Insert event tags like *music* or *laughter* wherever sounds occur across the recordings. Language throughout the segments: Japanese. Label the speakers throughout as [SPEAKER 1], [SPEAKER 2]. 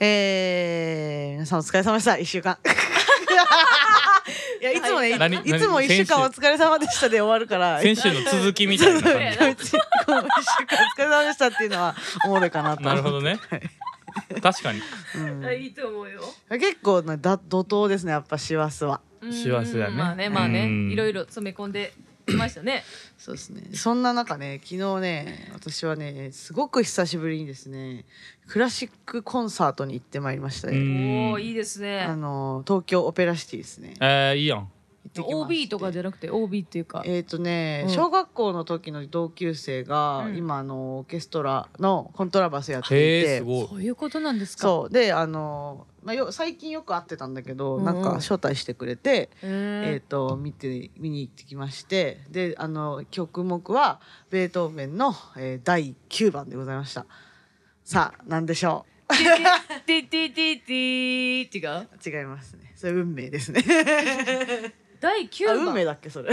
[SPEAKER 1] えー、皆さんお疲れ様でした。一週 *laughs* 間。いや、いつもね、い
[SPEAKER 2] 何
[SPEAKER 1] いつも
[SPEAKER 2] 何
[SPEAKER 1] 一週間お
[SPEAKER 2] 先
[SPEAKER 1] 疲れ様でしたで終わるから。
[SPEAKER 2] 週先週の続きみたいな感
[SPEAKER 1] いや
[SPEAKER 2] じ
[SPEAKER 1] でも一週間お疲れ様でしたっていうのはおもろいかなと。
[SPEAKER 2] なるほどね確かに
[SPEAKER 1] うん
[SPEAKER 3] あいいと思うよ。
[SPEAKER 1] 結構ね、だ怒涛ですね、やっぱ師走は。
[SPEAKER 2] 幸せだね
[SPEAKER 3] うんまあね、まあね、
[SPEAKER 2] うん
[SPEAKER 3] いろいろ詰め込んできましたね。
[SPEAKER 1] そうですね。そんな中ね、昨日ね、私はね、すごく久しぶりにですね、クラシックコンサートに行ってまいりました
[SPEAKER 2] う
[SPEAKER 1] ね。
[SPEAKER 2] ん
[SPEAKER 3] おお、いいですね
[SPEAKER 1] あ。の、東京オペラシティですね。
[SPEAKER 2] えー、いいやん
[SPEAKER 1] 行ってきまして
[SPEAKER 3] OB とかじゃなくて OB っていうか。
[SPEAKER 1] えっ、とね、
[SPEAKER 3] うん
[SPEAKER 1] 小学校の時の同級生が、
[SPEAKER 3] うん
[SPEAKER 1] 今あのオーケストラのコントラバスやってい
[SPEAKER 2] へえ
[SPEAKER 1] て
[SPEAKER 2] すごい
[SPEAKER 3] そういうことなんですか。
[SPEAKER 1] そうであの、まあ、よ最近よく会ってたんだけど、
[SPEAKER 3] うん
[SPEAKER 1] なんか招待してくれて、
[SPEAKER 3] う。
[SPEAKER 1] えっ、
[SPEAKER 3] え
[SPEAKER 1] と見て見に行ってきましてであの曲目はベートーベンの、えー第9番でございましたさあ何でしょ
[SPEAKER 3] ー、ててててて違う。
[SPEAKER 1] う違いますねそれ運命ですね
[SPEAKER 3] 第九
[SPEAKER 1] あ
[SPEAKER 3] 番。
[SPEAKER 1] 運命だっけそれ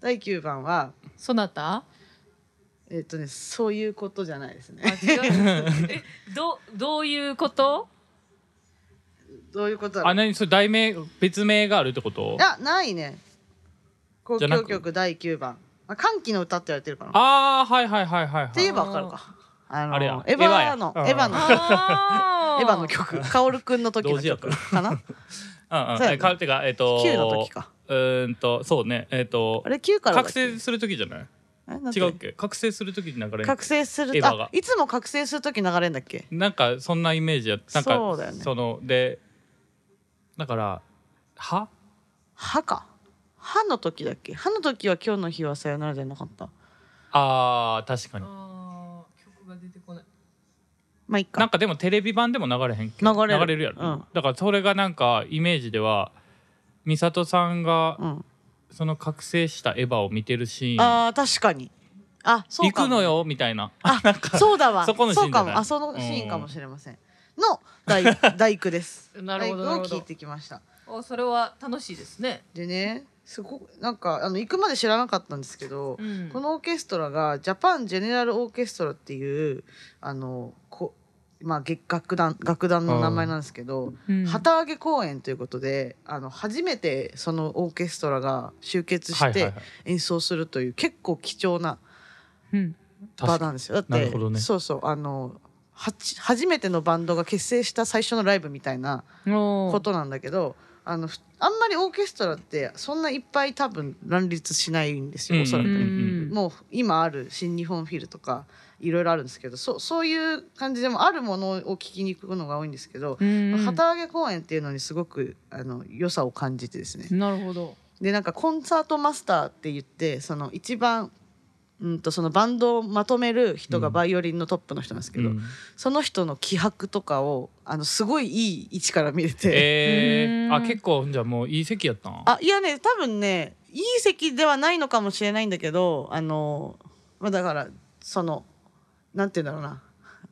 [SPEAKER 1] 第9番は
[SPEAKER 3] そなた。
[SPEAKER 1] えっ、とねそういうことじゃないですね
[SPEAKER 3] あ違う。え、どどういうこと？
[SPEAKER 1] どういうことだろう
[SPEAKER 2] あ何それ題名別名があるってこと
[SPEAKER 1] いやないね公
[SPEAKER 2] じゃな
[SPEAKER 1] 共
[SPEAKER 2] く
[SPEAKER 1] 曲第9番「まあ、歓喜の歌」って言われてるかなっ
[SPEAKER 2] ああはいはいはいはいはい
[SPEAKER 1] て言えばわかるかあの
[SPEAKER 2] あれや
[SPEAKER 1] エヴァの
[SPEAKER 2] エヴァ
[SPEAKER 1] エ
[SPEAKER 2] や
[SPEAKER 1] ヴァの
[SPEAKER 3] あ
[SPEAKER 1] エヴァの。曲薫くんの時の
[SPEAKER 2] 同時やっ
[SPEAKER 1] 曲
[SPEAKER 2] た
[SPEAKER 1] か
[SPEAKER 2] *laughs*
[SPEAKER 1] な
[SPEAKER 2] うんうん
[SPEAKER 1] そうやね
[SPEAKER 2] えかてかえっ、と
[SPEAKER 1] 9の時か
[SPEAKER 2] うーんとそうねえっ、と
[SPEAKER 1] あれ9からだっ
[SPEAKER 2] 覚
[SPEAKER 1] け
[SPEAKER 2] 醒する時じゃない
[SPEAKER 1] えなんて
[SPEAKER 2] 違うっけ覚醒する時に流れる
[SPEAKER 1] 覚醒する
[SPEAKER 2] エヴァが
[SPEAKER 1] あいつも覚醒する時流れんだっけ
[SPEAKER 2] なんかそんなイメージやなんか
[SPEAKER 1] そうだよね
[SPEAKER 2] そのでだからは
[SPEAKER 1] 歯か歯の時だっけ歯の時は今日の日はさよならじゃなかった
[SPEAKER 2] あー確かに
[SPEAKER 3] あー曲が出てこない。
[SPEAKER 1] まあいい
[SPEAKER 2] なん
[SPEAKER 1] か
[SPEAKER 2] かでもテレビ版でも流れへんけ
[SPEAKER 1] 流れる
[SPEAKER 2] やろ、
[SPEAKER 1] うん
[SPEAKER 2] だからそれがなんかイメージでは美里さんが
[SPEAKER 1] うん
[SPEAKER 2] その覚醒したエヴァを見てるシーン
[SPEAKER 1] あー確かにあそう
[SPEAKER 2] 行
[SPEAKER 1] かも
[SPEAKER 2] くのよみたいな
[SPEAKER 1] あ
[SPEAKER 2] なんか
[SPEAKER 1] そうだわ
[SPEAKER 2] そこのシーン
[SPEAKER 1] そうか
[SPEAKER 2] じゃ
[SPEAKER 1] も
[SPEAKER 2] ない
[SPEAKER 1] あそのシーンかもしれませんの第第九です
[SPEAKER 3] なるほど
[SPEAKER 1] 第九
[SPEAKER 3] なるほ
[SPEAKER 1] を
[SPEAKER 3] ど
[SPEAKER 1] 聞いてきました
[SPEAKER 3] お、それは楽しいですね。
[SPEAKER 1] でねすごくなんかあの行くまで知らなかったんですけど、
[SPEAKER 3] うん
[SPEAKER 1] このオーケストラがジャパン・ジェネラル・オーケストラっていうあのこ、まあ、げ楽団楽団の名前なんですけど、
[SPEAKER 3] うん
[SPEAKER 1] 旗揚げ公演ということであの初めてそのオーケストラが集結
[SPEAKER 2] は
[SPEAKER 1] し
[SPEAKER 2] いはいは
[SPEAKER 1] て
[SPEAKER 2] い
[SPEAKER 1] 演奏するという結構貴重な
[SPEAKER 3] うん。
[SPEAKER 1] 場
[SPEAKER 2] 確
[SPEAKER 1] な
[SPEAKER 2] か
[SPEAKER 1] んですよ。だって
[SPEAKER 2] なるほどね
[SPEAKER 1] そうそうあのはち初めてのバンドが結成した最初のライブみたいな
[SPEAKER 3] お
[SPEAKER 1] こ
[SPEAKER 3] ー
[SPEAKER 1] となんだけどあのふあんまりオーケストラってそんないっぱい多分乱立しないんですよ、
[SPEAKER 2] うん
[SPEAKER 1] おそらくね、
[SPEAKER 3] うん
[SPEAKER 1] もう今ある新日本フィルとかいろいろあるんですけどそそういう感じでもあるものを聞きに行くのが多いんですけど、
[SPEAKER 3] うん
[SPEAKER 1] 旗揚げ公演っていうのにすごくあの良さを感じてですね、
[SPEAKER 3] なるほど。
[SPEAKER 1] でなんかコンサートマスターって言ってその一番うんとそのバンドをまとめる人がバイオリンのトップの人なんですけ
[SPEAKER 2] に、
[SPEAKER 1] ど、
[SPEAKER 2] うん
[SPEAKER 1] その人の気迫とかをあのすごいいい位置から見れて。
[SPEAKER 2] え
[SPEAKER 3] う
[SPEAKER 2] ー、
[SPEAKER 3] ん
[SPEAKER 2] あ結構じゃあもういい席やったん
[SPEAKER 1] あいやね多分ねいい席ではないのかもしれないんだけどあのまあだからそのなんて言うんだろうな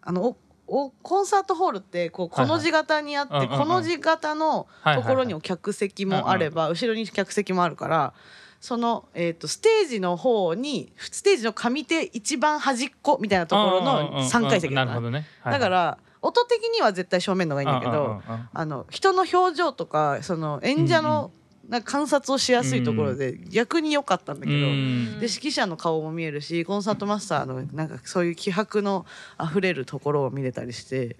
[SPEAKER 1] あのおおコンサートホールってこう
[SPEAKER 2] は
[SPEAKER 1] こ
[SPEAKER 2] いはい
[SPEAKER 1] の字型にあって、
[SPEAKER 2] うんうんうん
[SPEAKER 1] この字型のところに
[SPEAKER 2] は
[SPEAKER 1] お客席もあれば、後ろに客席もあるからその、えー、とステージの方にステージの上手一番端っこみたいなところ
[SPEAKER 2] うんうんうんう
[SPEAKER 1] の
[SPEAKER 2] ん
[SPEAKER 1] 3階席だ
[SPEAKER 2] な
[SPEAKER 1] った
[SPEAKER 2] るほ
[SPEAKER 1] な
[SPEAKER 2] どね、はい
[SPEAKER 1] だ
[SPEAKER 2] はい
[SPEAKER 1] から音的には絶対正面の方がいいんだけど。
[SPEAKER 2] うんうんうんうん
[SPEAKER 1] あの人の表情とかその演者のなんか観察をしやすいところで逆に良かったんだけど、
[SPEAKER 2] うん
[SPEAKER 1] で指揮者の顔も見えるしコンサートマスターのなんかそういう気迫の溢れるところを見れたりして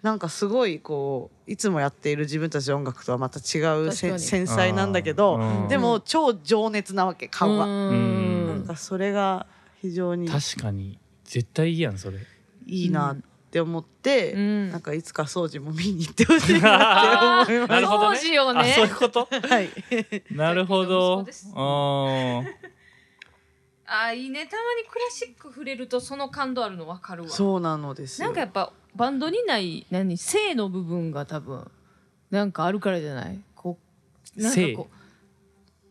[SPEAKER 1] なんかすごいこういつもやっている自分たちの音楽とはまた違う
[SPEAKER 3] 確
[SPEAKER 1] せ
[SPEAKER 3] かに
[SPEAKER 1] 繊細なんだけど
[SPEAKER 2] うん
[SPEAKER 1] でも超情熱なわけ顔が、
[SPEAKER 3] うん
[SPEAKER 1] なんかそれが非常に
[SPEAKER 2] 確かに絶対いいやんそれ
[SPEAKER 1] いいなって思って、
[SPEAKER 3] うん
[SPEAKER 1] なんかいつか掃除も見に行ってほしいな
[SPEAKER 3] *laughs*
[SPEAKER 1] って思いま
[SPEAKER 2] *laughs* なるほどね
[SPEAKER 3] そうしようね
[SPEAKER 2] あそういうこと
[SPEAKER 1] す。はい
[SPEAKER 2] なるほ
[SPEAKER 3] そう
[SPEAKER 2] ど
[SPEAKER 3] です
[SPEAKER 2] うん
[SPEAKER 3] あーいいねたまにクラシック触れるとその感動あるの分かるわ
[SPEAKER 1] そうなのですよ
[SPEAKER 3] なんかやっぱバンドにない何性の部分が多分なんかあるからじゃないこうなんかこう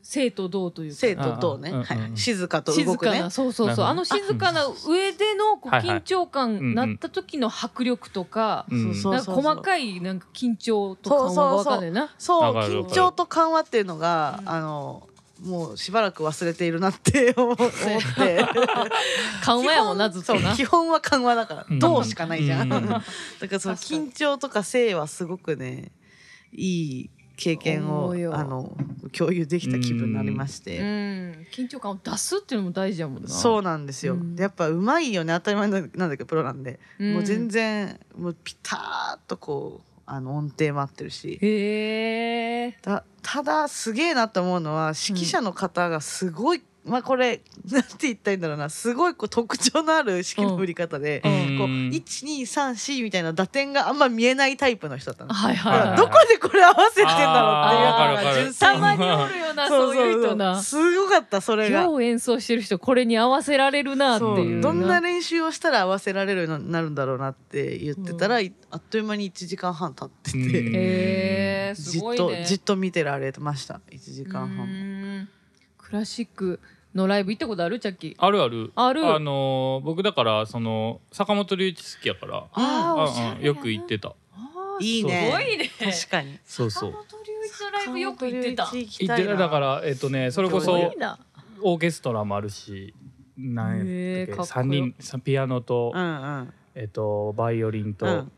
[SPEAKER 3] 性と動というか
[SPEAKER 1] 生と動ね、
[SPEAKER 2] うんうんうん
[SPEAKER 1] はいはい静かと動
[SPEAKER 3] 静
[SPEAKER 1] く
[SPEAKER 3] か
[SPEAKER 1] ね
[SPEAKER 3] なそうそう
[SPEAKER 2] なる
[SPEAKER 3] そ
[SPEAKER 2] ほ
[SPEAKER 3] う
[SPEAKER 2] ど
[SPEAKER 3] あの静かな上でのこう
[SPEAKER 2] はいは
[SPEAKER 3] 緊
[SPEAKER 2] い
[SPEAKER 3] 張
[SPEAKER 2] うんうん
[SPEAKER 3] 感なった時の迫力とか
[SPEAKER 2] う、ん
[SPEAKER 1] そう
[SPEAKER 3] なんか細かいなんか緊張とかも分かんないな
[SPEAKER 1] そう
[SPEAKER 2] わかるわか
[SPEAKER 1] 緊
[SPEAKER 2] る
[SPEAKER 1] 張と緩和っていうのが、
[SPEAKER 3] うん
[SPEAKER 1] あのもうしばらく忘れているな
[SPEAKER 3] *laughs*
[SPEAKER 1] って思思って
[SPEAKER 3] 緩和やもんなずっとな
[SPEAKER 1] そう基本は緩和だから
[SPEAKER 2] うん
[SPEAKER 1] どうしかないじゃん、
[SPEAKER 2] う
[SPEAKER 1] *laughs*
[SPEAKER 2] ん
[SPEAKER 1] だからその
[SPEAKER 3] 確か
[SPEAKER 1] 緊
[SPEAKER 3] に
[SPEAKER 1] 張とか性はすごくねいい経験
[SPEAKER 3] 思
[SPEAKER 1] を
[SPEAKER 3] うよ
[SPEAKER 1] あの共有できた気分になりまし
[SPEAKER 3] う
[SPEAKER 1] て、
[SPEAKER 3] ん緊張感を出すっていうのも大事やもんな
[SPEAKER 1] そうなんですよ、
[SPEAKER 3] うん
[SPEAKER 1] でやっぱうまいよね当たり前なんだけどプロなんで、
[SPEAKER 3] うん
[SPEAKER 1] もう全然もうピターっとこうあの音程も合ってるし
[SPEAKER 3] へえ
[SPEAKER 1] だただすげえなと思うのは指揮者の方がすごい、まあこれ *laughs* なんて言ったらいいんだろうなすごいこう特徴のある指揮の振り方で、
[SPEAKER 2] うん
[SPEAKER 1] こう
[SPEAKER 2] うん
[SPEAKER 1] 1234みたいな打点があんま見えないタイプの人だったの。
[SPEAKER 3] はい
[SPEAKER 1] だか
[SPEAKER 3] は
[SPEAKER 1] ら
[SPEAKER 3] い
[SPEAKER 1] どこでこれ合わせてんだろうっていうの
[SPEAKER 2] あーわ
[SPEAKER 1] が
[SPEAKER 2] かるわかる
[SPEAKER 1] 純粋
[SPEAKER 3] た
[SPEAKER 1] に
[SPEAKER 3] まにおる
[SPEAKER 1] *laughs*
[SPEAKER 3] よな
[SPEAKER 1] そ
[SPEAKER 3] そ
[SPEAKER 1] そうそ
[SPEAKER 3] うう
[SPEAKER 1] う
[SPEAKER 3] いう人な
[SPEAKER 1] すごかったそれが。
[SPEAKER 3] 今日演奏してる人これに合わせられるなって
[SPEAKER 1] そ
[SPEAKER 3] いうう
[SPEAKER 1] どんな練習をしたら合わせられるようになるんだろうなって言ってたら、いあっという間に1時間半経ってて、
[SPEAKER 2] うん
[SPEAKER 3] へえ
[SPEAKER 1] じ
[SPEAKER 3] す
[SPEAKER 1] っ
[SPEAKER 3] ごい
[SPEAKER 1] と
[SPEAKER 3] ね
[SPEAKER 1] じっと見てられてました1時間
[SPEAKER 3] う
[SPEAKER 1] 半。
[SPEAKER 3] ーんクラシックのライブ行ったことあるチャッキー
[SPEAKER 2] あるある
[SPEAKER 3] ある
[SPEAKER 2] あのー僕だからその坂本龍一好きやから
[SPEAKER 1] あ
[SPEAKER 3] ー
[SPEAKER 2] うん
[SPEAKER 3] おしゃれやな
[SPEAKER 2] うんよく行ってた
[SPEAKER 3] あー
[SPEAKER 1] いい
[SPEAKER 3] す
[SPEAKER 1] ね
[SPEAKER 3] ごいね
[SPEAKER 1] 確かに
[SPEAKER 2] そう
[SPEAKER 3] 坂
[SPEAKER 2] そう
[SPEAKER 3] 本龍一のライブよく行ってた
[SPEAKER 1] 行き
[SPEAKER 2] 行
[SPEAKER 1] た
[SPEAKER 2] って
[SPEAKER 1] い
[SPEAKER 2] た
[SPEAKER 1] な
[SPEAKER 2] だからえっとねそれこ
[SPEAKER 1] すご
[SPEAKER 2] そ
[SPEAKER 3] いな
[SPEAKER 2] オーケストラもあるしなんや
[SPEAKER 3] へ
[SPEAKER 2] った
[SPEAKER 3] ー
[SPEAKER 2] っ
[SPEAKER 3] かっ
[SPEAKER 2] け
[SPEAKER 3] こよ
[SPEAKER 2] 三人さピアノと、
[SPEAKER 1] うん
[SPEAKER 2] えっとバイオリンと、
[SPEAKER 1] うん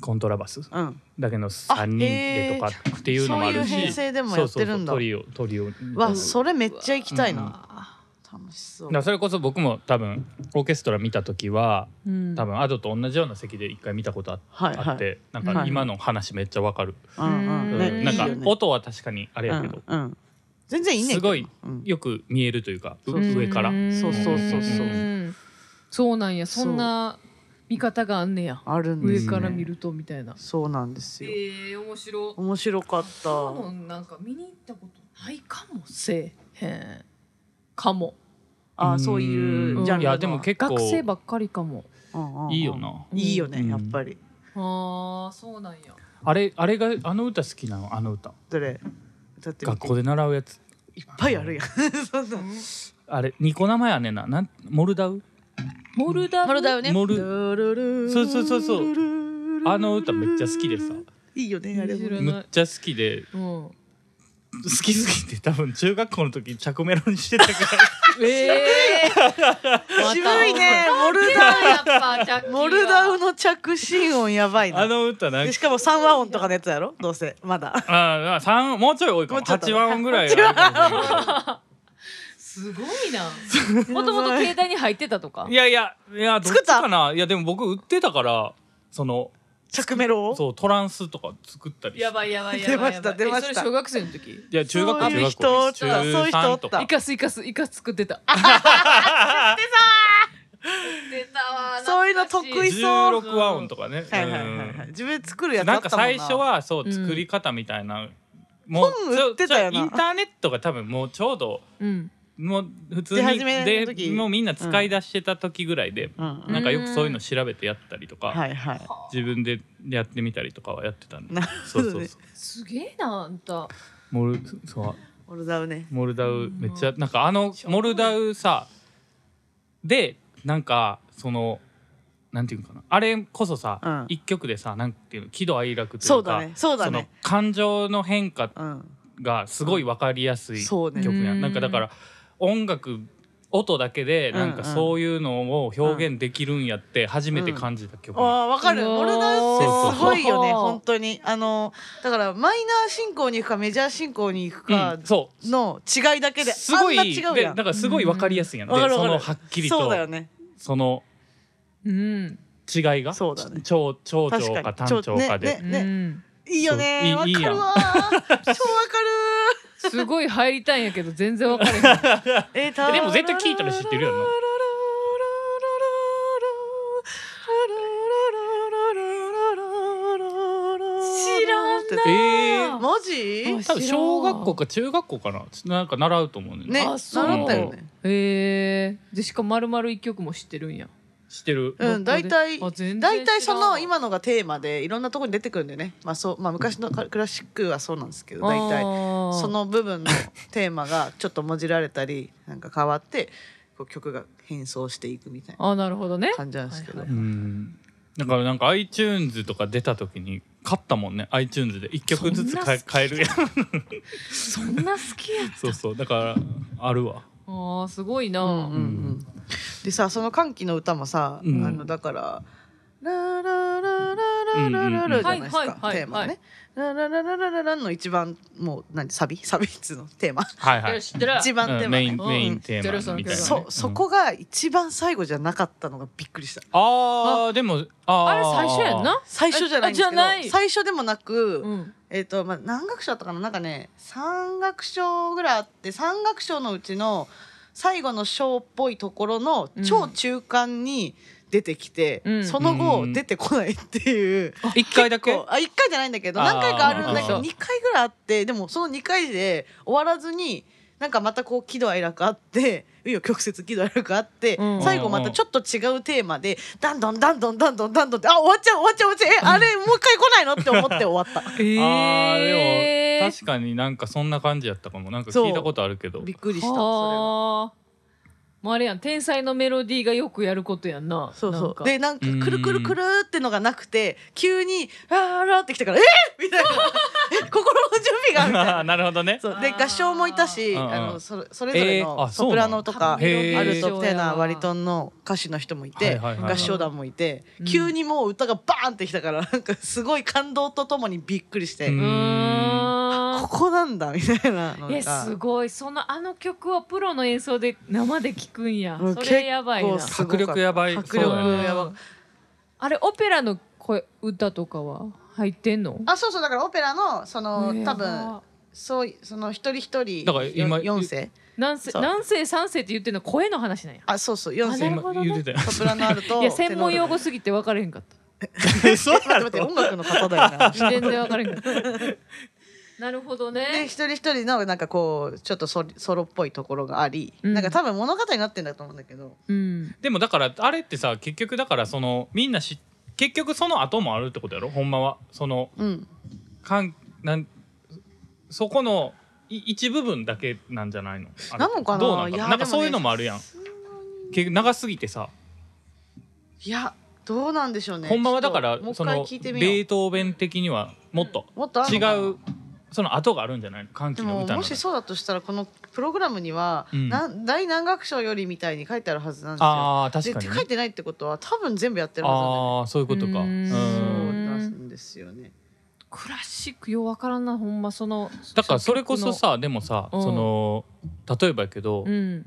[SPEAKER 2] コントラバス
[SPEAKER 1] うんうん。
[SPEAKER 2] だけの3人でとかっていうのもあるし
[SPEAKER 1] そういう編成でもやってるんだ
[SPEAKER 2] そうそうそうトリオトリオ
[SPEAKER 1] わそれめっちゃ行きたいな。
[SPEAKER 3] な
[SPEAKER 1] 楽しそう
[SPEAKER 2] だか。らそれこそ僕も多分オーケストラ見た時は
[SPEAKER 3] うん
[SPEAKER 2] 多分アドと同じような席で一回見たことあ,、
[SPEAKER 1] はいはい
[SPEAKER 2] あってなんか
[SPEAKER 1] はい
[SPEAKER 2] 今の話めっちゃわかる、
[SPEAKER 1] うんうん。
[SPEAKER 3] ん
[SPEAKER 1] ね
[SPEAKER 2] う
[SPEAKER 1] い
[SPEAKER 2] ん
[SPEAKER 1] い
[SPEAKER 2] なんか
[SPEAKER 1] よね
[SPEAKER 2] 音は確かにあれやけど、
[SPEAKER 1] うんうん全然いいねんけど。
[SPEAKER 2] すごい
[SPEAKER 1] うん
[SPEAKER 2] よく見えるというか、う
[SPEAKER 1] そうそう
[SPEAKER 2] 上から、
[SPEAKER 3] ん
[SPEAKER 1] そうそうそうそうん
[SPEAKER 3] そうなんやそんな見方があんねや
[SPEAKER 1] あるんで
[SPEAKER 3] 上
[SPEAKER 1] すね
[SPEAKER 3] から見るとみたいな
[SPEAKER 1] そうなんです
[SPEAKER 3] え
[SPEAKER 1] よ。
[SPEAKER 3] ー面白
[SPEAKER 1] 面白かった。
[SPEAKER 3] そういうのなんか見に行ったことないかもせえへんかも
[SPEAKER 1] あそういうジャンルのは。
[SPEAKER 2] いやでも結構
[SPEAKER 3] 学生ばっかりかも
[SPEAKER 1] うんうんうん
[SPEAKER 2] いいよ。な、
[SPEAKER 1] いいよ
[SPEAKER 2] う
[SPEAKER 1] ね
[SPEAKER 2] ん
[SPEAKER 1] やっぱり。
[SPEAKER 3] あーそうなんや
[SPEAKER 2] あれあれがあの歌好きなのあの歌
[SPEAKER 1] どれだって
[SPEAKER 2] 学校で習うやつ
[SPEAKER 1] いっぱいあるやん。そうそう。
[SPEAKER 2] あれ2個名前あんねんななんモルダウ
[SPEAKER 3] モルダ
[SPEAKER 1] モルダ
[SPEAKER 3] ウ
[SPEAKER 1] ウね。
[SPEAKER 2] モル
[SPEAKER 1] ルルル
[SPEAKER 2] そうそうそうそ
[SPEAKER 1] ル
[SPEAKER 2] う
[SPEAKER 1] ルル
[SPEAKER 2] あの歌めっちゃ好きでさ
[SPEAKER 1] いいよねあれも
[SPEAKER 3] 面白い
[SPEAKER 1] ね。
[SPEAKER 2] むっちゃ好きで
[SPEAKER 3] うん
[SPEAKER 2] 好きすぎて多分中学校の時着メロにしてたから
[SPEAKER 3] えー、
[SPEAKER 1] 渋いねモルダウ
[SPEAKER 3] ダウ
[SPEAKER 1] モルダウの着信音やばい
[SPEAKER 2] あ
[SPEAKER 1] な。
[SPEAKER 2] の歌なん
[SPEAKER 1] で
[SPEAKER 2] か
[SPEAKER 1] しかも三和音とかのやつやろどうせま
[SPEAKER 2] *laughs*
[SPEAKER 1] だ。
[SPEAKER 2] ああ三もうちょい多いかも
[SPEAKER 1] もうちょっと
[SPEAKER 2] 八万音ぐらいはあるかもしれな
[SPEAKER 3] すごいなもともと携帯に入ってたとか
[SPEAKER 2] *laughs* いいやいやいやどっ
[SPEAKER 1] 作っ
[SPEAKER 2] ち
[SPEAKER 1] た
[SPEAKER 2] かないやでも僕売ってたからその
[SPEAKER 1] 着メロを
[SPEAKER 2] そうトランスとか作ったりして
[SPEAKER 3] やばいやばいやばいやば
[SPEAKER 1] 出まし
[SPEAKER 3] い
[SPEAKER 1] た出ました
[SPEAKER 3] えそれ小学生の時
[SPEAKER 2] いや中学校
[SPEAKER 1] そう
[SPEAKER 2] 中
[SPEAKER 1] いう
[SPEAKER 2] 学
[SPEAKER 1] 人おっ
[SPEAKER 2] 校
[SPEAKER 1] たそういう人お
[SPEAKER 2] 中
[SPEAKER 1] った
[SPEAKER 2] 三とか
[SPEAKER 3] イカスイカスイカス作ってた作ってたわ
[SPEAKER 1] そういうの得意
[SPEAKER 2] 十六和音とかね
[SPEAKER 1] はいはいはいはい。自分で作るや
[SPEAKER 2] うん
[SPEAKER 1] つあ
[SPEAKER 2] なん
[SPEAKER 1] った
[SPEAKER 2] か
[SPEAKER 1] もんな。
[SPEAKER 2] 最初はそう
[SPEAKER 3] うん
[SPEAKER 2] 作り方みたいなもう
[SPEAKER 1] 本売ってたよな
[SPEAKER 2] ちょちょインターネットが多分もうちょうど
[SPEAKER 3] うん
[SPEAKER 2] もう普通
[SPEAKER 1] 出
[SPEAKER 2] に
[SPEAKER 1] 始めの時
[SPEAKER 2] でもうみんな使い出してた時ぐらいで、
[SPEAKER 1] うんうん。
[SPEAKER 2] なんかよくそういうの調べてやったりとか、
[SPEAKER 1] はいはい。
[SPEAKER 2] 自分でやってみたりとかはやってたんで
[SPEAKER 1] なる
[SPEAKER 2] そ
[SPEAKER 1] ほ
[SPEAKER 2] う
[SPEAKER 1] ど
[SPEAKER 2] そう
[SPEAKER 1] ね
[SPEAKER 2] そう。
[SPEAKER 3] すげえなあんた
[SPEAKER 2] モルそう
[SPEAKER 1] *laughs* モルダウね。
[SPEAKER 2] モルダウめっちゃなんかあのモルダウさでなんかそのなんていうのかなあれこ
[SPEAKER 1] う
[SPEAKER 2] そ
[SPEAKER 1] ん
[SPEAKER 2] さ一、曲でさなんていうの喜怒哀楽というか
[SPEAKER 1] そうだねそうだ
[SPEAKER 2] の
[SPEAKER 1] ね
[SPEAKER 2] 感情の変化
[SPEAKER 1] うん。
[SPEAKER 2] がすごい分かりやすい
[SPEAKER 1] そ
[SPEAKER 2] 曲
[SPEAKER 1] うね
[SPEAKER 2] や
[SPEAKER 3] う
[SPEAKER 2] ん、
[SPEAKER 3] ん
[SPEAKER 2] なんかだから音楽音だけでなんかそういうのを表現できるんやって初めて感じた曲、
[SPEAKER 1] ああわかる。
[SPEAKER 3] うわー
[SPEAKER 1] モルダウってすごいよね
[SPEAKER 3] そう
[SPEAKER 1] 本当にあのだからマイナー進行に行くかメジャー進行に行く
[SPEAKER 2] う
[SPEAKER 1] か
[SPEAKER 2] んそう
[SPEAKER 1] の違いだけですあ
[SPEAKER 2] ご
[SPEAKER 1] んない違
[SPEAKER 2] で
[SPEAKER 1] うや
[SPEAKER 2] だ
[SPEAKER 1] ん。
[SPEAKER 2] からすごい分かりやすいやん、
[SPEAKER 1] わか
[SPEAKER 2] で
[SPEAKER 1] るわ
[SPEAKER 2] そ
[SPEAKER 1] かる
[SPEAKER 2] のはっきりと
[SPEAKER 1] そうだよ
[SPEAKER 2] そ,、
[SPEAKER 1] ね。
[SPEAKER 2] の
[SPEAKER 3] うん
[SPEAKER 2] 違いが
[SPEAKER 1] そうだね
[SPEAKER 2] 長長
[SPEAKER 1] 確
[SPEAKER 2] 調
[SPEAKER 1] か
[SPEAKER 2] か
[SPEAKER 1] に
[SPEAKER 2] 短調かで、
[SPEAKER 1] ねね
[SPEAKER 3] うん
[SPEAKER 1] いいよね。
[SPEAKER 2] そ
[SPEAKER 1] わ
[SPEAKER 2] ういい
[SPEAKER 1] かるわー。超わか
[SPEAKER 2] *laughs*
[SPEAKER 3] すごい入りたいんやけど全然
[SPEAKER 1] *laughs*
[SPEAKER 3] わかれへん
[SPEAKER 1] る。えー
[SPEAKER 2] でも絶対聞いたら知ってるよな。
[SPEAKER 3] 知らんな
[SPEAKER 2] えー
[SPEAKER 1] マジ？
[SPEAKER 3] マジ
[SPEAKER 2] 多分小学校か中学校かななんか習うと思うねん
[SPEAKER 1] ね
[SPEAKER 3] あそう
[SPEAKER 2] 習ったよ
[SPEAKER 1] ね
[SPEAKER 3] へえでしかも丸々一曲も知ってるんや
[SPEAKER 2] 知ってる
[SPEAKER 1] うん、大体
[SPEAKER 3] あ全然
[SPEAKER 1] 大体
[SPEAKER 3] 知ら
[SPEAKER 1] そ
[SPEAKER 3] ん
[SPEAKER 1] の今のがテーマでいろんなところに出てくるんだよね、まあ、そうまあ昔のカクラシックはそうなんですけど大体
[SPEAKER 3] 体
[SPEAKER 1] その部分のテーマがちょっともじられたりなんか変わってこう曲が変装していくみたいな
[SPEAKER 3] あなるほどね
[SPEAKER 1] 感じなんですけど、
[SPEAKER 3] はいは
[SPEAKER 2] うんだからなんか iTunes とか出た時に買ったもんね iTunes で1曲ずつ買え
[SPEAKER 3] そんな好き
[SPEAKER 2] 買えるやん
[SPEAKER 3] そんな好きや
[SPEAKER 2] そうそうだからあるわ
[SPEAKER 3] あーすごいな、
[SPEAKER 1] うんうんうん、でさその歓喜の歌もさ、
[SPEAKER 2] うん
[SPEAKER 1] あのだから「ララララララララ」じゃないです
[SPEAKER 3] うんうんうん
[SPEAKER 1] か
[SPEAKER 3] はいはいはいはい
[SPEAKER 1] テーマね「ラララララララ」の一番もう何サビサビっつうのテーマ
[SPEAKER 2] はいはい、
[SPEAKER 3] 知ってる
[SPEAKER 1] 一番テ
[SPEAKER 2] う
[SPEAKER 1] ーマ
[SPEAKER 2] んメイ
[SPEAKER 1] ね
[SPEAKER 2] ン
[SPEAKER 3] うん
[SPEAKER 2] メインテーマみたいなね、
[SPEAKER 1] そ
[SPEAKER 2] うん
[SPEAKER 1] そこが一番最後じゃなかったのがびっくりした
[SPEAKER 2] あーでもあー
[SPEAKER 3] あれ最初やんな、
[SPEAKER 1] 最初じゃないんですけ
[SPEAKER 3] あじゃない
[SPEAKER 1] ど最初でもなく、
[SPEAKER 3] うん、
[SPEAKER 1] えっ、とまあ何楽章だったかななんかね三楽章ぐらいあって三楽章のうちの最後の章っぽいところの
[SPEAKER 3] うん
[SPEAKER 1] 超中間に出てきて、
[SPEAKER 3] うん
[SPEAKER 1] その後
[SPEAKER 2] うん
[SPEAKER 1] 出てこないっていう、
[SPEAKER 2] 一回だけ
[SPEAKER 1] こうあ1回じゃないんだけど
[SPEAKER 2] あー
[SPEAKER 1] 何回かあるんだけ
[SPEAKER 3] あ
[SPEAKER 1] ど
[SPEAKER 3] ー
[SPEAKER 1] 2回ぐらいあってでもその2回で終わらずになんかまたこう喜怒哀楽あって *laughs* 紆余曲折喜怒哀楽あって、
[SPEAKER 3] うん
[SPEAKER 1] 最後またちょっと違うテーマでダンドンダンドンダンドンダンドンってあ終わっちゃう終わっちゃう終わっちゃうえあれもう一回来ないのって思って終わった。
[SPEAKER 3] *laughs* えー
[SPEAKER 2] あーでも確かになんかそんな感じやったかもなんか聞いたことあるけど
[SPEAKER 1] びっくりしたそれは
[SPEAKER 3] はあもうあれやん天才のメロディーがよくやることやんな
[SPEAKER 1] そう
[SPEAKER 3] なん
[SPEAKER 1] そ
[SPEAKER 3] か
[SPEAKER 1] うでなんか
[SPEAKER 2] うん
[SPEAKER 1] くるくるくるってのがなくて急に「あーあら」ってきたから「えーみたいな「え心の準備が」みたい
[SPEAKER 2] あー
[SPEAKER 1] な。
[SPEAKER 2] *laughs* なるほどね
[SPEAKER 1] そう
[SPEAKER 3] あ
[SPEAKER 1] で
[SPEAKER 3] ー
[SPEAKER 1] 合唱もいたし
[SPEAKER 2] うんうん
[SPEAKER 1] あのそそれぞれ
[SPEAKER 2] えーあ
[SPEAKER 1] の
[SPEAKER 2] そ
[SPEAKER 1] ソプ
[SPEAKER 2] うなの
[SPEAKER 1] ラノとか
[SPEAKER 2] へー
[SPEAKER 1] アルトテナーバリト
[SPEAKER 3] ン
[SPEAKER 1] ンの歌手の人もい
[SPEAKER 2] はい
[SPEAKER 1] て
[SPEAKER 2] はいはい
[SPEAKER 1] 合唱団もいて
[SPEAKER 3] うん
[SPEAKER 1] 急にもう歌がバーンってきたからなんかすごい感動とともにびっくりし
[SPEAKER 2] う
[SPEAKER 1] て
[SPEAKER 2] ん
[SPEAKER 1] ここなんだみたいなの
[SPEAKER 3] いや
[SPEAKER 1] が
[SPEAKER 3] すごいそのあの曲をプロの演奏で生で聴くんや
[SPEAKER 1] うん
[SPEAKER 3] それやばいな
[SPEAKER 1] 結構
[SPEAKER 2] 迫力やばい
[SPEAKER 1] 迫力やば
[SPEAKER 3] うんあれオペラの声歌とかは入ってんの
[SPEAKER 1] あそうそうだからオペラのその
[SPEAKER 3] えー
[SPEAKER 1] 多分そういその一人一人
[SPEAKER 2] だから今
[SPEAKER 1] 4世
[SPEAKER 3] 何世
[SPEAKER 1] そう
[SPEAKER 3] 何世三世って言ってんの声の話なんや
[SPEAKER 1] あそうそう4
[SPEAKER 3] なる
[SPEAKER 1] 世
[SPEAKER 3] ほどね
[SPEAKER 2] 言ってたよ
[SPEAKER 1] ソプラノあると
[SPEAKER 3] いや専門用語すぎて分かれへんかっ
[SPEAKER 1] *laughs*
[SPEAKER 2] そう
[SPEAKER 1] 待って待って音楽の方だよな
[SPEAKER 3] た全然分かれへんかったなるほど
[SPEAKER 1] で
[SPEAKER 3] ね
[SPEAKER 1] 一人一人のなんかこうちょっとソリソロっぽいところがあり、
[SPEAKER 3] うん
[SPEAKER 1] なんか多分物語になってんだと思うんだけど
[SPEAKER 3] うん
[SPEAKER 2] でもだからあれってさ結局だからそのみんなし結局その後もあるってことやろほんまはその
[SPEAKER 1] うん
[SPEAKER 2] かんなんそこのい一部分だけなんじゃないのあれ
[SPEAKER 1] なのかな
[SPEAKER 2] どうなん
[SPEAKER 1] い
[SPEAKER 2] か
[SPEAKER 1] や
[SPEAKER 2] なんか
[SPEAKER 1] でもね
[SPEAKER 2] そういうのもあるやん結局長すぎてさ、
[SPEAKER 1] いやどうなんでしょうね
[SPEAKER 2] ほんまはだから
[SPEAKER 1] ちょっと
[SPEAKER 2] そ
[SPEAKER 1] もう一回
[SPEAKER 2] の
[SPEAKER 1] 聞い
[SPEAKER 2] ベ
[SPEAKER 1] てみよ
[SPEAKER 2] ートーベン的にはもっと
[SPEAKER 1] うもっとある
[SPEAKER 2] 違
[SPEAKER 1] のかな
[SPEAKER 2] うその後があるんじゃないの歓
[SPEAKER 1] で
[SPEAKER 2] 喜の
[SPEAKER 1] も
[SPEAKER 2] 歌の
[SPEAKER 1] もしそうだとしたらこのプログラムには、
[SPEAKER 2] うん
[SPEAKER 1] なん大難楽章よりみたいに書いてあるはずなんですよ
[SPEAKER 2] ああ
[SPEAKER 1] で
[SPEAKER 2] 確かにね
[SPEAKER 1] 書いてないってことは多分全部やってるはずなんだよね
[SPEAKER 2] ああーそういうこと
[SPEAKER 3] う
[SPEAKER 2] かう
[SPEAKER 3] ーん
[SPEAKER 2] ん
[SPEAKER 1] そうなんですよね。
[SPEAKER 3] クラシックよう分からんなほんまその
[SPEAKER 2] だからそれこそさでもさ、
[SPEAKER 3] うん
[SPEAKER 2] その例えばやけど、
[SPEAKER 3] うん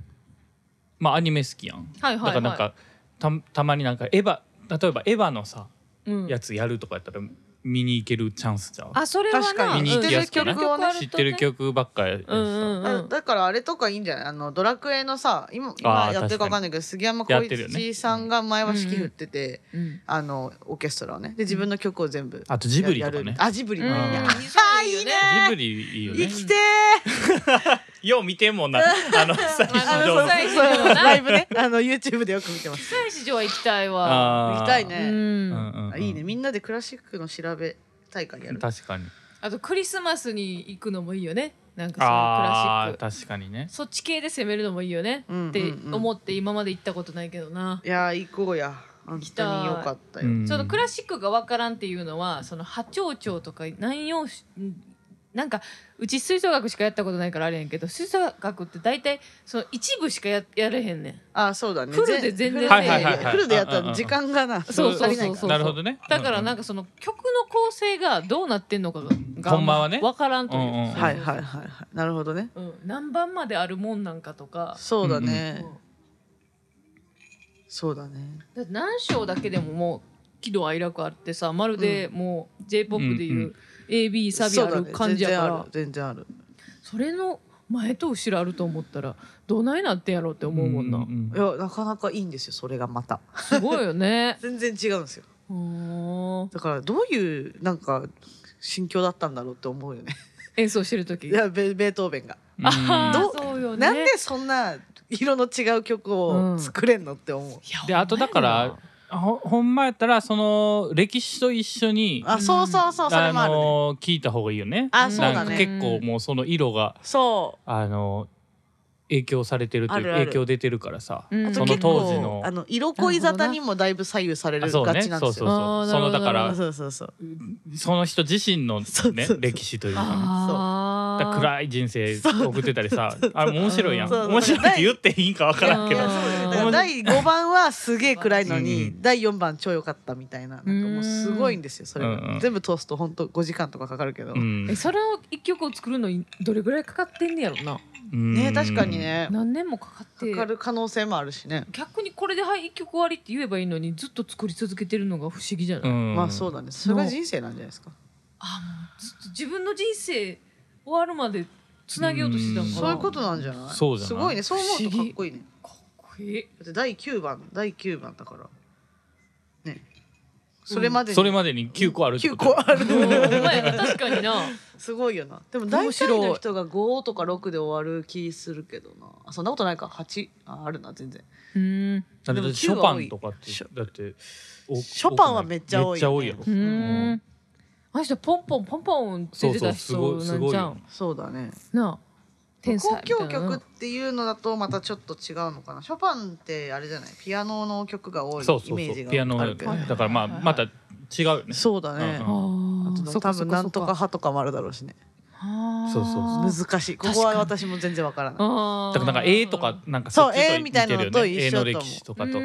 [SPEAKER 2] まあアニメ好きやん
[SPEAKER 3] はいは
[SPEAKER 2] だ
[SPEAKER 3] い
[SPEAKER 2] か
[SPEAKER 3] は
[SPEAKER 2] ら
[SPEAKER 3] い
[SPEAKER 2] なんかたたまになんかエヴァ例えばエヴァのさ
[SPEAKER 3] うん
[SPEAKER 2] やつやるとかやったら見に行けるチャンスじゃん、
[SPEAKER 3] あそれはな
[SPEAKER 1] 確か
[SPEAKER 2] に見に行きやすくね
[SPEAKER 3] 曲はね
[SPEAKER 2] 知ってる曲ばっかやしさ
[SPEAKER 3] うんうんう
[SPEAKER 1] あ
[SPEAKER 3] ん
[SPEAKER 1] だからあれとかいいんじゃないあのドラクエのさ今
[SPEAKER 2] あ
[SPEAKER 1] 今
[SPEAKER 2] ー
[SPEAKER 1] やってるか分かんないけど杉山浩
[SPEAKER 2] やってるよね
[SPEAKER 1] 一さんが前は指揮振ってて、
[SPEAKER 3] うん
[SPEAKER 1] あのオーケストラをねで自分の曲を全部
[SPEAKER 2] あとジブリとか
[SPEAKER 1] やる
[SPEAKER 2] ね
[SPEAKER 1] あジブリもいいね
[SPEAKER 2] うん
[SPEAKER 1] あーいいね
[SPEAKER 2] ジブリいいよ
[SPEAKER 1] 生
[SPEAKER 2] ね
[SPEAKER 1] きて
[SPEAKER 2] よう見てん
[SPEAKER 1] *laughs*
[SPEAKER 2] もんなあの最
[SPEAKER 1] ーあ
[SPEAKER 2] 新
[SPEAKER 1] の
[SPEAKER 2] 動
[SPEAKER 1] そう
[SPEAKER 2] 画
[SPEAKER 3] 最
[SPEAKER 1] そう
[SPEAKER 3] 新のな
[SPEAKER 1] ライブねあの YouTube でよく見てます
[SPEAKER 3] 大市場は行きたいわ
[SPEAKER 2] あー
[SPEAKER 1] 行きたいうね、
[SPEAKER 2] うんんうん
[SPEAKER 1] あいいねみんなでクラシックの調べ大会やる
[SPEAKER 2] 確かに
[SPEAKER 3] あとクリスマスに行くのもいいよねなんかそ
[SPEAKER 2] あ
[SPEAKER 3] の
[SPEAKER 2] ー
[SPEAKER 3] クラシッ
[SPEAKER 2] 確かにね
[SPEAKER 3] クそっち系で攻めるのもいいよね
[SPEAKER 1] うんうんうん
[SPEAKER 3] って思って今まで行ったことないけどない
[SPEAKER 1] やー行こうや本
[SPEAKER 3] きたい
[SPEAKER 1] 当によかったよ、
[SPEAKER 2] うん
[SPEAKER 3] ちょっとクラシックが分からんっていうのはその波長長とか何用しなんかうち吹奏楽しかやったことないからあれやんけど吹奏楽って大体その一部しかややれへんねん
[SPEAKER 1] あーそうだね
[SPEAKER 3] フルで全然
[SPEAKER 1] フルで
[SPEAKER 2] はいはいはいはい
[SPEAKER 1] フルでやったら時間がな
[SPEAKER 3] そうそ
[SPEAKER 1] 足
[SPEAKER 3] う
[SPEAKER 1] り
[SPEAKER 3] そ
[SPEAKER 1] ないうから
[SPEAKER 3] そう
[SPEAKER 2] なるほどね
[SPEAKER 3] だからなん
[SPEAKER 2] か
[SPEAKER 3] かその曲の構成がどうなってんのかがが
[SPEAKER 2] ほんまはね
[SPEAKER 3] 分からんという
[SPEAKER 2] うんうん
[SPEAKER 3] そうそうそう
[SPEAKER 1] はいはいはいはいなるほどね
[SPEAKER 3] うん、何番まであるもんなんかとか
[SPEAKER 1] そうだ
[SPEAKER 3] うん
[SPEAKER 1] ね、そうだね
[SPEAKER 3] だって何章だけでももう喜怒哀楽あってさまるでもう j p o p で
[SPEAKER 2] うん
[SPEAKER 3] いうう AB サビある感じやから、
[SPEAKER 1] そうだね全然ある全
[SPEAKER 3] それの前と後ろあると思ったらどないなってんやろうって思うもんな、
[SPEAKER 1] 然あるいやなかなかいいんですよそれがまた
[SPEAKER 3] すごいよ
[SPEAKER 1] *laughs*
[SPEAKER 3] ね
[SPEAKER 1] 全然違うんですよ
[SPEAKER 3] うーん
[SPEAKER 1] だからどういうなんか心境だったんだろうって思うよ
[SPEAKER 2] *laughs*
[SPEAKER 1] ね
[SPEAKER 3] 演奏してる時
[SPEAKER 1] いやベベートーベンが、
[SPEAKER 3] あ
[SPEAKER 1] ど
[SPEAKER 3] ー
[SPEAKER 1] う
[SPEAKER 3] そうよね
[SPEAKER 1] なんでそんな色の違う曲を作れんのって思う、
[SPEAKER 3] いや
[SPEAKER 2] であとだからほほんまやったらその歴史と一緒に
[SPEAKER 1] あそうそうそうそれもあるね、
[SPEAKER 2] の聞いた方がいいよね
[SPEAKER 1] あそう
[SPEAKER 2] な
[SPEAKER 1] だ
[SPEAKER 2] んか
[SPEAKER 1] ね
[SPEAKER 2] 結構もうその色が
[SPEAKER 1] そ
[SPEAKER 2] あの影響されてるというか
[SPEAKER 1] あるある
[SPEAKER 2] 影響出てるからさ、
[SPEAKER 3] うん
[SPEAKER 1] あ
[SPEAKER 2] そ
[SPEAKER 1] と
[SPEAKER 2] の
[SPEAKER 1] 結
[SPEAKER 2] 当時
[SPEAKER 1] 構
[SPEAKER 2] の
[SPEAKER 1] あの色恋沙汰にもだいぶ左右され
[SPEAKER 2] あ
[SPEAKER 1] る
[SPEAKER 2] そう
[SPEAKER 1] が
[SPEAKER 2] ね
[SPEAKER 1] ちなん
[SPEAKER 2] そ
[SPEAKER 1] で
[SPEAKER 2] う
[SPEAKER 1] す
[SPEAKER 2] そう
[SPEAKER 1] よ。
[SPEAKER 3] あ
[SPEAKER 2] そう
[SPEAKER 3] ー
[SPEAKER 2] その
[SPEAKER 3] なるほ
[SPEAKER 2] だ
[SPEAKER 3] ど
[SPEAKER 2] か
[SPEAKER 3] な
[SPEAKER 2] ら
[SPEAKER 3] る
[SPEAKER 1] そうそうそう。
[SPEAKER 2] その人自身の
[SPEAKER 1] そうそう
[SPEAKER 2] ね
[SPEAKER 1] そう
[SPEAKER 2] 歴史というかね
[SPEAKER 3] あ
[SPEAKER 2] だか
[SPEAKER 3] い
[SPEAKER 2] ら暗い人生送ってたりさあれ面白いやん
[SPEAKER 1] そう
[SPEAKER 2] 面白いって言っていいんかわからんけど
[SPEAKER 1] いやそうだよだから
[SPEAKER 2] 面白
[SPEAKER 1] 第5番はすげえ暗いの
[SPEAKER 2] う
[SPEAKER 1] に
[SPEAKER 2] ん
[SPEAKER 1] 第4番超良かったみたいななんかもうすごいんですよそれ
[SPEAKER 2] うんうん
[SPEAKER 1] が全部通すと本当5時間とかかかるけど、
[SPEAKER 2] うん
[SPEAKER 3] えそれを一曲を作るのにどれぐらいかかってんねやろな
[SPEAKER 1] ね確かにね
[SPEAKER 3] 何年もかかって
[SPEAKER 1] かかる可能性もあるしね、
[SPEAKER 3] 逆にこれではい一曲終わりって言えばいいのにずっと作り続けてるのが不思議じゃない、
[SPEAKER 2] ま
[SPEAKER 1] まあそうだねそれが人生なんじゃないですか、
[SPEAKER 3] あもうずっと自分の人生終わるまでつなげようとしてたの
[SPEAKER 2] うん
[SPEAKER 3] か
[SPEAKER 1] そう
[SPEAKER 3] な
[SPEAKER 1] いうことなんじゃない
[SPEAKER 2] そうじゃない
[SPEAKER 1] すごいねそう思うとかっこいいね
[SPEAKER 3] かっこいい
[SPEAKER 1] だって第9番第9番だからねそれまでに、
[SPEAKER 2] それまでに9個あるって
[SPEAKER 1] 9
[SPEAKER 2] こと
[SPEAKER 1] 個あ
[SPEAKER 3] お
[SPEAKER 1] る
[SPEAKER 3] 前確かにな
[SPEAKER 1] すごいよなでも大体の人が5とか6で終わる気するけどなあそんなことないか8ああるな全然
[SPEAKER 3] うん
[SPEAKER 2] だっ
[SPEAKER 1] で
[SPEAKER 2] て
[SPEAKER 1] も
[SPEAKER 2] シ
[SPEAKER 1] 9
[SPEAKER 2] ョ
[SPEAKER 1] は
[SPEAKER 2] パ
[SPEAKER 1] 多
[SPEAKER 2] ン
[SPEAKER 1] い
[SPEAKER 2] とかって
[SPEAKER 1] ショ
[SPEAKER 2] だってお
[SPEAKER 1] ショパンはめっちゃ多いよね
[SPEAKER 2] めっちゃ多
[SPEAKER 3] う
[SPEAKER 2] いやろ
[SPEAKER 3] ーん。あの人ポンポンポンポン出てた
[SPEAKER 2] そ
[SPEAKER 3] 人
[SPEAKER 2] うそう
[SPEAKER 3] な
[SPEAKER 2] す
[SPEAKER 3] ん
[SPEAKER 2] ごいすごい
[SPEAKER 3] じゃ
[SPEAKER 2] よ
[SPEAKER 3] ん。
[SPEAKER 1] そうだね
[SPEAKER 3] なあ。天才
[SPEAKER 1] 交
[SPEAKER 3] みたい
[SPEAKER 1] 響
[SPEAKER 3] な
[SPEAKER 1] 曲っていうのだとまたちょっと違うのかなショパンってあれじゃないピアノの曲が多いイ
[SPEAKER 2] そうそう
[SPEAKER 1] メー
[SPEAKER 2] そ
[SPEAKER 1] ジ
[SPEAKER 2] うピアノ
[SPEAKER 1] があるけどね
[SPEAKER 2] だからまあまた違うよね
[SPEAKER 1] そうだね、
[SPEAKER 2] うん
[SPEAKER 3] ああ
[SPEAKER 1] あと多分なんとか。派とかもあるだろうしね
[SPEAKER 2] そうそう
[SPEAKER 1] 難
[SPEAKER 3] い。
[SPEAKER 1] しいここは
[SPEAKER 3] 確
[SPEAKER 1] 私も全然わからない
[SPEAKER 3] ああ。
[SPEAKER 2] だからなんか絵とかなんか
[SPEAKER 1] そう
[SPEAKER 2] そっちと
[SPEAKER 1] 絵みたいなのと
[SPEAKER 2] 似てる
[SPEAKER 1] 一緒
[SPEAKER 2] よ
[SPEAKER 1] と思
[SPEAKER 2] ね絵の
[SPEAKER 1] う
[SPEAKER 2] 歴史
[SPEAKER 3] と
[SPEAKER 2] とか
[SPEAKER 1] バ
[SPEAKER 2] と
[SPEAKER 3] バ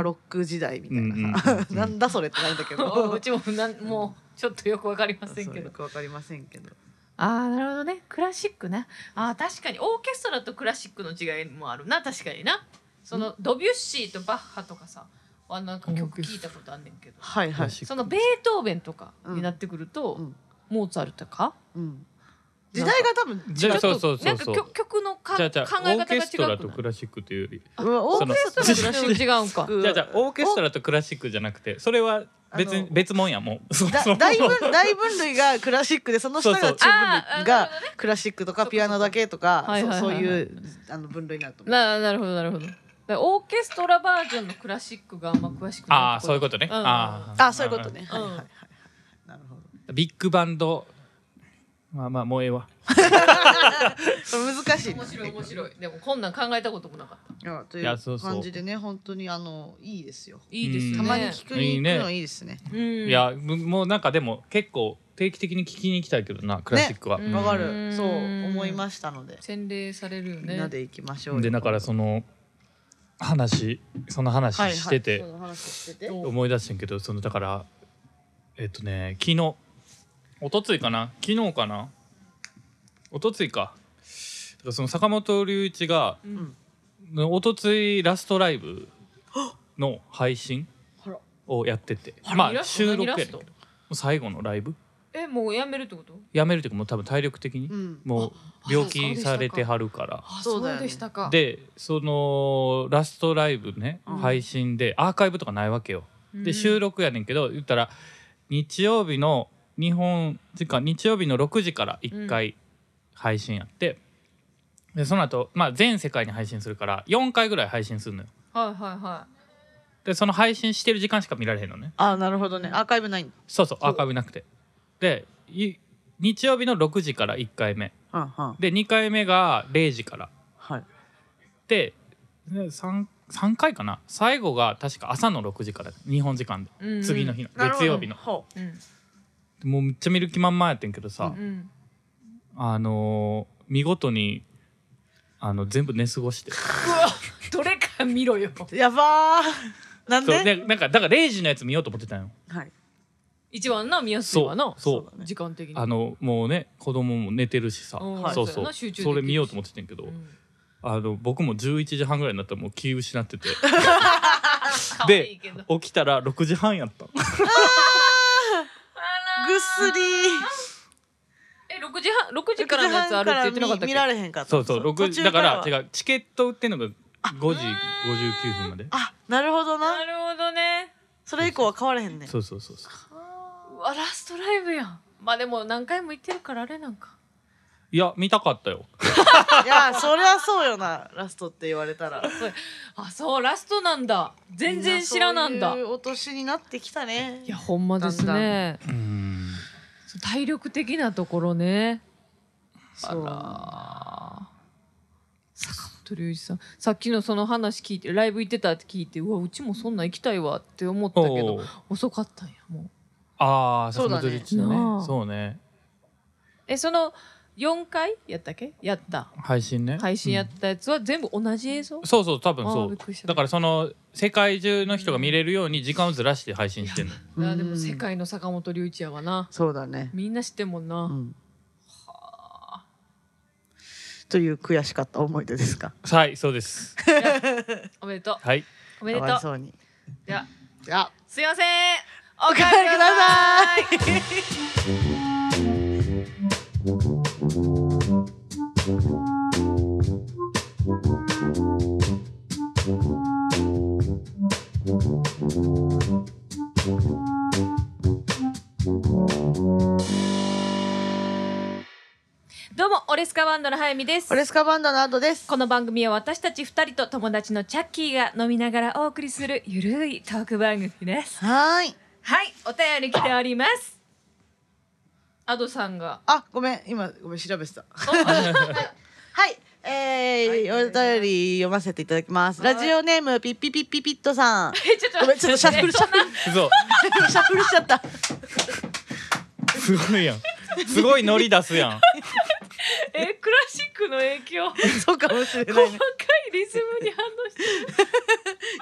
[SPEAKER 3] *laughs*
[SPEAKER 1] ロック時代みたいな
[SPEAKER 2] うんうん
[SPEAKER 1] さ
[SPEAKER 2] う、
[SPEAKER 1] *laughs*
[SPEAKER 2] ん
[SPEAKER 1] なんだそれってなんだけど
[SPEAKER 3] うちもなんもうちょっとよくわかりません
[SPEAKER 1] そう
[SPEAKER 3] け
[SPEAKER 1] よ
[SPEAKER 3] ど。
[SPEAKER 1] くわかりませんけど
[SPEAKER 3] ああなるほどね。クラシックな。ああ確かにオーケストラとクラシックの違いもあるな確かにな。そのドビュッシーとバッハとかさ、あなんか曲聞いたことあんねんけど。
[SPEAKER 1] はいはい、
[SPEAKER 3] そのベートーベンとかになってくると、
[SPEAKER 1] うん
[SPEAKER 3] モーツァルトか
[SPEAKER 1] うん、時代が多分
[SPEAKER 2] じ
[SPEAKER 1] 違
[SPEAKER 2] ゃあ
[SPEAKER 1] う
[SPEAKER 2] そうそうそう
[SPEAKER 3] なんか
[SPEAKER 2] そう
[SPEAKER 3] 曲曲のか
[SPEAKER 2] じゃあじゃあ
[SPEAKER 3] 考
[SPEAKER 2] オ
[SPEAKER 3] え
[SPEAKER 2] ー
[SPEAKER 3] 方
[SPEAKER 2] ケスト
[SPEAKER 3] が違
[SPEAKER 2] ラ
[SPEAKER 3] う
[SPEAKER 2] と
[SPEAKER 3] く
[SPEAKER 2] ク
[SPEAKER 3] ない
[SPEAKER 2] ラシックというより
[SPEAKER 1] うんオーケストラとクラシッ
[SPEAKER 3] 違うんか
[SPEAKER 1] ク
[SPEAKER 2] じゃあじゃあオーケストラとクラシックじゃなくてそれは別
[SPEAKER 1] あ
[SPEAKER 2] に
[SPEAKER 1] の
[SPEAKER 2] 別もんやもう *laughs* そ
[SPEAKER 1] だ
[SPEAKER 2] そ
[SPEAKER 1] 大分大分類がクラシックでその下が
[SPEAKER 2] そうそう
[SPEAKER 1] 中分
[SPEAKER 3] あー
[SPEAKER 1] 類
[SPEAKER 3] なる
[SPEAKER 1] が
[SPEAKER 3] ほど
[SPEAKER 1] クラシックとかピアノだけとか
[SPEAKER 3] はい
[SPEAKER 1] そ
[SPEAKER 3] はいうはい
[SPEAKER 1] そう
[SPEAKER 3] はい
[SPEAKER 1] いうあの分類になると思う。
[SPEAKER 3] ななるほどなるほどだからオーケストラバージョンのクラシックがあんま詳しくない
[SPEAKER 2] ああそういうことね
[SPEAKER 3] うん
[SPEAKER 2] あー
[SPEAKER 1] あそういうことね。
[SPEAKER 3] う
[SPEAKER 1] は
[SPEAKER 3] ん
[SPEAKER 1] いはいはいはい。なるほど。
[SPEAKER 2] ビッグバンドまあまあもうええわ
[SPEAKER 1] これ難しいな。
[SPEAKER 3] 面白い面白いでもこんなん考えたこともなかった
[SPEAKER 1] いやとい
[SPEAKER 2] いやそう
[SPEAKER 1] う
[SPEAKER 2] そう
[SPEAKER 1] 感じでね本当にあのいいですよ。
[SPEAKER 3] いいですね
[SPEAKER 1] たまに聞くに行くのいいですね。
[SPEAKER 3] うん
[SPEAKER 2] いやむもうなんかでも結構定期的に聞きに行きたいけどなクラシックは、
[SPEAKER 3] ねうん
[SPEAKER 1] わか
[SPEAKER 3] う
[SPEAKER 1] る。
[SPEAKER 3] ん
[SPEAKER 1] そう思いましたので、
[SPEAKER 3] 洗礼されるよ
[SPEAKER 1] みんな
[SPEAKER 3] ね
[SPEAKER 1] で行きましょう
[SPEAKER 2] う
[SPEAKER 1] んよ。
[SPEAKER 2] でだからその話その話
[SPEAKER 1] はいはい
[SPEAKER 2] してて、
[SPEAKER 1] その話してて。
[SPEAKER 3] どう
[SPEAKER 2] 思い出してんけどそのだからえっとね昨日一昨日かな昨日かな一昨日かだからその坂本龍一が
[SPEAKER 3] うん
[SPEAKER 2] の一昨日ラストライブの配信
[SPEAKER 1] あら
[SPEAKER 2] をやってて
[SPEAKER 3] あ
[SPEAKER 2] ま
[SPEAKER 3] イラ
[SPEAKER 2] あ
[SPEAKER 3] スト
[SPEAKER 2] 収録や
[SPEAKER 3] 何イ
[SPEAKER 2] ね
[SPEAKER 3] ラスト
[SPEAKER 2] んけどもう最後のライブ
[SPEAKER 3] えもうやめるってこと
[SPEAKER 2] やめるというかもう多分体力的に
[SPEAKER 1] うん
[SPEAKER 2] も
[SPEAKER 3] あ
[SPEAKER 2] う病
[SPEAKER 3] そうでし
[SPEAKER 2] 気
[SPEAKER 3] たか
[SPEAKER 2] されてはるから
[SPEAKER 3] あ
[SPEAKER 1] そうだよね
[SPEAKER 3] でしたか
[SPEAKER 2] でそのラストライブね
[SPEAKER 1] うん
[SPEAKER 2] 配信でアーカイブとかないわけよ。
[SPEAKER 3] うん
[SPEAKER 2] で収録やねんけど言ったら日曜日の日本時間日曜日の6時から1回配信やって、でその後、まあ全世界に配信するから4回ぐらい配信するのよ
[SPEAKER 3] はいはいは
[SPEAKER 2] でその配信してる時間しか見られへんのね
[SPEAKER 1] あなるほどね。アーカイブないんだ。
[SPEAKER 2] そうそうアーカイブなくてでい日曜日の6時から1回目
[SPEAKER 1] はんはん
[SPEAKER 2] で2回目が0時から
[SPEAKER 1] はい。
[SPEAKER 2] で 3, 三回かな最後が確か朝の6時から日本時間で、
[SPEAKER 3] い、うん
[SPEAKER 2] 次の日の
[SPEAKER 1] なるほ
[SPEAKER 2] 月
[SPEAKER 1] ど
[SPEAKER 2] 曜日の
[SPEAKER 1] ほう
[SPEAKER 3] うん
[SPEAKER 2] もうめっちゃ見る気満々やってんけどさ、
[SPEAKER 3] うん
[SPEAKER 2] あのー見事にあの全部寝過ごして
[SPEAKER 3] うわ *laughs* どれか見ろよ
[SPEAKER 1] やばー。 *laughs* なん
[SPEAKER 2] そう
[SPEAKER 1] で？
[SPEAKER 2] でなんかだから0時のやつ見ようと思ってたんよ
[SPEAKER 1] はい。
[SPEAKER 3] 一番な見やすい
[SPEAKER 2] そ
[SPEAKER 3] わな
[SPEAKER 2] うそう
[SPEAKER 1] そうだね
[SPEAKER 3] 時間的に
[SPEAKER 2] あのもうね子供も寝てるしさ、
[SPEAKER 3] うん
[SPEAKER 2] そう
[SPEAKER 3] そ
[SPEAKER 2] そう
[SPEAKER 3] や
[SPEAKER 2] う
[SPEAKER 3] な集中できるし
[SPEAKER 2] それ見ようと思ってたんやけど、
[SPEAKER 3] うん
[SPEAKER 2] あの僕も11時半ぐらいになったらもう気失っ
[SPEAKER 3] *laughs*
[SPEAKER 2] てて
[SPEAKER 3] 可
[SPEAKER 2] で
[SPEAKER 3] 愛いけど
[SPEAKER 2] 起きたら6時半やった
[SPEAKER 1] ぐっすり。
[SPEAKER 3] え六時半六時からのやつあるって言ってなかったっ
[SPEAKER 1] 見
[SPEAKER 3] け
[SPEAKER 1] られへんかった。
[SPEAKER 2] そうそう6時だから
[SPEAKER 1] う。
[SPEAKER 2] 違うチケット売ってんのが5時59分まで
[SPEAKER 1] あなるほどな
[SPEAKER 3] な。るほどね
[SPEAKER 1] それ以降は変われへんね。
[SPEAKER 2] そうそうそうそう
[SPEAKER 3] うわラストライブやんまあでも何回も行ってるからあれなんか
[SPEAKER 2] いや見たかったよ
[SPEAKER 1] いやそりゃそうよなラストって言われたら。
[SPEAKER 3] そうあそうラストなんだ全然知らなんだ
[SPEAKER 1] みなそう
[SPEAKER 3] い
[SPEAKER 1] いうお年になってきたね。
[SPEAKER 3] やほんまです
[SPEAKER 1] だん
[SPEAKER 3] ね
[SPEAKER 2] うん
[SPEAKER 3] そう体力的なところね
[SPEAKER 1] そう
[SPEAKER 3] あらー坂鳥氏さんさっきのその話聞いてライブ行ってたって聞いてうわうちもそんなん行きたいわって思ったけど
[SPEAKER 2] おー
[SPEAKER 3] 遅かったんやもう
[SPEAKER 2] ああ
[SPEAKER 1] そうだね
[SPEAKER 2] リッチの
[SPEAKER 3] なあ
[SPEAKER 2] ねそうね
[SPEAKER 3] えその4回やったっけやった
[SPEAKER 2] 配信ね
[SPEAKER 3] 配信やっ
[SPEAKER 2] う
[SPEAKER 3] たやつは全部同じ映像、
[SPEAKER 2] んそうそう多分
[SPEAKER 3] あー
[SPEAKER 2] そ
[SPEAKER 3] びっ
[SPEAKER 2] う
[SPEAKER 3] くりした
[SPEAKER 2] だからその世界中の人が見れるように時間をずらして配信してるの
[SPEAKER 1] うん
[SPEAKER 3] あでも世界の坂本龍一やわな
[SPEAKER 1] そうだね。
[SPEAKER 3] みんな知ってんもんな、
[SPEAKER 1] うん。という悔しかった思い出ですか。
[SPEAKER 2] はいそうです
[SPEAKER 3] おめでとう
[SPEAKER 2] はい
[SPEAKER 3] おめ
[SPEAKER 1] か
[SPEAKER 3] でとう
[SPEAKER 1] わいそうに。
[SPEAKER 3] では
[SPEAKER 1] あ、
[SPEAKER 3] すいませんお帰りく
[SPEAKER 1] お帰りくだ
[SPEAKER 3] ださいどうもオレスカバンドの早見です
[SPEAKER 1] オレスカバンドの後です。
[SPEAKER 3] この番組は私たち二人と友達のチャッキーが飲みながらお送りするゆるいトーク番組です
[SPEAKER 1] はーい。
[SPEAKER 3] はいお便り来ておりますアドさんが
[SPEAKER 1] あ、ごめん、今、ごめん、調べ
[SPEAKER 3] *laughs*
[SPEAKER 1] てた。
[SPEAKER 3] あ
[SPEAKER 1] *laughs* はい。えー
[SPEAKER 3] はい
[SPEAKER 1] お便り読ませていただきます。
[SPEAKER 3] はい
[SPEAKER 1] ラジオネームピッピピッピピットさん。
[SPEAKER 3] *laughs* えちょっと
[SPEAKER 1] ごめん、ちょっとシャッフル
[SPEAKER 3] *laughs*
[SPEAKER 1] シャッフル
[SPEAKER 2] そう
[SPEAKER 1] シャッフルしちゃった。
[SPEAKER 2] すごいやんすごいノリ出すやん
[SPEAKER 3] えクラシックの影響細か
[SPEAKER 1] そうかもしれないね。
[SPEAKER 3] いリズムに反応して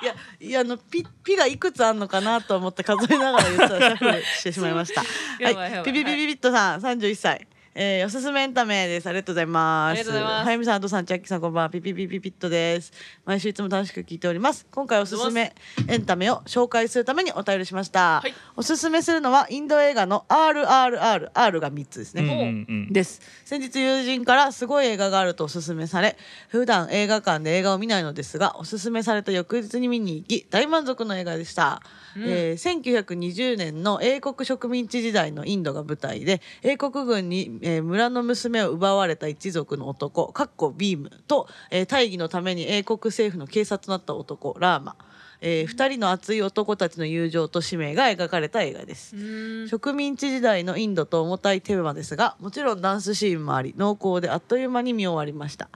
[SPEAKER 1] いや、いや、あの、ピ、ピがいくつあんのかなと思って数えながら言ったら、シャッフルしてしまいました。
[SPEAKER 3] やばいやばい
[SPEAKER 1] はい、ピピピピピットさん、三十一歳。えー、おすすめエンタメです。ありがとうございます。
[SPEAKER 3] ありがとうございます
[SPEAKER 1] はやみさん、あとさん、チャッキーさん、こんばんは。ピピピピピットです。毎週いつも楽しく聞いております。今回おすすめエンタメを紹介するためにお便りしました。
[SPEAKER 3] はい
[SPEAKER 1] おすすめするのはインド映画の RRR、R が三つです
[SPEAKER 2] う
[SPEAKER 1] ね。
[SPEAKER 2] んうんうん
[SPEAKER 1] です先日友人からすごい映画があるとおすすめされ普段映画館で映画を見ないのですがおすすめされた翌日に見に行き大満足の映画でした、
[SPEAKER 3] うん
[SPEAKER 1] えー1920年の英国植民地時代のインドが舞台で英国軍に、えー村の娘を奪われた一族の男かっこビームと、えー大義のために英国政府の警察となった男ラーマ、え2人の熱い男たちの友情と使命が描かれた映画です
[SPEAKER 3] う、ーん
[SPEAKER 1] 植民地時代のインドと重たいテーマですがもちろんダンスシーンもあり濃厚であっという間に見終わりました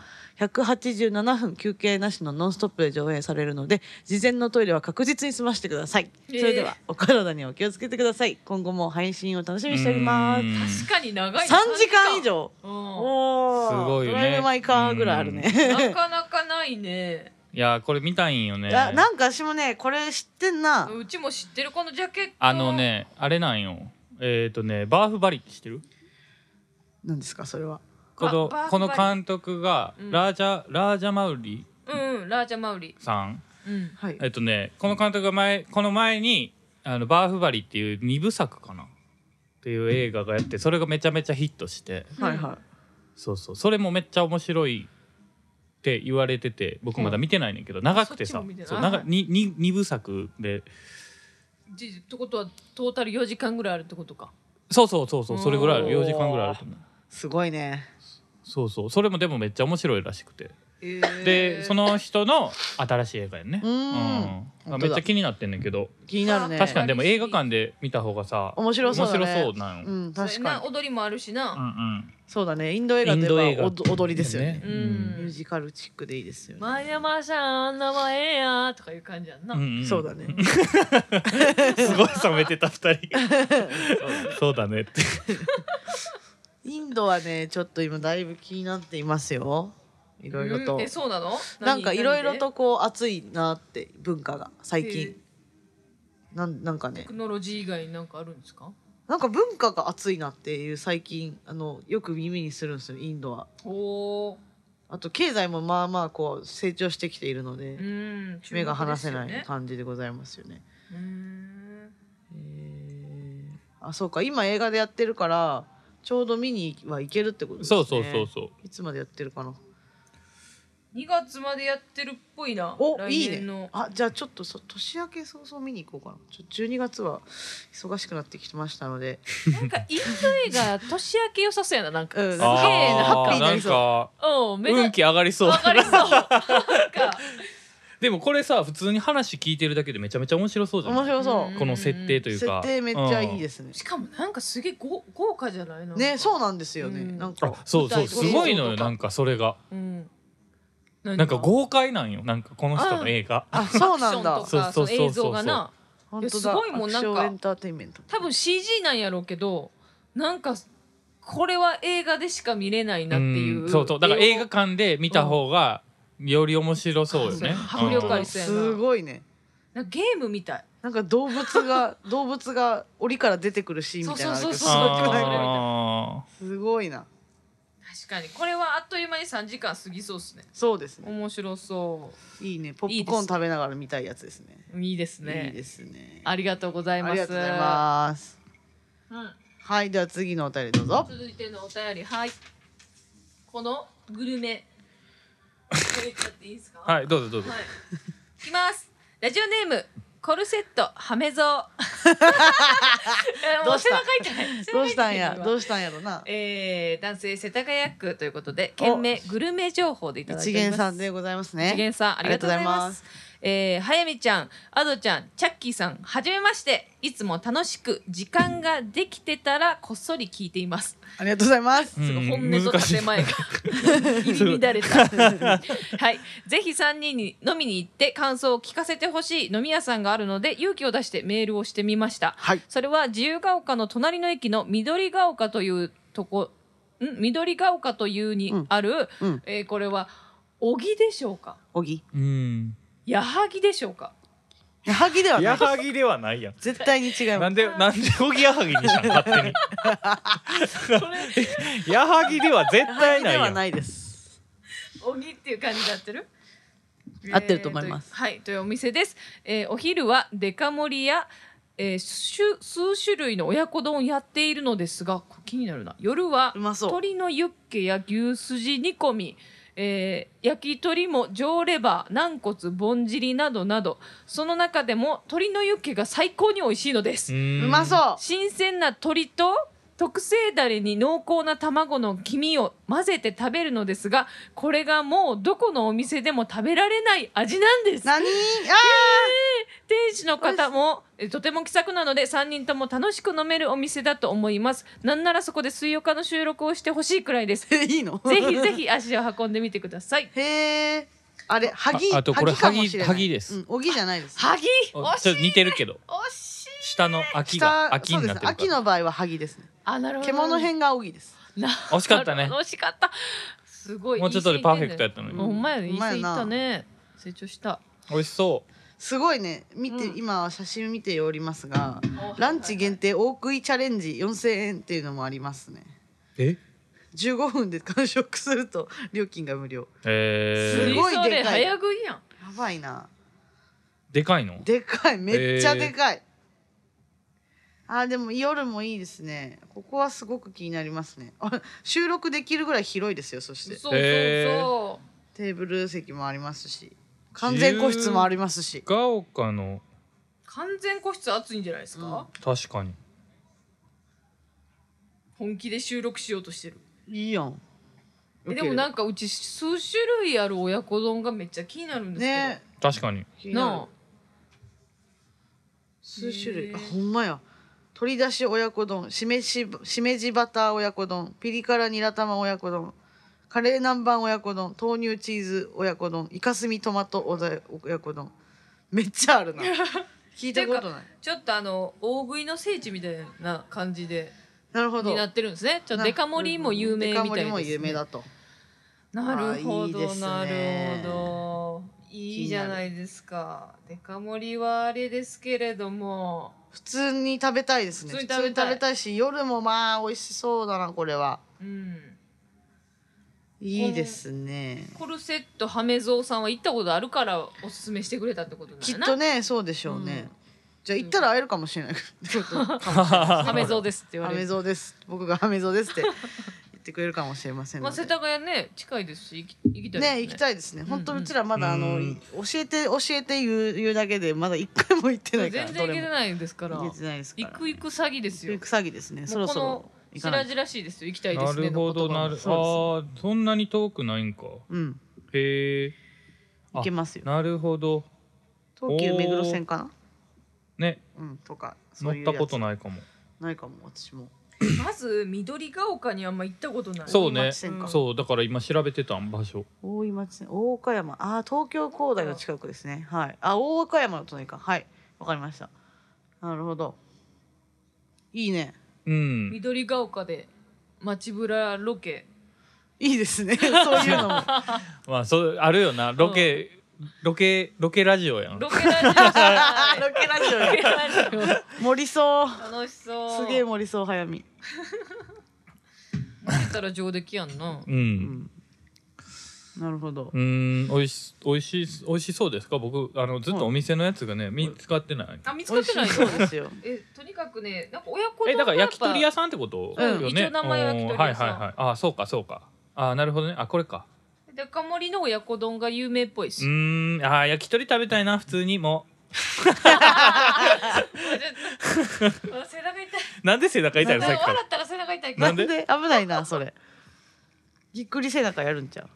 [SPEAKER 1] 187分休憩なしのノンストップで上映されるので事前のトイレは確実に済ましてください、
[SPEAKER 3] えー
[SPEAKER 1] それではお体にお気をつけてください今後も配信を楽しみにしております
[SPEAKER 2] うん
[SPEAKER 3] 確かに長い
[SPEAKER 1] 3時間以上
[SPEAKER 3] 上
[SPEAKER 1] おお
[SPEAKER 2] すごいよね
[SPEAKER 1] ドライブ・マイ・カーぐらいあるね
[SPEAKER 3] なかなかないね
[SPEAKER 2] いやこれ見たいんよね
[SPEAKER 1] いやなんか私もねこれ知ってんな
[SPEAKER 3] うちも知ってるこのジャケット
[SPEAKER 2] あのねあれなんよえっ、とねバーフバリって知ってる
[SPEAKER 1] 何ですかそれは
[SPEAKER 2] こ
[SPEAKER 3] バー
[SPEAKER 2] の
[SPEAKER 3] フバリ
[SPEAKER 2] この監督が
[SPEAKER 3] うん
[SPEAKER 2] ラージャ、ラージャマウリ
[SPEAKER 3] うんうんラージャマウリ
[SPEAKER 2] さん
[SPEAKER 3] うん
[SPEAKER 1] はい
[SPEAKER 2] えっとねこの監督が前この前にあのバーフバリっていう2部作かなっていう映画がやってそれがめちゃめちゃヒットして
[SPEAKER 1] はいは
[SPEAKER 2] そうそうそれもめっちゃ面白いって言われてて僕まだ見てないねんけど、長くて
[SPEAKER 3] そっ
[SPEAKER 2] さ
[SPEAKER 3] ちも見てない
[SPEAKER 2] そう長
[SPEAKER 3] はい
[SPEAKER 2] にに2部作で
[SPEAKER 3] じってことはトータル4時間ぐらいあるってことか
[SPEAKER 2] そうそうそうそうそれぐらいある
[SPEAKER 1] おー
[SPEAKER 2] 4時間ぐらいあると思う
[SPEAKER 1] いすごいね
[SPEAKER 2] そうそうそれもでもめっちゃ面白いらしくて
[SPEAKER 3] で、
[SPEAKER 2] でその人の新しい映画やね
[SPEAKER 1] うーん
[SPEAKER 2] うん
[SPEAKER 1] 本当だ
[SPEAKER 2] めっちゃ気になってんねんけど
[SPEAKER 1] 気になるね
[SPEAKER 2] 確かにでも映画館で見た方がさ
[SPEAKER 1] 面白そうだね
[SPEAKER 2] 面白そうなんよ、
[SPEAKER 1] うん確かに
[SPEAKER 3] な踊りもあるし
[SPEAKER 2] うん
[SPEAKER 3] な、
[SPEAKER 2] うん
[SPEAKER 1] そうだねインド映画といえばおど踊りですよね
[SPEAKER 3] うん
[SPEAKER 1] ミュージカルチックでいいですよね、
[SPEAKER 3] マイヤマさんあんなはええやとかいう感じやんな、
[SPEAKER 2] うんうん
[SPEAKER 1] そうだね
[SPEAKER 2] *laughs* すごい冷めてた二
[SPEAKER 1] *laughs*
[SPEAKER 2] 人そうだねって
[SPEAKER 1] インドはねちょっと今だいぶ気になっていますよいろいろと、
[SPEAKER 3] うんえそうなの
[SPEAKER 1] なんかいろいろと
[SPEAKER 3] 何
[SPEAKER 1] こう熱いなって文化が最
[SPEAKER 3] 何で
[SPEAKER 1] 近なんなんかね
[SPEAKER 3] テクノロジー以外になんかあるんですか
[SPEAKER 1] なんか文化が熱いなっていう最近あのよく耳にするんですよインドは
[SPEAKER 3] おー
[SPEAKER 1] あと経済もまあまあこう成長してきているので、
[SPEAKER 3] うん
[SPEAKER 1] 目が離せ
[SPEAKER 3] 注目
[SPEAKER 1] ない
[SPEAKER 3] ですよね
[SPEAKER 1] 感じでございますよね
[SPEAKER 3] うーん
[SPEAKER 1] えーあそうか今映画でやってるからちょうど見には行けるってことですね
[SPEAKER 2] そうそうそうそう
[SPEAKER 1] いつまでやってるかな
[SPEAKER 3] 2月までやってるっぽいな
[SPEAKER 1] おいい
[SPEAKER 3] 来
[SPEAKER 1] ね
[SPEAKER 3] 年の
[SPEAKER 1] あじゃあちょっとそ年明け早々見に行こうかなちょ12月は忙しくなってきましたので
[SPEAKER 3] なんかインド映画年明け良さそうやななんか
[SPEAKER 1] うん
[SPEAKER 3] すげ
[SPEAKER 1] あー
[SPEAKER 3] え
[SPEAKER 1] ハッ
[SPEAKER 3] な
[SPEAKER 1] ピーにな
[SPEAKER 2] な
[SPEAKER 1] り
[SPEAKER 2] ん
[SPEAKER 1] そう
[SPEAKER 2] か
[SPEAKER 3] うん目
[SPEAKER 2] 運
[SPEAKER 3] が
[SPEAKER 2] 気上がりそう
[SPEAKER 3] 上がりそうなんか
[SPEAKER 2] *laughs* でもこれさ普通に話聞いてるだけでめちゃめちゃ面白そうじゃ
[SPEAKER 1] 面
[SPEAKER 2] ない
[SPEAKER 1] 白そうう、
[SPEAKER 3] ん
[SPEAKER 2] この設定というか
[SPEAKER 1] 設定めっちゃいいですね、
[SPEAKER 3] しかもなんかすげえ豪豪華じゃないの
[SPEAKER 1] ねそうなんですよね、
[SPEAKER 3] うん
[SPEAKER 1] なんか
[SPEAKER 2] あそうそう
[SPEAKER 1] 舞台と
[SPEAKER 2] すごいの
[SPEAKER 1] 映像
[SPEAKER 2] よ
[SPEAKER 1] とか
[SPEAKER 2] なんかそれが
[SPEAKER 3] うん何
[SPEAKER 2] なんか豪快なんよなんかこの人の映画
[SPEAKER 1] あそうなんだ
[SPEAKER 3] アクションとか
[SPEAKER 2] そうそうそうそう
[SPEAKER 3] の映像がな
[SPEAKER 1] 本当だ
[SPEAKER 3] すごいもうなんか
[SPEAKER 1] アクションエンターテインメント
[SPEAKER 3] 多分 CG なんやろうけどなんかこれは映画でしか見れないなっていう
[SPEAKER 2] うんそうそうだから映画館で見た方がより面白そうよ
[SPEAKER 3] そう
[SPEAKER 2] ね
[SPEAKER 3] や迫力ありそうやな
[SPEAKER 1] すごいね
[SPEAKER 3] なんかゲームみたい
[SPEAKER 1] なんか動物
[SPEAKER 3] *laughs*
[SPEAKER 1] が動物が檻から出てくるシーンみたいなのあるけど
[SPEAKER 3] そうそうそうそう
[SPEAKER 1] すごくない
[SPEAKER 2] あ
[SPEAKER 1] *laughs* すごいな
[SPEAKER 3] 確かにこれはあっという間に3時間過ぎそうですね
[SPEAKER 1] そうですね
[SPEAKER 3] 面白そ
[SPEAKER 1] いいねポップコーン食べながら見たいやつですね
[SPEAKER 3] ういいですね
[SPEAKER 1] いいですね
[SPEAKER 3] ありがとうございます
[SPEAKER 1] ありがとうございます
[SPEAKER 3] うん
[SPEAKER 1] はいでは次のお便りどうぞ
[SPEAKER 3] 続いてのお便りはいこのグルメこれ言っちゃっていいですか
[SPEAKER 2] ーはいどうぞどうぞ
[SPEAKER 3] はいいきますラジオネームコルセットハメゾ
[SPEAKER 1] *laughs*
[SPEAKER 3] ウ
[SPEAKER 1] どうした
[SPEAKER 3] も背中痛い背
[SPEAKER 1] ど
[SPEAKER 3] 中痛い
[SPEAKER 1] うしたんや *laughs*
[SPEAKER 3] 今
[SPEAKER 1] どうしたんやろな
[SPEAKER 3] えー、男性世田谷区ということで県名グルメ情報でいただいて
[SPEAKER 1] 一
[SPEAKER 3] おり
[SPEAKER 1] 元
[SPEAKER 3] ます
[SPEAKER 1] さんでございますね
[SPEAKER 3] 一元さんありがとうございますえー、早見ちゃんアドちゃんチャッキーさんはじめましていつも楽しく時間ができてたらこっそり聞いています
[SPEAKER 1] ありがとうございます
[SPEAKER 2] うん
[SPEAKER 3] すごい本音と建前が *laughs* 入り乱れたはいぜひ3人に飲みに行って感想を聞かせてほしい飲み屋さんがあるので勇気を出してメールをしてみました
[SPEAKER 1] はい
[SPEAKER 3] それは自由が丘の隣の駅の緑が丘というとこん緑が丘というにある、
[SPEAKER 1] うんうん
[SPEAKER 3] えーこれは小木でしょうか
[SPEAKER 1] おぎ
[SPEAKER 2] うん
[SPEAKER 3] 矢作でしょうか
[SPEAKER 1] 矢作ではな
[SPEAKER 2] 矢
[SPEAKER 1] い
[SPEAKER 2] 作ではないやん
[SPEAKER 1] 絶対に違い
[SPEAKER 2] な
[SPEAKER 1] ま
[SPEAKER 2] ん
[SPEAKER 1] す
[SPEAKER 2] でなんで小木矢作に *laughs* したん勝手
[SPEAKER 3] こ
[SPEAKER 2] に
[SPEAKER 3] れ
[SPEAKER 2] 矢作では絶
[SPEAKER 1] 矢作
[SPEAKER 2] 対ない
[SPEAKER 1] で
[SPEAKER 2] や
[SPEAKER 1] は
[SPEAKER 2] ん
[SPEAKER 1] ないです
[SPEAKER 3] 小木っていう感じで合ってる
[SPEAKER 1] 合ってると思います
[SPEAKER 3] えーとはいというお店です、えーお昼はデカ盛りや、えー種数種類の親子丼やっているのですがこれ気になるな夜は
[SPEAKER 1] うまそう
[SPEAKER 3] 鶏のユッケや牛すじ煮込み、えー焼き鳥も上レバー軟骨ぼんじりなどなどその中でも鶏のユッケが最高に美味しいのです、
[SPEAKER 1] う
[SPEAKER 2] う
[SPEAKER 1] まそうう
[SPEAKER 3] 新鮮な鶏と特製だれに濃厚な卵の黄身を混ぜて食べるのですがこれがもうどこのお店でも食べられない味なんです
[SPEAKER 1] 何あ
[SPEAKER 3] 店主の方もえとても気さくなので3人とも楽しく飲めるお店だと思いますなんならそこで水曜日の収録をしてほしいくらいで
[SPEAKER 1] *laughs*
[SPEAKER 3] すぜ
[SPEAKER 1] ーいいの
[SPEAKER 3] ひぜひ足を運んでみてください
[SPEAKER 1] へえあれハギ
[SPEAKER 2] ああとこれ
[SPEAKER 1] かもしれない
[SPEAKER 2] ハギハギです
[SPEAKER 1] うんおぎじゃないです
[SPEAKER 3] 萩
[SPEAKER 2] ち
[SPEAKER 3] 惜
[SPEAKER 2] ょっと
[SPEAKER 3] しい
[SPEAKER 2] 似てるけど
[SPEAKER 3] 惜しい
[SPEAKER 2] 下の秋
[SPEAKER 1] 下
[SPEAKER 2] が秋
[SPEAKER 1] そう
[SPEAKER 2] に
[SPEAKER 1] で
[SPEAKER 2] なっ
[SPEAKER 1] す
[SPEAKER 2] てるか
[SPEAKER 1] 秋
[SPEAKER 2] ら
[SPEAKER 1] の場合はハギですね
[SPEAKER 3] あなるほど
[SPEAKER 1] 獣編がおぎです
[SPEAKER 3] な
[SPEAKER 2] 惜しかったね
[SPEAKER 3] なるほど惜しかったすごい
[SPEAKER 2] もうちょっとでパーフェクトやったの
[SPEAKER 1] う
[SPEAKER 2] に
[SPEAKER 1] ん
[SPEAKER 3] ほんまやね、
[SPEAKER 1] ほ
[SPEAKER 3] い
[SPEAKER 1] ん
[SPEAKER 3] い
[SPEAKER 1] まや
[SPEAKER 3] 過
[SPEAKER 1] な
[SPEAKER 3] ぎたね。成長した。
[SPEAKER 2] 美味しそう
[SPEAKER 1] すごいね見て、
[SPEAKER 3] うん
[SPEAKER 1] 今写真見ておりますがランチ限定大食いチャレンジ4000円っていうのもありますね
[SPEAKER 2] え
[SPEAKER 1] 15分で完食すると料金が無料
[SPEAKER 2] え
[SPEAKER 1] す
[SPEAKER 2] ー
[SPEAKER 1] ごいでかい
[SPEAKER 3] それ早食いやん。
[SPEAKER 1] やばいな
[SPEAKER 2] でかいの
[SPEAKER 1] でかいめっちゃでかい、あーでも夜もいいですねここはすごく気になりますねあ収録できるぐらい広いですよそし
[SPEAKER 3] そう
[SPEAKER 1] て
[SPEAKER 3] そう
[SPEAKER 2] へ
[SPEAKER 3] そ
[SPEAKER 1] テーブル席もありますし完全個室もありますし
[SPEAKER 2] が丘の
[SPEAKER 3] う。完全個室暑いんじゃないですか、
[SPEAKER 1] うん
[SPEAKER 2] 確かに
[SPEAKER 3] 本気で収録しようとしてる。
[SPEAKER 1] いいやん
[SPEAKER 3] えでもなん
[SPEAKER 1] か
[SPEAKER 3] かうち数種類ある親子丼がめっちゃ気になるんですけど。
[SPEAKER 1] ね
[SPEAKER 2] 確かに
[SPEAKER 1] 気になる
[SPEAKER 3] なあ。
[SPEAKER 1] 数種
[SPEAKER 3] へ
[SPEAKER 1] 類
[SPEAKER 3] ー
[SPEAKER 1] あほんまや鶏だし親子丼しめししめじバター親子丼ピリ辛ニラ玉親子丼カレー南蛮親子丼豆乳チーズ親子丼イカスミトマトおだ親子丼めっちゃあ
[SPEAKER 3] *laughs*
[SPEAKER 1] るな聞いたことない
[SPEAKER 3] ちょっとあの大食いの聖地みたいな感じで
[SPEAKER 1] なるほど
[SPEAKER 3] になってるんですね。ちょっとデカ盛りも有名みたいです、ね。
[SPEAKER 1] デカ盛りも有名だと
[SPEAKER 3] なるほ
[SPEAKER 1] あいい
[SPEAKER 3] ど
[SPEAKER 1] ですね
[SPEAKER 3] なるほどいいじゃないですかデカ盛りはあれですけれども
[SPEAKER 1] 普通に食べたいですね
[SPEAKER 3] 普
[SPEAKER 1] 普
[SPEAKER 3] 通
[SPEAKER 1] 通
[SPEAKER 3] に
[SPEAKER 1] に
[SPEAKER 3] 食
[SPEAKER 1] 食
[SPEAKER 3] べ
[SPEAKER 1] べ
[SPEAKER 3] た
[SPEAKER 1] た
[SPEAKER 3] い
[SPEAKER 1] いし夜もまあ美味しそうだなこれは
[SPEAKER 3] うん
[SPEAKER 1] いいですね
[SPEAKER 3] コルセットハメゾウさんは行ったことあるからおすすめしてくれたってことだよな
[SPEAKER 1] きっとねそうでしょうね、
[SPEAKER 3] うん
[SPEAKER 1] じゃあ行ったら会えるかもしれない
[SPEAKER 3] ハメゾウですって言わ
[SPEAKER 1] ハ
[SPEAKER 3] れ
[SPEAKER 1] メ
[SPEAKER 3] る
[SPEAKER 1] ゾウです僕がハメゾウですって言ってくれるかもしれません
[SPEAKER 3] ま
[SPEAKER 1] の
[SPEAKER 3] あ
[SPEAKER 1] で
[SPEAKER 3] 世田谷ね近いですし行き行きたいです
[SPEAKER 1] ね行きたいですね本当うちらまだあの、
[SPEAKER 2] うん
[SPEAKER 1] 教えて教えて言う言うだけでまだ一回も行ってないから
[SPEAKER 3] 全然行けて
[SPEAKER 1] ど
[SPEAKER 3] ないですか
[SPEAKER 1] れ
[SPEAKER 3] ら
[SPEAKER 1] も行け
[SPEAKER 3] 行
[SPEAKER 1] てないですから
[SPEAKER 3] く行く詐欺ですよ
[SPEAKER 1] 行く詐欺ですねそ
[SPEAKER 3] も
[SPEAKER 1] ろ
[SPEAKER 3] うこ
[SPEAKER 1] そろ
[SPEAKER 3] の
[SPEAKER 1] 行か
[SPEAKER 3] 白
[SPEAKER 1] ない
[SPEAKER 3] 々しいですよ行きたいで
[SPEAKER 2] な
[SPEAKER 3] すね
[SPEAKER 2] るほどなる
[SPEAKER 1] そ
[SPEAKER 2] あ
[SPEAKER 1] う
[SPEAKER 2] ーそんなに遠くないんか
[SPEAKER 1] うん
[SPEAKER 2] へえ
[SPEAKER 1] 行けますよ
[SPEAKER 2] なるほど
[SPEAKER 1] 東急目黒線かな
[SPEAKER 2] ね
[SPEAKER 1] うんとかそう
[SPEAKER 2] 乗
[SPEAKER 1] いう
[SPEAKER 2] っ
[SPEAKER 1] や
[SPEAKER 2] た
[SPEAKER 1] つ
[SPEAKER 2] ことないかも
[SPEAKER 1] ないかも私も
[SPEAKER 3] まず緑ヶ丘にあんま行ったことない
[SPEAKER 2] そうね
[SPEAKER 1] 大井町線か
[SPEAKER 2] そうだから今調べてたん場所
[SPEAKER 1] 大井町線大岡山あー東京工大の近くですねはいあ大岡山の隣かはいわかりましたなるほどいいね
[SPEAKER 2] うん
[SPEAKER 3] 緑ヶ丘で街ぶらロ
[SPEAKER 1] *laughs*
[SPEAKER 3] ケ
[SPEAKER 1] いいです
[SPEAKER 3] *laughs*
[SPEAKER 1] ねそういうのも
[SPEAKER 2] まあそうあるよなロケ、ロケロケラジオやん
[SPEAKER 3] ロケラジオじゃない
[SPEAKER 1] ロケラジオ
[SPEAKER 3] ロケ
[SPEAKER 1] や
[SPEAKER 3] ラジオ
[SPEAKER 1] 盛りそう
[SPEAKER 3] 楽しそ
[SPEAKER 1] す
[SPEAKER 3] う
[SPEAKER 1] げえ盛りそう早見
[SPEAKER 3] 見てたら上出来やんな
[SPEAKER 2] う
[SPEAKER 1] うんんなるほど
[SPEAKER 2] うーん美味し美味しい美味しそうですか僕あのずっとお店のやつがね見つかってない
[SPEAKER 3] あ見つ
[SPEAKER 1] 美
[SPEAKER 3] かっ
[SPEAKER 1] 味
[SPEAKER 3] て
[SPEAKER 1] し
[SPEAKER 3] ないよ
[SPEAKER 1] そうですよ
[SPEAKER 3] えとにかくねなんか親子丼
[SPEAKER 2] えだから焼き鳥屋
[SPEAKER 3] さ
[SPEAKER 2] さんってこと
[SPEAKER 1] うん
[SPEAKER 2] よね、
[SPEAKER 3] 一応名前は焼き鳥屋さん
[SPEAKER 2] おーはいはいはいあーそうかそうかあーなるほどねあこれか
[SPEAKER 3] んデカ盛りの親子丼が有名っぽいし
[SPEAKER 2] うーんあー焼き鳥食べたいな普通にも
[SPEAKER 3] あちょっとあ背中痛いう
[SPEAKER 2] なんで背中痛いのさっ
[SPEAKER 3] 笑
[SPEAKER 2] きから
[SPEAKER 3] ったら背中痛いけど
[SPEAKER 1] な
[SPEAKER 2] なんん
[SPEAKER 1] で
[SPEAKER 2] で
[SPEAKER 1] 危ないなそれぎっくり背中やるんちゃ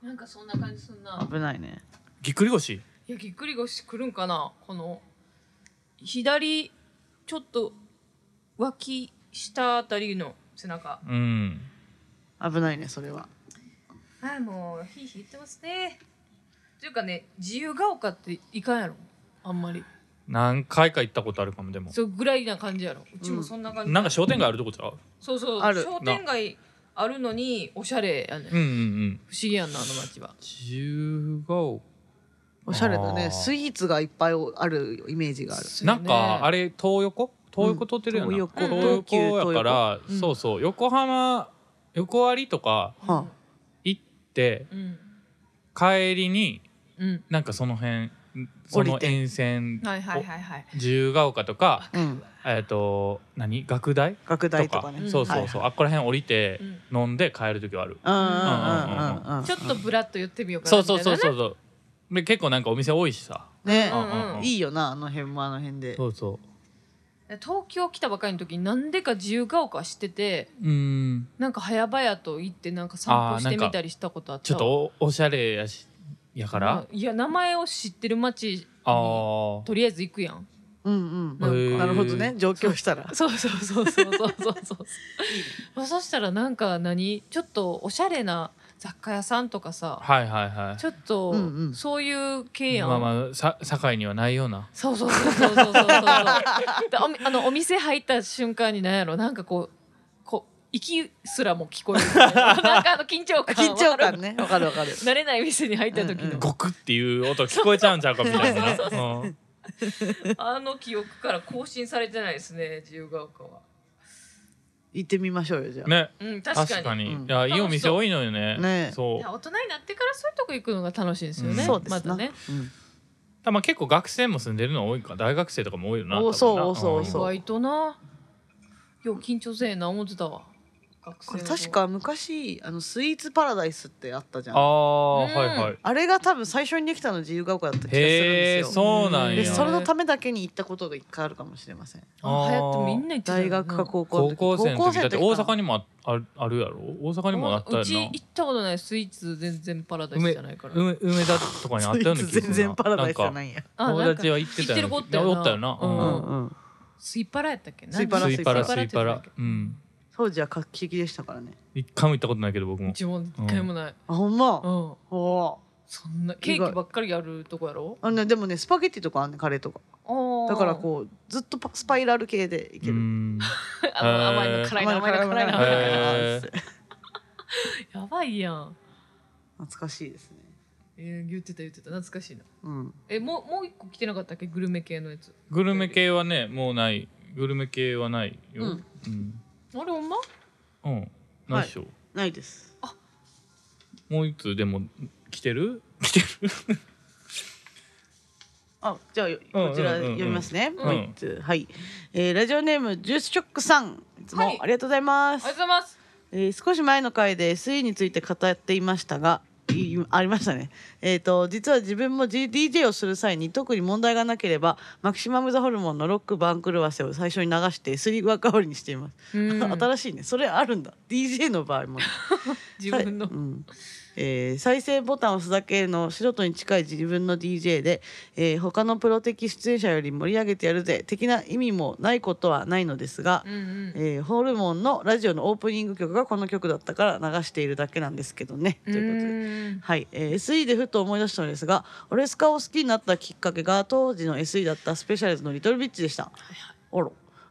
[SPEAKER 3] なんかそんな感じすんな
[SPEAKER 1] う危ないね
[SPEAKER 2] ぎっくり腰
[SPEAKER 3] いやぎっくり腰くるんかなこの左ちょっと脇下あたりの背中
[SPEAKER 2] うん
[SPEAKER 1] 危ないねそれは
[SPEAKER 3] ああもうひいひい言ってますねというかね自由が丘っていかんやろあんまり
[SPEAKER 2] 何回か行ったことあるかもでも
[SPEAKER 3] そうぐらいな感じやろうちもそんな感じ、
[SPEAKER 2] なんか商店街あるとこちゃう
[SPEAKER 3] そうそう
[SPEAKER 1] ある
[SPEAKER 3] 商店街あるのにおしゃれやね、
[SPEAKER 2] うんうんうん
[SPEAKER 3] 不思議やんなあの街は
[SPEAKER 2] 自由が丘
[SPEAKER 1] おしゃれだね
[SPEAKER 2] あー
[SPEAKER 1] スイーツがいっぱいあるイメージがある
[SPEAKER 2] なんかあ
[SPEAKER 3] れ
[SPEAKER 2] れ東横東横通ってるよな、
[SPEAKER 1] うん東
[SPEAKER 3] 横
[SPEAKER 2] 東
[SPEAKER 1] 東急
[SPEAKER 2] 横やから
[SPEAKER 1] 東横うん
[SPEAKER 2] そうそう横浜横割りとか
[SPEAKER 1] は
[SPEAKER 2] 行って
[SPEAKER 3] うん
[SPEAKER 2] 帰りに
[SPEAKER 3] うん
[SPEAKER 2] なんかその辺そ
[SPEAKER 1] 降り
[SPEAKER 2] の
[SPEAKER 1] て
[SPEAKER 2] 沿線
[SPEAKER 3] はいはいはいはい
[SPEAKER 2] 自由が丘とか
[SPEAKER 1] あうん
[SPEAKER 2] えっ、と何学大
[SPEAKER 1] 学
[SPEAKER 2] と
[SPEAKER 1] 大
[SPEAKER 2] か
[SPEAKER 1] とかね
[SPEAKER 2] そうそうそう、あっこら辺降りて
[SPEAKER 3] うん
[SPEAKER 2] 飲んで帰る時はある、
[SPEAKER 1] はいうんうんうんうんうん
[SPEAKER 3] ちょっとブラッと言ってみようか
[SPEAKER 2] そ
[SPEAKER 3] な
[SPEAKER 2] う
[SPEAKER 3] みた
[SPEAKER 2] そ
[SPEAKER 3] いうな
[SPEAKER 2] そう
[SPEAKER 3] ね
[SPEAKER 2] そうそうで結構なんかお店多いしさ
[SPEAKER 1] ね
[SPEAKER 3] うんうん
[SPEAKER 1] いいよなあの辺もあの辺で
[SPEAKER 2] そうそ
[SPEAKER 3] 東京来たばかりの時になんでか自由が丘知ってて
[SPEAKER 2] ううん
[SPEAKER 3] なんか早々と行ってなんか散歩してみたりしたことあった
[SPEAKER 2] ちょっとおおしゃれやしやから、
[SPEAKER 3] うんいや名前を知ってる街に
[SPEAKER 2] あ
[SPEAKER 3] と
[SPEAKER 2] ー
[SPEAKER 3] りあえず行くやん
[SPEAKER 1] うん
[SPEAKER 3] なんか
[SPEAKER 2] へ
[SPEAKER 1] う
[SPEAKER 2] ー
[SPEAKER 1] んなるほどね上京した
[SPEAKER 2] *laughs*
[SPEAKER 1] ら
[SPEAKER 3] そうそうそうそうそうそうそうそう *laughs* まあそしたらなんか何ちょっとおしゃれな雑貨屋さんとかさ
[SPEAKER 2] はいはいはい
[SPEAKER 3] ちょっと
[SPEAKER 1] うんうん
[SPEAKER 3] そういう系やん、
[SPEAKER 2] まあまあさ堺にはないような
[SPEAKER 3] そうそうそうそうそうそうそうでおみあのお店入った瞬間に何やろなんかこうこう息すらも聞こえるみたいななんかあの緊張感
[SPEAKER 1] 緊張
[SPEAKER 3] わか
[SPEAKER 1] 感
[SPEAKER 3] る
[SPEAKER 1] ねわかるわかる
[SPEAKER 3] *laughs* 慣れない店に入った時の、
[SPEAKER 1] うんうん
[SPEAKER 2] ゴクっていう音聞こえちゃうんちゃうかみたい
[SPEAKER 1] *laughs*
[SPEAKER 2] な
[SPEAKER 1] そう
[SPEAKER 2] なうん
[SPEAKER 3] あの記憶から更新されてないですね自由が丘は
[SPEAKER 1] 行ってみましょうよじゃ *laughs* あ
[SPEAKER 2] ね
[SPEAKER 3] うん確かに
[SPEAKER 2] 確かに
[SPEAKER 1] うん
[SPEAKER 2] いやいいお店多いのよ
[SPEAKER 1] ね
[SPEAKER 2] ね
[SPEAKER 1] え
[SPEAKER 3] い
[SPEAKER 2] そ
[SPEAKER 3] や大人になってからそういうとこ行くのが楽しいんですよね、
[SPEAKER 2] うん
[SPEAKER 1] そうですな
[SPEAKER 3] まだね
[SPEAKER 1] うん
[SPEAKER 2] うまあ結構学生も住んでるの多いから大学生とかも多いよな
[SPEAKER 1] おそう
[SPEAKER 2] 多分な
[SPEAKER 1] そう
[SPEAKER 3] 意
[SPEAKER 1] そう
[SPEAKER 3] 外となよう緊張せえな思ってたわ学生
[SPEAKER 1] これ
[SPEAKER 3] の頃
[SPEAKER 1] 確か昔あのスイーツパラダイスってあったじゃ
[SPEAKER 2] あ
[SPEAKER 1] ん
[SPEAKER 2] ー
[SPEAKER 1] あ
[SPEAKER 2] はいは
[SPEAKER 3] う
[SPEAKER 2] い
[SPEAKER 1] れが多分最初にできたの自由が丘だった気がするん
[SPEAKER 2] へ
[SPEAKER 1] で
[SPEAKER 2] え
[SPEAKER 1] すよ
[SPEAKER 2] そうなん
[SPEAKER 1] で
[SPEAKER 2] や
[SPEAKER 3] え
[SPEAKER 1] それのためだけに行ったことが一回あるかもしれません
[SPEAKER 3] あ流行ってみんな行ってたよ
[SPEAKER 1] 大
[SPEAKER 3] な
[SPEAKER 1] 学か高校の
[SPEAKER 2] 高
[SPEAKER 1] 時
[SPEAKER 2] 校生の時だって大阪
[SPEAKER 1] に
[SPEAKER 2] にもああるあるやろ大阪にもあった
[SPEAKER 3] う
[SPEAKER 2] よ
[SPEAKER 3] ち行ったことないスイーツ全然パラダイスじゃないから
[SPEAKER 2] な梅梅田とかにあったような気がするな
[SPEAKER 1] 全然パラダイスじゃ
[SPEAKER 2] んか
[SPEAKER 1] ないんや
[SPEAKER 3] あ
[SPEAKER 2] 友
[SPEAKER 3] なんか
[SPEAKER 2] 達は行ってたような
[SPEAKER 3] 行ってる子ってよな
[SPEAKER 2] おったよな
[SPEAKER 3] う
[SPEAKER 1] うんん
[SPEAKER 2] うん
[SPEAKER 1] うん
[SPEAKER 3] スイパラやったっけな
[SPEAKER 1] スイパラ
[SPEAKER 2] スイパラ
[SPEAKER 1] ス
[SPEAKER 2] ス
[SPEAKER 1] イパラ
[SPEAKER 2] イパラ
[SPEAKER 3] って言ってたっけ
[SPEAKER 2] うん
[SPEAKER 1] 当時は画期的でしたからね
[SPEAKER 2] 一回も行ったことないけど僕
[SPEAKER 3] う
[SPEAKER 2] も
[SPEAKER 3] ちも一回もない、
[SPEAKER 1] あほんま、
[SPEAKER 3] うん
[SPEAKER 1] おー
[SPEAKER 3] そんなケーキばっかりやるとこやろ
[SPEAKER 1] あのねでもねスパゲッティとかあんねカレーとかだから
[SPEAKER 3] う
[SPEAKER 1] こうずっとパスパイラル系でいけ
[SPEAKER 2] う
[SPEAKER 1] る
[SPEAKER 2] ん
[SPEAKER 3] あの甘いの
[SPEAKER 2] えー
[SPEAKER 3] 辛いの甘いの辛いの
[SPEAKER 2] 甘いの
[SPEAKER 3] 辛いの
[SPEAKER 2] へ
[SPEAKER 1] えー
[SPEAKER 3] やばいやん、
[SPEAKER 1] 懐かしいですね
[SPEAKER 3] えー、言ってた言ってた懐かしいな
[SPEAKER 1] うん
[SPEAKER 3] えもうもう一個来てなかったっけグルメ系のやつ
[SPEAKER 2] グルメ系はねもうないグルメ系はないよ
[SPEAKER 1] うん
[SPEAKER 2] うん、
[SPEAKER 3] あれほんま
[SPEAKER 2] うん、ないっしょ、
[SPEAKER 1] ないです
[SPEAKER 2] もういつでも来てる来てる
[SPEAKER 1] あ、じゃあよこちら読みますね。
[SPEAKER 2] うん
[SPEAKER 1] もう一通はい、えーラジオネームジュースショックさん、いつも
[SPEAKER 3] はい
[SPEAKER 1] ありがとうございま
[SPEAKER 3] あり
[SPEAKER 1] す。
[SPEAKER 3] がとうございます
[SPEAKER 1] えー少し前の回で SE について語っていましたが、い今ありましたね。えっ、と実は自分も、G、DJ をする際に特に問題がなければマキシマム・ザ・ホルモンのロック番狂わせを最初に流してスリーワークアウトにしています。
[SPEAKER 3] うん
[SPEAKER 1] 新しいねそれあるんだ DJ の場合も。
[SPEAKER 3] 自分の
[SPEAKER 1] さいうんえー再生ボタンを押すだけの素人に近い自分の DJ で、えー他のプロ的出演者より盛り上げてやるぜ的な意味もないことはないのですが、
[SPEAKER 3] うんうん
[SPEAKER 1] えーホルモンのラジオのオープニング曲がこの曲だったから流しているだけなんですけどね。ということで。
[SPEAKER 3] うん
[SPEAKER 1] はい、えー SE でふと思い出したのですがオレスカを好きになったきっかけが当時の SE だったスペシャルズの「リトルビッチ」でした。あら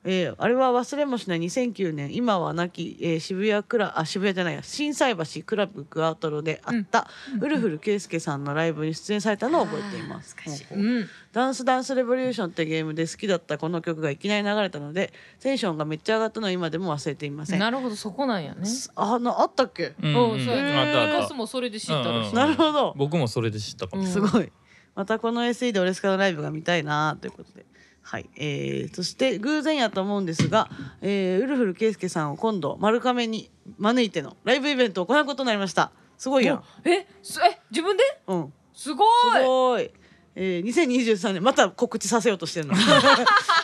[SPEAKER 1] えーあれは忘れもしない2009年今は亡き、えー渋谷クラあ渋谷じゃないや心斎橋クラブクアトロであった、ウルフル圭介さんのライブに出演されたのを覚えています。ほうほう
[SPEAKER 3] うん
[SPEAKER 1] ダンスダンスレボリューションってゲームで好きだったこの曲がいきなり流れたのでテンションがめっちゃ上がったのを今でも忘れていません。
[SPEAKER 3] なるほどそこなんやね
[SPEAKER 1] あのあったっけ、
[SPEAKER 2] うん
[SPEAKER 3] うんそう
[SPEAKER 2] あ
[SPEAKER 3] やね
[SPEAKER 2] ったあ
[SPEAKER 3] カ
[SPEAKER 2] っ
[SPEAKER 3] ス
[SPEAKER 2] た
[SPEAKER 3] もそれで知ったらしい
[SPEAKER 2] うんうん
[SPEAKER 1] なるほど。
[SPEAKER 2] 僕もそれで知ったかも、
[SPEAKER 3] うん
[SPEAKER 1] すごい。またこの SE でオレスカのライブが見たいなということで。はい、えー、そして偶然やと思うんですが、えー、ウルフル圭介さんを今度丸亀に招いてのライブイベントを行うことになりましたすごいやん、
[SPEAKER 3] えすえ自分で
[SPEAKER 1] うん、
[SPEAKER 3] すご
[SPEAKER 1] す
[SPEAKER 3] い
[SPEAKER 1] ごい。えー、2023年また告知させようとして
[SPEAKER 3] *laughs*
[SPEAKER 1] るの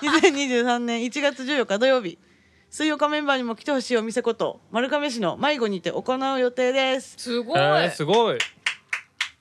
[SPEAKER 1] 2023年1月14日土曜日水曜日メンバーにも来てほしいお店こと丸亀市の迷子にて行う予定です
[SPEAKER 3] すご
[SPEAKER 2] え
[SPEAKER 3] い
[SPEAKER 2] ー、すごい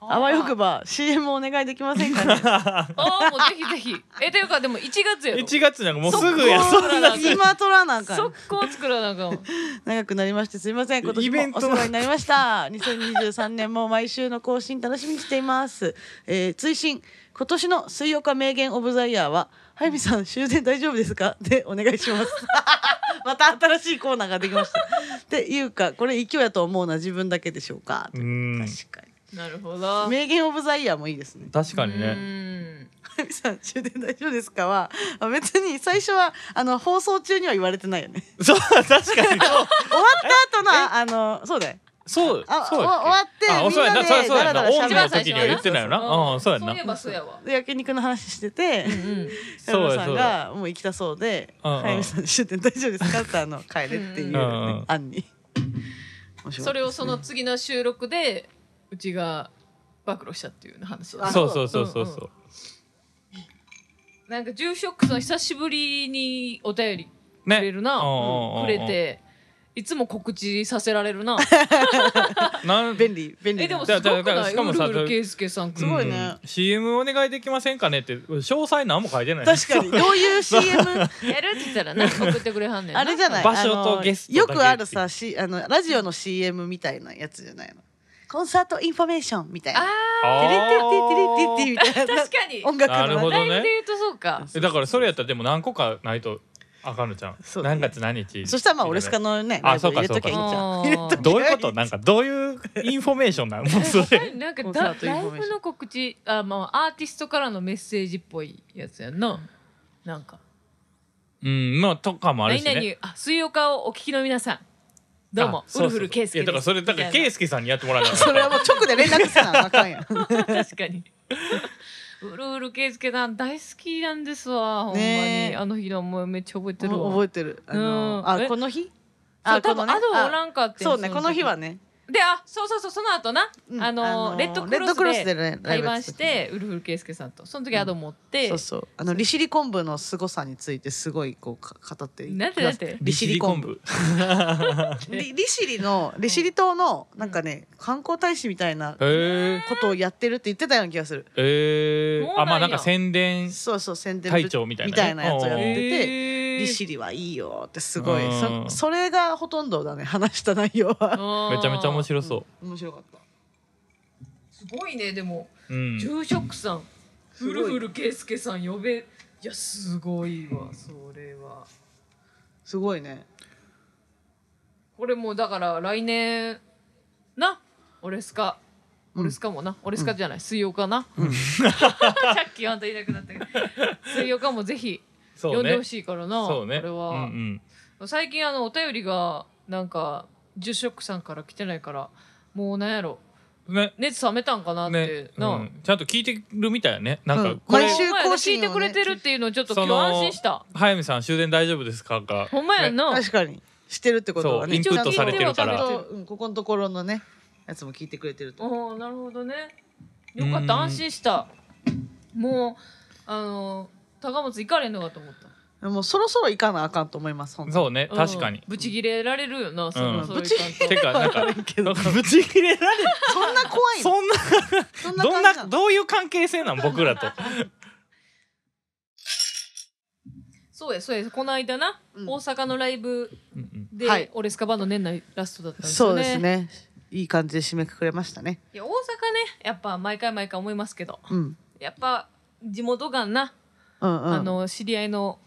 [SPEAKER 1] あわよくば CM をお願いできませんかね
[SPEAKER 3] ああもうぜひぜひえというかでも1月やろ
[SPEAKER 2] 1月なんかもうすぐや
[SPEAKER 3] そっか
[SPEAKER 2] そんな
[SPEAKER 1] 今取らなあかん
[SPEAKER 3] 速攻作らなあかんわ
[SPEAKER 1] 長くなりましてすみません今年
[SPEAKER 2] イベン
[SPEAKER 1] もお
[SPEAKER 2] ト
[SPEAKER 1] 世
[SPEAKER 2] の
[SPEAKER 1] 話になりました2023年も毎週の更新楽しみにしています、えー、追伸今年の水曜日名言オブザイヤーははゆみさん終電大丈夫ですかでお願いします *laughs* また新しいコーナーができましたっていうかこれ勢いやと思うのは自分だけでしょうか
[SPEAKER 2] う
[SPEAKER 1] 確
[SPEAKER 2] ん
[SPEAKER 1] か
[SPEAKER 3] なるほど
[SPEAKER 1] に名言オブザイヤーもいいですね
[SPEAKER 2] 確かに
[SPEAKER 3] う
[SPEAKER 2] ね
[SPEAKER 3] ん
[SPEAKER 1] はゆみさん終電大丈夫ですかはあ別に最初はあの放送中には言われてないよね
[SPEAKER 2] そう確かにそう
[SPEAKER 1] 終わった後のあのそうだよ
[SPEAKER 2] *laughs* そう
[SPEAKER 1] あ
[SPEAKER 2] そう
[SPEAKER 1] お終わって
[SPEAKER 2] あそうやな
[SPEAKER 1] みんなで
[SPEAKER 2] そうや
[SPEAKER 1] だら
[SPEAKER 2] な
[SPEAKER 1] だら喋
[SPEAKER 2] オ
[SPEAKER 1] る
[SPEAKER 2] ンの時には言ってないよなああそうや
[SPEAKER 3] そう
[SPEAKER 2] ない
[SPEAKER 3] えばそうやわ
[SPEAKER 1] で焼肉の話してて
[SPEAKER 3] うんうん
[SPEAKER 1] カロ
[SPEAKER 2] そうや
[SPEAKER 1] さん
[SPEAKER 2] そうや
[SPEAKER 1] がもう行きたそうで「
[SPEAKER 2] うんうん
[SPEAKER 1] 早見さん終点大丈夫ですか?」ってあの帰れっていう
[SPEAKER 3] うん
[SPEAKER 2] うんう
[SPEAKER 1] ね
[SPEAKER 2] ん
[SPEAKER 1] 案に。面白かったですね
[SPEAKER 3] それをその次の収録でうちが暴露したっていう話
[SPEAKER 1] あ
[SPEAKER 2] そうそうそうそうそう
[SPEAKER 3] なんか住職さん久しぶりにお便り
[SPEAKER 2] ね
[SPEAKER 3] くれるな、
[SPEAKER 2] うん
[SPEAKER 3] うんくれていつも告知させられる
[SPEAKER 2] *laughs*
[SPEAKER 3] な
[SPEAKER 2] なん
[SPEAKER 1] 便利便利
[SPEAKER 3] えで
[SPEAKER 1] な
[SPEAKER 3] もすごく
[SPEAKER 2] だからだから
[SPEAKER 3] な
[SPEAKER 2] し
[SPEAKER 3] い
[SPEAKER 2] かも
[SPEAKER 3] ウ
[SPEAKER 2] さ
[SPEAKER 3] ルフル圭介さん
[SPEAKER 1] すごいね
[SPEAKER 2] うん CM お願いできませんかねって詳細何も書いてない
[SPEAKER 1] 確かにどういう CM
[SPEAKER 3] やるって言ったらな送ってくれはんねん
[SPEAKER 1] あれじゃない
[SPEAKER 2] 場所とゲストだ
[SPEAKER 1] よ
[SPEAKER 2] け
[SPEAKER 1] くあるさしあのラジオの CM みたいなやつじゃないのコンサートインフォメーションみたい
[SPEAKER 3] あ
[SPEAKER 1] な「テレテレ
[SPEAKER 2] あ
[SPEAKER 1] テレテレテレテレ」みたいな
[SPEAKER 3] 確かに
[SPEAKER 1] 音楽
[SPEAKER 2] なる
[SPEAKER 1] の
[SPEAKER 2] ほど
[SPEAKER 3] ライブで言うとそうか
[SPEAKER 2] ーだからそれやったらでも何個かないとあかんのちゃん
[SPEAKER 1] そう
[SPEAKER 2] 何月何日
[SPEAKER 1] そしたらまあ俺スカのねライ
[SPEAKER 2] あ
[SPEAKER 1] ブ
[SPEAKER 2] そう
[SPEAKER 1] 入
[SPEAKER 2] か
[SPEAKER 1] れときゃいいじゃん
[SPEAKER 3] そうか
[SPEAKER 1] 入れときゃいい
[SPEAKER 2] どういうことなんかどういうインフォメーションなのもうそれ
[SPEAKER 3] *laughs* なんか
[SPEAKER 1] コンサ
[SPEAKER 3] だ
[SPEAKER 1] ートイン
[SPEAKER 3] ライ
[SPEAKER 1] フォメーション
[SPEAKER 3] ブの告知あ、まあ、アーティストからのメッセージっぽいやつやんななんか
[SPEAKER 2] うんまあとかもあるし
[SPEAKER 3] 何
[SPEAKER 2] ね
[SPEAKER 3] 々あ水曜日をお聞きの皆さんどうも
[SPEAKER 2] あ
[SPEAKER 3] ウ
[SPEAKER 2] そ
[SPEAKER 3] ル
[SPEAKER 2] うそ
[SPEAKER 3] フ
[SPEAKER 2] う
[SPEAKER 3] ル圭介
[SPEAKER 2] いや
[SPEAKER 3] です
[SPEAKER 2] だからそれだから
[SPEAKER 3] みたい
[SPEAKER 2] 圭介さんにやってもらわなあかん
[SPEAKER 1] それはもう直で連絡せなあかんやん
[SPEAKER 3] *laughs* な確かにウルフル圭介さん大好きなんですわほんまに、
[SPEAKER 1] ねえ
[SPEAKER 3] あの日の思いめっちゃ覚えてるわ
[SPEAKER 1] 覚えてる。あの
[SPEAKER 3] うん
[SPEAKER 1] あ
[SPEAKER 3] え
[SPEAKER 1] この日？
[SPEAKER 3] そ
[SPEAKER 1] こ
[SPEAKER 3] う
[SPEAKER 1] の
[SPEAKER 3] 多分
[SPEAKER 1] ね
[SPEAKER 3] アドおらんかってん
[SPEAKER 1] そうねこの日は
[SPEAKER 3] 時
[SPEAKER 1] ね。
[SPEAKER 3] であそうそうそうその後な、
[SPEAKER 1] うん
[SPEAKER 3] あのレッドク
[SPEAKER 1] レ
[SPEAKER 3] ロ
[SPEAKER 1] ッドクロス
[SPEAKER 3] ス
[SPEAKER 1] で
[SPEAKER 3] で
[SPEAKER 1] ねライ
[SPEAKER 3] 対
[SPEAKER 1] ブやっ
[SPEAKER 3] バン
[SPEAKER 1] てた
[SPEAKER 3] し
[SPEAKER 1] 時
[SPEAKER 3] てウルフル圭介さんとその時アド持って、
[SPEAKER 1] そうそうあの利尻昆布の凄さについてすごいこうか語ってい
[SPEAKER 3] なんてなんて
[SPEAKER 1] 利尻昆
[SPEAKER 3] *laughs*
[SPEAKER 1] 布
[SPEAKER 2] 布
[SPEAKER 1] り利尻の利尻島のなんかね観光大使みたいな
[SPEAKER 2] へえ
[SPEAKER 1] ことをやってるって言ってたような気がする
[SPEAKER 2] え
[SPEAKER 3] そうなん
[SPEAKER 2] あ
[SPEAKER 3] や
[SPEAKER 2] まあなんか宣伝
[SPEAKER 1] そうそう宣伝部
[SPEAKER 2] 隊長みたいなね
[SPEAKER 1] やつをやってて
[SPEAKER 3] へえ
[SPEAKER 1] 利尻はいいよってすごい
[SPEAKER 2] う
[SPEAKER 1] そ
[SPEAKER 2] ん
[SPEAKER 1] それがほとんどだね話した内容は
[SPEAKER 2] めちゃめちゃ面
[SPEAKER 3] い
[SPEAKER 2] 白そ
[SPEAKER 1] 面白かった
[SPEAKER 3] すごいねでも
[SPEAKER 2] ううん
[SPEAKER 3] 住職さん
[SPEAKER 1] ごい
[SPEAKER 3] ウルフル圭介さん呼べいやすごいわそれは
[SPEAKER 1] すごいね
[SPEAKER 3] これもうだから来年な俺スカ俺スカもな、俺スカじゃない、水曜かな、 *laughs* さっきあんたいなくなったけど水曜かもぜひ
[SPEAKER 2] そうね
[SPEAKER 3] 呼んでほしいからな、
[SPEAKER 2] そうね
[SPEAKER 3] これは、
[SPEAKER 2] うん
[SPEAKER 3] 最近あのお便りがなんか住職さんから来てないからもうなんやろ
[SPEAKER 2] うんね
[SPEAKER 3] 熱冷めたんかなって、
[SPEAKER 2] ね、う
[SPEAKER 3] な、
[SPEAKER 2] ん、ちゃんと聞いてるみたいやねなん
[SPEAKER 1] う
[SPEAKER 2] か
[SPEAKER 1] ん
[SPEAKER 2] これ、
[SPEAKER 1] 毎週更新をね
[SPEAKER 3] 聞いてくれてるっていうのをちょっと
[SPEAKER 2] そ
[SPEAKER 3] 今
[SPEAKER 2] の
[SPEAKER 3] 日安心した
[SPEAKER 2] 早見さん終電大丈夫ですかが
[SPEAKER 3] ほんまやんな、
[SPEAKER 1] 確かにしてるってことはね
[SPEAKER 2] そうインプットされてるから
[SPEAKER 1] ちゃんとうんここのところのねやつも聞いてくれてると。
[SPEAKER 3] おーなるほどねよかった
[SPEAKER 2] うん
[SPEAKER 3] 安心したもうあの高松行かれんのかと思った
[SPEAKER 1] もうそろそろ行かなあかんと思います。本当に
[SPEAKER 2] そうね確かに
[SPEAKER 3] うんブチギレられるよなそ
[SPEAKER 2] うん
[SPEAKER 3] のそういう
[SPEAKER 1] ブチギ
[SPEAKER 3] 感
[SPEAKER 2] てかなんか
[SPEAKER 1] わからんけど
[SPEAKER 2] ぶち切れられ
[SPEAKER 1] そんな怖いの。
[SPEAKER 2] そんな
[SPEAKER 1] そんな
[SPEAKER 2] どん
[SPEAKER 1] 感じ
[SPEAKER 2] な
[SPEAKER 1] の。
[SPEAKER 2] どういう関係性なん僕らと
[SPEAKER 3] じそうやそうやこの間な
[SPEAKER 1] うん
[SPEAKER 3] 大阪のライブ
[SPEAKER 2] うんうん
[SPEAKER 3] で、
[SPEAKER 1] はい
[SPEAKER 3] オレスカバンド年内ラストだったんです
[SPEAKER 1] そ
[SPEAKER 3] よ
[SPEAKER 1] う
[SPEAKER 3] ね
[SPEAKER 1] ですね。いい感じで締めくくれましたね。
[SPEAKER 3] いや大阪ねやっぱ毎回毎回思いますけど
[SPEAKER 1] うん。
[SPEAKER 3] やっぱ地元感な、
[SPEAKER 1] うんうん。
[SPEAKER 3] あの知り合いの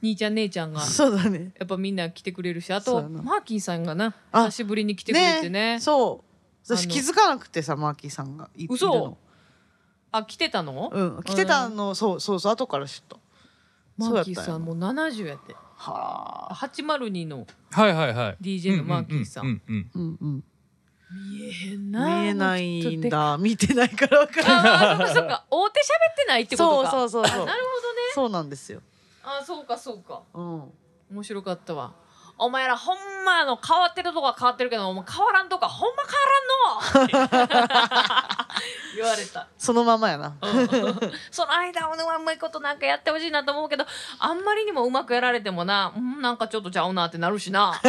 [SPEAKER 3] 兄ちゃん姉ちゃんが
[SPEAKER 1] そうだね。
[SPEAKER 3] やっぱみんな来てくれるしあ
[SPEAKER 1] そ
[SPEAKER 3] と
[SPEAKER 1] うやな
[SPEAKER 3] マーキーさんがな
[SPEAKER 1] あ
[SPEAKER 3] 久しぶりに来てくれてね
[SPEAKER 1] そう。私
[SPEAKER 3] あの
[SPEAKER 1] 気づかなくてさマーキーさんがいいる
[SPEAKER 3] 嘘
[SPEAKER 1] の。
[SPEAKER 3] あ来てたの、
[SPEAKER 1] うん。来てたのそうそうそう後から知った。
[SPEAKER 3] マーキー
[SPEAKER 1] そう
[SPEAKER 3] さ
[SPEAKER 1] やったん
[SPEAKER 3] ん
[SPEAKER 1] や
[SPEAKER 3] もう70やって
[SPEAKER 1] はあ。
[SPEAKER 3] 802の
[SPEAKER 2] はいはいはい
[SPEAKER 3] DJ のマーキーさん,、
[SPEAKER 2] うううん
[SPEAKER 1] うんうん。
[SPEAKER 3] 見えへん
[SPEAKER 1] 見
[SPEAKER 3] な
[SPEAKER 1] えないん
[SPEAKER 3] あ
[SPEAKER 1] だ。見てないからわからない。
[SPEAKER 3] あそっかそっか大手喋ってないってこと
[SPEAKER 1] そう
[SPEAKER 3] か
[SPEAKER 1] そうそうそ
[SPEAKER 3] あ
[SPEAKER 1] う
[SPEAKER 3] な。るほどね
[SPEAKER 1] そうなんですよ。
[SPEAKER 3] あそうかそうか
[SPEAKER 1] うん。
[SPEAKER 3] 面白かったわお前らほんまあの変わってるとこは変わってるけどお前変わらんとこはほんま変わ
[SPEAKER 1] *laughs*
[SPEAKER 3] らんのって
[SPEAKER 1] そのままやな。
[SPEAKER 3] 言われた、うんその間おうまいことなんかやってほしいなと思うけどあんまりにもうまくやられてもな、うん、なんかちょっとちゃうなってなるしな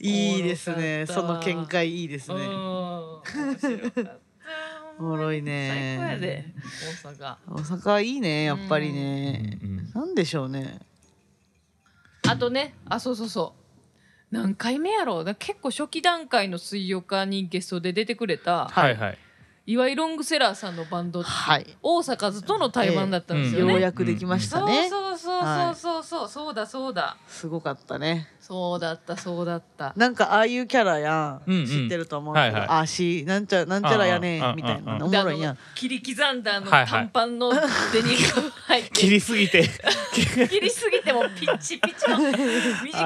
[SPEAKER 1] いいですね。
[SPEAKER 3] おもろ
[SPEAKER 1] そ
[SPEAKER 3] かった
[SPEAKER 1] の見解いいです
[SPEAKER 3] うん
[SPEAKER 1] ね。
[SPEAKER 3] 面白かった
[SPEAKER 1] おもろいね
[SPEAKER 3] 最高やで大阪
[SPEAKER 1] 大阪はいいね。やっぱりね。
[SPEAKER 2] うんうん
[SPEAKER 1] なんでしょうね。
[SPEAKER 3] あとねあそうそうそう何回目やろうだ結構初期段階の水曜化にゲストで出てくれた
[SPEAKER 2] はいはい
[SPEAKER 3] 岩井ロングセラーさんのバンド
[SPEAKER 1] はい。
[SPEAKER 3] 大阪ずとの対バンだったんですよ
[SPEAKER 1] よ
[SPEAKER 3] ね、
[SPEAKER 1] うやくできましたね。
[SPEAKER 3] そうそうそうそうそうそうそうだそうだ
[SPEAKER 1] すごかったね。
[SPEAKER 3] そうだったそうだった
[SPEAKER 1] なんかああいうキャラや
[SPEAKER 2] うんうん
[SPEAKER 1] ん。知ってると思うけ
[SPEAKER 2] はいはい
[SPEAKER 1] ど、あしなんちゃなんちゃらやね
[SPEAKER 2] ああああ
[SPEAKER 1] んみたいな
[SPEAKER 2] ああ
[SPEAKER 1] おもろいやん
[SPEAKER 3] で。あの切り刻んだあの
[SPEAKER 2] はいはい
[SPEAKER 3] 短パンのデニムが入って
[SPEAKER 2] 切
[SPEAKER 1] *laughs*
[SPEAKER 2] りすぎて
[SPEAKER 3] 切りすぎてもピッチピ
[SPEAKER 1] *laughs*
[SPEAKER 3] チの短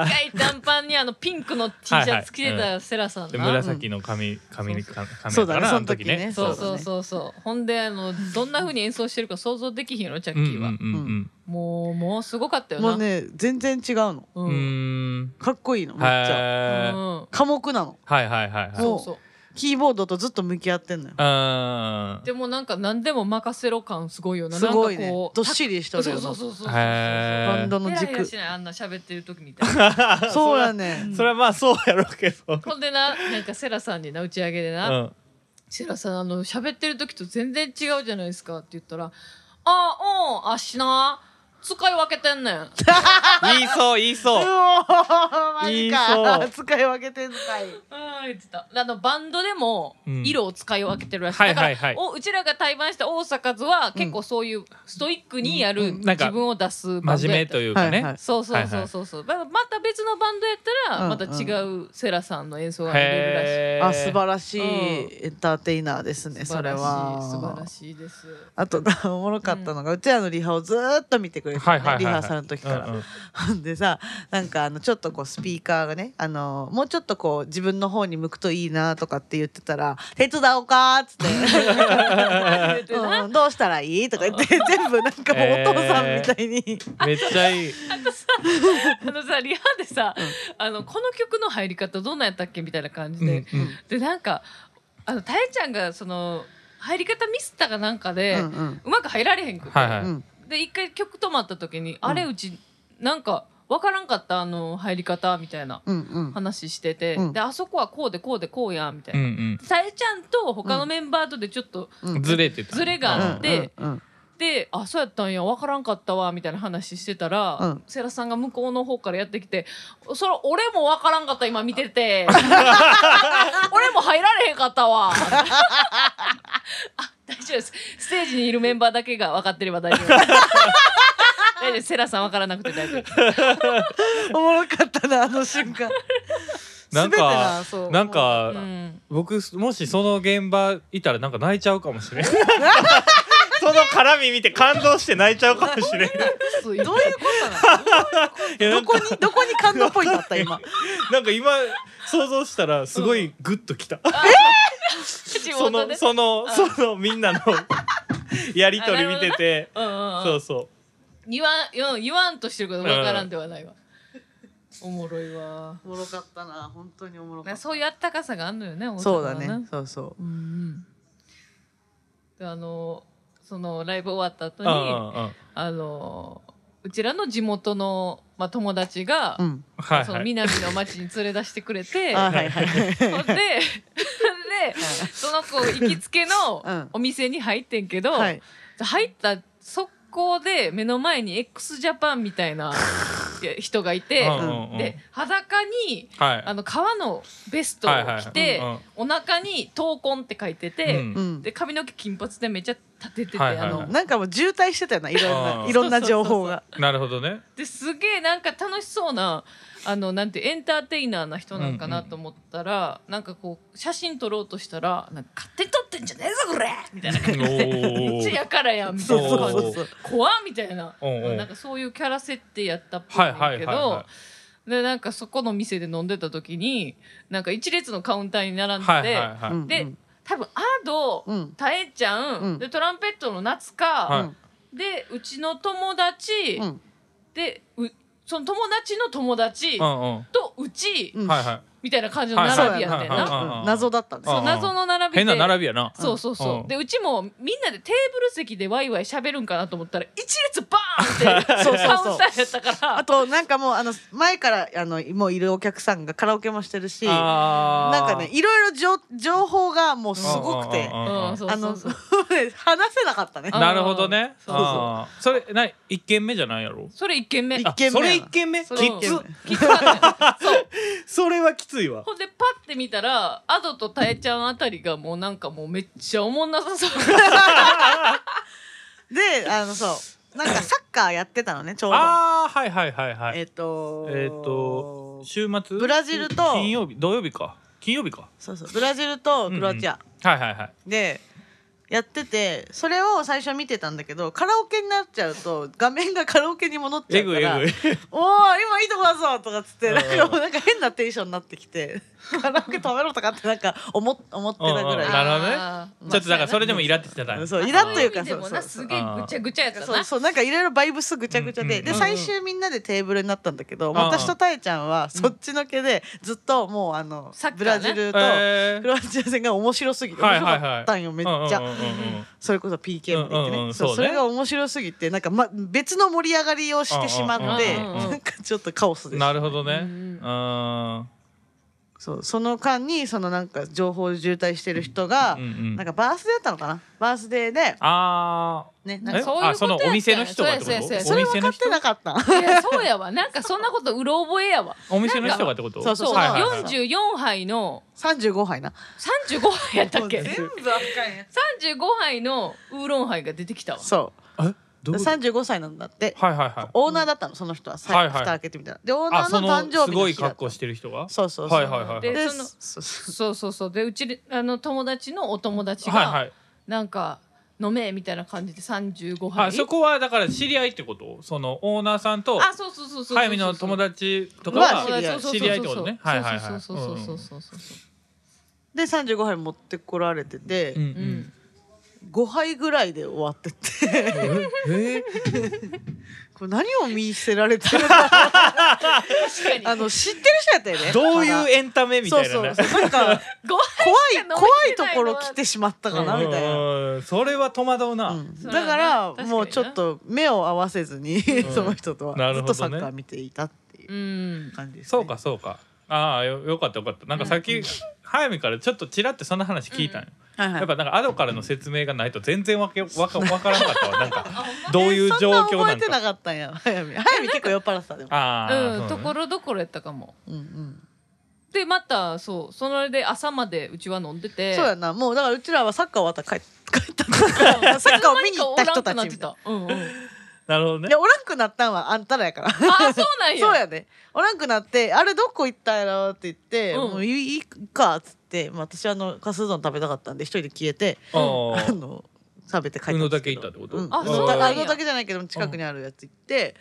[SPEAKER 3] い短パンにあのピンクの T シャツ着てたセラさん
[SPEAKER 2] で
[SPEAKER 3] な、
[SPEAKER 2] 紫の髪髪にか髪
[SPEAKER 1] そうだ
[SPEAKER 2] やか
[SPEAKER 1] ね
[SPEAKER 2] らあの時
[SPEAKER 1] その時ね
[SPEAKER 2] ね
[SPEAKER 3] そ
[SPEAKER 1] そうだ
[SPEAKER 3] うそう
[SPEAKER 1] ね
[SPEAKER 3] そうそうほんであのどんな風に演奏してるか想像できひんのチャ
[SPEAKER 2] う
[SPEAKER 3] ッ
[SPEAKER 2] ん
[SPEAKER 3] キ
[SPEAKER 2] う
[SPEAKER 3] ー
[SPEAKER 2] ん
[SPEAKER 3] は、
[SPEAKER 2] うん
[SPEAKER 3] もうもうすごかったよな
[SPEAKER 1] もうね全然違うの。
[SPEAKER 2] う
[SPEAKER 3] うん
[SPEAKER 2] うんん
[SPEAKER 1] かっこいいのめっちゃ。
[SPEAKER 3] う
[SPEAKER 2] へー
[SPEAKER 3] ん
[SPEAKER 1] 寡黙なの。
[SPEAKER 2] はいはいはいはい
[SPEAKER 3] そうそう
[SPEAKER 1] キーボードとずっと向き合ってんのよ。
[SPEAKER 2] うん
[SPEAKER 3] でもなんか何でも任せろ感すごいよな
[SPEAKER 1] すごいね
[SPEAKER 3] なんかこ。う
[SPEAKER 1] どっしりしとるよ
[SPEAKER 3] そう
[SPEAKER 1] な
[SPEAKER 3] そう。そうそうそう
[SPEAKER 2] へ
[SPEAKER 1] バンドの
[SPEAKER 3] ヘラヘラ
[SPEAKER 1] 軸
[SPEAKER 3] し。ないあんな喋ってる時みたい
[SPEAKER 2] *laughs*
[SPEAKER 3] な
[SPEAKER 1] そうやね。
[SPEAKER 2] それはまあそうやろうけど
[SPEAKER 3] ほんでななんかセラさんにな打ち上げで
[SPEAKER 2] う
[SPEAKER 3] な、
[SPEAKER 2] ん
[SPEAKER 3] セラさんあの喋ってる時と全然違うじゃないですかって言ったら「ああうんあっしな使い分けてん
[SPEAKER 2] *laughs*
[SPEAKER 3] ねん」
[SPEAKER 2] 言いそう言いうそう
[SPEAKER 1] おーマジ
[SPEAKER 2] いい
[SPEAKER 1] か。
[SPEAKER 2] そ
[SPEAKER 1] 使い分けてんのかい。
[SPEAKER 3] うん言ってたあのバンドでも
[SPEAKER 2] うん
[SPEAKER 3] 色を使い分けてるらしい、
[SPEAKER 2] はい
[SPEAKER 3] だから、
[SPEAKER 2] はいはい
[SPEAKER 3] おうちらが対バンした大阪図は結構そういうストイックにやる
[SPEAKER 1] うん
[SPEAKER 2] なんか
[SPEAKER 3] 自分を出すバンド
[SPEAKER 2] 真面
[SPEAKER 3] や
[SPEAKER 2] 目
[SPEAKER 3] った
[SPEAKER 2] というか
[SPEAKER 1] はいは
[SPEAKER 2] ね
[SPEAKER 1] い
[SPEAKER 3] そうそうそうそうそう、だからまた別のバンドやった
[SPEAKER 1] う
[SPEAKER 3] ら
[SPEAKER 1] ん
[SPEAKER 3] また違うセラさんの演奏が見れるらしい、
[SPEAKER 2] へー
[SPEAKER 1] あ素晴らしい
[SPEAKER 3] うん
[SPEAKER 1] エンターテイナーですね。それは。
[SPEAKER 3] 素晴らしいです *laughs*
[SPEAKER 1] あと *laughs* なおもろかったのが、うちらのリハをずーっと見てくれてた
[SPEAKER 2] はい
[SPEAKER 1] のね、
[SPEAKER 2] はいはい
[SPEAKER 1] リハーサルの時から。
[SPEAKER 2] うんうん
[SPEAKER 1] ほんでさなんかあのちょっとこうスピーカーがねあのもうちょっとこう自分の方に向くといいなとかって言ってたら「手伝おうか」っつって
[SPEAKER 3] 言う
[SPEAKER 1] 「
[SPEAKER 3] てな
[SPEAKER 1] うん、どうしたらいい?」とか言って全部なんかもうお父さんみたいに、
[SPEAKER 2] めっちゃいい
[SPEAKER 3] *laughs* あのさリハでさ、あのこの曲の入り方どんなんやったっけみたいな感じ
[SPEAKER 2] うん
[SPEAKER 3] で、
[SPEAKER 2] うん
[SPEAKER 3] でなんかあのたえちゃんがその入り方ミスったかなんかで、う
[SPEAKER 1] うんうん
[SPEAKER 3] まく入られへんくて、
[SPEAKER 2] はいはい
[SPEAKER 1] うん
[SPEAKER 3] で一回曲止まった時に「あれうちなんかわからんかったあの入り方」みたいな
[SPEAKER 1] うんうん
[SPEAKER 3] 話してて、
[SPEAKER 1] うん
[SPEAKER 3] であそこはこうでこうでこうやんみたいうな。
[SPEAKER 2] ん
[SPEAKER 3] さえちゃんと他のメンバーとでちょっと、
[SPEAKER 1] う
[SPEAKER 2] うん
[SPEAKER 1] ん
[SPEAKER 2] ずれてた
[SPEAKER 3] ずれがあって
[SPEAKER 1] うんうん
[SPEAKER 3] で「あそうやったんやわからんかったわ」みたいな話してたら、
[SPEAKER 1] うん
[SPEAKER 3] セラさんが向こうの方からやってきて「それ俺もわからんかった今見
[SPEAKER 1] *laughs*
[SPEAKER 3] てて俺も入られへんかったわ」あ大丈夫ですステージにいるメンバーだけが分かってれば大丈夫です
[SPEAKER 1] *laughs*
[SPEAKER 3] 大丈夫ですセラさん分からなくて大丈夫です
[SPEAKER 1] おもろかったなあの瞬間
[SPEAKER 2] な
[SPEAKER 1] 全
[SPEAKER 2] ん
[SPEAKER 1] てな
[SPEAKER 2] か
[SPEAKER 1] そう
[SPEAKER 2] なんか
[SPEAKER 3] うん
[SPEAKER 2] 僕もしその現場いたらなんか泣いちゃうかも
[SPEAKER 1] *laughs*
[SPEAKER 2] しれんその絡み見て感動して泣いちゃうかもしれんい
[SPEAKER 3] どうい
[SPEAKER 1] *laughs* どういうことなの
[SPEAKER 2] やな
[SPEAKER 1] *laughs* ど
[SPEAKER 2] ん
[SPEAKER 1] こ
[SPEAKER 2] か
[SPEAKER 1] にどこに感動ポイントあった今
[SPEAKER 2] なんか今想像したらすごいグッときた、
[SPEAKER 3] 地
[SPEAKER 2] そ
[SPEAKER 3] 元
[SPEAKER 2] の
[SPEAKER 3] で
[SPEAKER 2] そのそのみ
[SPEAKER 3] *laughs*
[SPEAKER 2] んなのやりとり見てて、
[SPEAKER 3] うんうんうん
[SPEAKER 2] そうそ
[SPEAKER 3] 言わんうん言わんとしてること分からんではないわ、おもろいわ
[SPEAKER 1] *laughs* おもろかったな本当におもろかった
[SPEAKER 3] そういうあったかさがあるのよね大阪は
[SPEAKER 1] そうだねそうそう
[SPEAKER 3] うんうんであのそのライブ終わった後
[SPEAKER 2] う
[SPEAKER 3] に
[SPEAKER 2] んう
[SPEAKER 3] あ
[SPEAKER 2] んうん
[SPEAKER 3] のうちらの地元の、まあ、友達が、
[SPEAKER 1] うん
[SPEAKER 2] はい
[SPEAKER 3] その
[SPEAKER 2] はい
[SPEAKER 3] 南の町に連れ出してくれて
[SPEAKER 1] あ
[SPEAKER 3] ほん
[SPEAKER 1] *laughs*
[SPEAKER 3] で
[SPEAKER 1] はいはい
[SPEAKER 3] ほんでその子行きつけ
[SPEAKER 1] う
[SPEAKER 3] の
[SPEAKER 1] ん
[SPEAKER 3] お店に入ってんけど、
[SPEAKER 1] はい
[SPEAKER 3] 入った速攻で目の前に x ジャパンみた
[SPEAKER 1] *laughs*
[SPEAKER 3] いないや人がいて、
[SPEAKER 2] うんうんうん
[SPEAKER 3] で裸に
[SPEAKER 2] はい
[SPEAKER 3] あの革のベストを着て、
[SPEAKER 2] はいはい
[SPEAKER 3] お腹に「闘魂」って書いてて、
[SPEAKER 2] うん
[SPEAKER 1] うん
[SPEAKER 3] で髪の毛金髪でめっちゃ立ててて、
[SPEAKER 2] はいはいは
[SPEAKER 3] あ
[SPEAKER 2] い
[SPEAKER 3] の
[SPEAKER 1] なんかもう渋滞してたよないろん
[SPEAKER 2] あ
[SPEAKER 1] な *laughs*
[SPEAKER 2] ー
[SPEAKER 1] いろんな情報
[SPEAKER 2] *laughs*
[SPEAKER 1] が
[SPEAKER 2] なるほどね
[SPEAKER 3] ですげえなんか楽しそうなあのなんてエンターテイナーな人なんかなと思ったら、なんかこう写真撮ろうとしたら「なんか勝手に撮ってんじゃねえぞこれ!」み
[SPEAKER 2] *laughs*
[SPEAKER 3] たいな
[SPEAKER 2] お
[SPEAKER 3] 感じで「うち
[SPEAKER 2] ー
[SPEAKER 3] やからや」みた
[SPEAKER 1] そ
[SPEAKER 3] いうな
[SPEAKER 1] そう
[SPEAKER 3] 感じ
[SPEAKER 1] そうそう
[SPEAKER 3] 怖っみたいな
[SPEAKER 2] おうおう
[SPEAKER 3] なんかそういうキャラ設定やったっぽ
[SPEAKER 2] はいいは
[SPEAKER 3] んだ
[SPEAKER 2] い
[SPEAKER 3] け
[SPEAKER 2] はいは
[SPEAKER 3] ど
[SPEAKER 2] い
[SPEAKER 3] でなんかそこの店で飲んでた時になんか一列のカウンターに並んでて、
[SPEAKER 2] はいはいはい
[SPEAKER 1] うん
[SPEAKER 3] で、
[SPEAKER 1] うん
[SPEAKER 3] 多分アド、
[SPEAKER 1] うん
[SPEAKER 3] タエちゃん、
[SPEAKER 1] うん
[SPEAKER 3] でトランペットの夏香、
[SPEAKER 2] はい
[SPEAKER 3] でうちの友達、
[SPEAKER 1] うん
[SPEAKER 3] でうその友達の友達
[SPEAKER 2] うんうん
[SPEAKER 3] とうち、
[SPEAKER 1] うん
[SPEAKER 2] はいはい
[SPEAKER 3] みたいな感じの
[SPEAKER 2] はい
[SPEAKER 3] 並びやってん
[SPEAKER 2] はいはいは
[SPEAKER 3] な。
[SPEAKER 2] いああ
[SPEAKER 1] うん謎だったね
[SPEAKER 3] そう謎の並びで
[SPEAKER 2] 変な並びやな
[SPEAKER 3] そうそうそう、
[SPEAKER 2] うん
[SPEAKER 3] でうちもみんなでテーブル席でワイワイ喋るんかなと思ったら一列バーンって
[SPEAKER 1] そうそうそう
[SPEAKER 3] カウンターやったから
[SPEAKER 1] あとなんかもうあの前からあのもういるお客さんがカラオケもしてるしなん
[SPEAKER 2] あー
[SPEAKER 1] かねいろいろ情情報がもうすごくて
[SPEAKER 2] うんうんうんうん
[SPEAKER 3] うん、そう
[SPEAKER 1] あ
[SPEAKER 3] そ
[SPEAKER 1] の
[SPEAKER 3] うそう
[SPEAKER 1] *laughs* 話せなかったね
[SPEAKER 3] あ
[SPEAKER 2] なるほどね
[SPEAKER 3] そう
[SPEAKER 1] そう
[SPEAKER 2] あーそれな一軒目じゃないやろ
[SPEAKER 3] それ一軒目
[SPEAKER 1] 一
[SPEAKER 2] あ
[SPEAKER 1] 軒目
[SPEAKER 2] それ一軒目き
[SPEAKER 3] そ
[SPEAKER 2] っ
[SPEAKER 3] れ一
[SPEAKER 2] つ
[SPEAKER 3] 軒きつかったよそう
[SPEAKER 2] それはきついわ
[SPEAKER 3] ほんでパッて見たらアドとタエちゃんあたりがもうなんかもうめっちゃおもんなさ
[SPEAKER 2] *laughs*
[SPEAKER 3] そう
[SPEAKER 1] であのそうなんかサッカーやってたのねちょうど
[SPEAKER 2] ああはいはいはいはい
[SPEAKER 1] えっと
[SPEAKER 2] えっと週末
[SPEAKER 1] ブラジルと
[SPEAKER 2] 金曜日土曜日か金曜日か
[SPEAKER 1] そうそうブラジルとクロアチア
[SPEAKER 2] はいはいはい
[SPEAKER 1] でやっててそれを最初見てたんだけどカラオケになっちゃうと画面がカラオケに戻っちゃ
[SPEAKER 2] え
[SPEAKER 1] うから
[SPEAKER 2] ぐいえ *laughs* ぐ
[SPEAKER 1] おー今
[SPEAKER 2] い
[SPEAKER 1] いいとこだぞとかっつって
[SPEAKER 2] うん
[SPEAKER 1] なんかもうなんか変なテンションになってきて *laughs* カラオケ止めろとかってなんか思っ思ってたぐ
[SPEAKER 2] な
[SPEAKER 1] らい
[SPEAKER 2] るほどね
[SPEAKER 3] あー
[SPEAKER 2] ちょっとだからそれでもイラってきてた
[SPEAKER 1] そうイラッというか
[SPEAKER 3] あそういう意味でもな
[SPEAKER 1] そう
[SPEAKER 3] す
[SPEAKER 1] そう
[SPEAKER 3] げえぐちゃぐちゃやったな
[SPEAKER 1] そうそうなんかいろいろバイブスぐちゃぐちゃで、
[SPEAKER 2] うん
[SPEAKER 1] で
[SPEAKER 2] うん
[SPEAKER 1] 最終みんなでテーブルになったんだけど、
[SPEAKER 2] ん
[SPEAKER 1] 私とたえちゃんはそっちのけでずっともうあの、
[SPEAKER 3] サッカーね
[SPEAKER 1] ブラジルと
[SPEAKER 2] えー
[SPEAKER 1] クロアチア戦が面白すぎて面
[SPEAKER 2] はい
[SPEAKER 1] 白
[SPEAKER 2] はい
[SPEAKER 1] か
[SPEAKER 2] は
[SPEAKER 1] っ
[SPEAKER 2] い
[SPEAKER 1] たんよめっちゃ、
[SPEAKER 2] うんうんうんうん
[SPEAKER 1] それこそ PK まで行ってね,そう、
[SPEAKER 2] うんうんうん
[SPEAKER 1] そ
[SPEAKER 2] そうね
[SPEAKER 1] れが面白すぎてなんか、ま、別の盛り上がりをしてしまって、
[SPEAKER 3] うんうんうんうん
[SPEAKER 1] なんかちょっとカオスでした
[SPEAKER 2] なるほどね
[SPEAKER 3] う
[SPEAKER 2] うん
[SPEAKER 3] うん
[SPEAKER 2] んうん
[SPEAKER 1] そうその間にそのなんか情報渋滞してる人が、
[SPEAKER 2] うん
[SPEAKER 1] なんかバースデーだったのかなバースデーで、
[SPEAKER 2] あ
[SPEAKER 1] ね、
[SPEAKER 3] な
[SPEAKER 1] なん
[SPEAKER 3] か
[SPEAKER 1] ん
[SPEAKER 2] ーえ
[SPEAKER 1] か
[SPEAKER 3] そういうことやった
[SPEAKER 2] あそのお店の人がってこ
[SPEAKER 3] そうやそうや
[SPEAKER 2] と
[SPEAKER 3] そ
[SPEAKER 2] お
[SPEAKER 1] それ分
[SPEAKER 2] 店
[SPEAKER 1] か
[SPEAKER 2] の
[SPEAKER 1] っ
[SPEAKER 2] 人
[SPEAKER 1] てなかった。 *laughs*
[SPEAKER 3] いやそうやわなんかそんなことうろ覚えやわ
[SPEAKER 2] お店の人がってこと
[SPEAKER 1] そう
[SPEAKER 3] そう、
[SPEAKER 2] はいはいはい
[SPEAKER 3] 44杯の
[SPEAKER 1] 35杯な。
[SPEAKER 3] 35杯やったっけ
[SPEAKER 1] もう全
[SPEAKER 3] 35
[SPEAKER 1] 部赤いや
[SPEAKER 3] 杯のウーロン杯が出てきたわ
[SPEAKER 1] つそ
[SPEAKER 2] えど
[SPEAKER 1] う。
[SPEAKER 2] ういうこと
[SPEAKER 1] 35歳なんだって。
[SPEAKER 2] はいはいはい
[SPEAKER 1] オーナーだったの、その人は。さ
[SPEAKER 2] はいはい
[SPEAKER 1] 蓋開けてみたら。で、オーナ
[SPEAKER 2] あ
[SPEAKER 1] ー
[SPEAKER 2] そ
[SPEAKER 1] の
[SPEAKER 2] の
[SPEAKER 1] 誕生
[SPEAKER 2] す
[SPEAKER 1] 日の
[SPEAKER 2] ごい
[SPEAKER 1] 日だった
[SPEAKER 2] 格好してる人が
[SPEAKER 1] そうそうそう。
[SPEAKER 2] はいはいはいはい
[SPEAKER 3] で
[SPEAKER 1] で
[SPEAKER 3] その
[SPEAKER 1] そそ
[SPEAKER 3] そうそうそうでうちであの友達のお友達
[SPEAKER 2] はいは
[SPEAKER 3] が
[SPEAKER 2] い
[SPEAKER 3] なんか飲めみたいな感じで35杯
[SPEAKER 2] あそこはだから知り合いってことそのオーナーさんと
[SPEAKER 3] あそうそうそうそうそう
[SPEAKER 2] 早見の友達とか
[SPEAKER 1] は
[SPEAKER 2] は
[SPEAKER 1] 知り合い
[SPEAKER 3] そうそうそうそう
[SPEAKER 2] 知り合いってことねはいはいはい
[SPEAKER 3] そうそうそうそうそうそうそう
[SPEAKER 1] で、35杯持ってこられてて、
[SPEAKER 2] うんう
[SPEAKER 3] うんん
[SPEAKER 1] 5杯ぐらいで終わってて、
[SPEAKER 2] *laughs* え
[SPEAKER 1] これ何を見せられてるの
[SPEAKER 3] *laughs*
[SPEAKER 1] か
[SPEAKER 3] 確かに
[SPEAKER 1] あの、知ってる人やったよね。
[SPEAKER 2] ーどういう
[SPEAKER 1] 絵
[SPEAKER 2] エンタメみたいな
[SPEAKER 1] そう
[SPEAKER 2] ね
[SPEAKER 1] そうそう。なん
[SPEAKER 3] *laughs*
[SPEAKER 1] か、
[SPEAKER 3] ご
[SPEAKER 1] 怖い
[SPEAKER 3] 飯しか飲めてないのは
[SPEAKER 1] 怖いところ来てしまったかなみたいな。
[SPEAKER 2] なそれは戸惑うな、
[SPEAKER 1] うん
[SPEAKER 3] そう
[SPEAKER 1] だ
[SPEAKER 3] だね
[SPEAKER 1] から
[SPEAKER 3] 確かにな
[SPEAKER 1] もうちょっと目を合わせずに *laughs* その人と
[SPEAKER 2] な
[SPEAKER 1] はず
[SPEAKER 2] る
[SPEAKER 1] っ
[SPEAKER 2] ほ
[SPEAKER 1] と
[SPEAKER 2] どね
[SPEAKER 1] サッカー見ていたっていう
[SPEAKER 3] うん
[SPEAKER 1] 感じですね。
[SPEAKER 2] そうかそうかああよよかったよかったなんかさっき、早見からちょっとちらってそんな話聞いたんよ、
[SPEAKER 1] はいはい。
[SPEAKER 2] やっぱなんかアドからの説明がないと全然わ
[SPEAKER 1] *laughs*
[SPEAKER 2] けわかわからなかったわなんかどういう状況
[SPEAKER 1] そんな覚
[SPEAKER 2] な
[SPEAKER 1] え
[SPEAKER 2] ん
[SPEAKER 1] てな
[SPEAKER 2] か
[SPEAKER 1] かったんや早見早見結構酔っ払ってたでも
[SPEAKER 2] ああ、
[SPEAKER 3] うんところどころやったかも
[SPEAKER 1] うんうん
[SPEAKER 3] でまたそうそれで朝までうちは飲んでて
[SPEAKER 1] そうやなもうだからうちらはサッカー終わったら帰帰った *laughs* サッカーを見に行った人たちみたいな
[SPEAKER 3] うんうん、あ
[SPEAKER 2] なるほどね
[SPEAKER 1] いやおらんくなったんはあんたらやから
[SPEAKER 3] あそうなんや
[SPEAKER 1] そうやねおらんくなってあれどこ行ったやろって言って、
[SPEAKER 3] うん
[SPEAKER 1] もういいかっつって、まあ、私はあのカスうどん食べたかったんで一人で消えて
[SPEAKER 2] あ
[SPEAKER 1] あ
[SPEAKER 2] ー
[SPEAKER 1] の食べて帰ったんですけど
[SPEAKER 2] うのだけ行ったってこと
[SPEAKER 1] うん、
[SPEAKER 3] あ
[SPEAKER 1] う
[SPEAKER 3] そうなんや
[SPEAKER 1] うのだけじゃないけど近くにあるやつ行って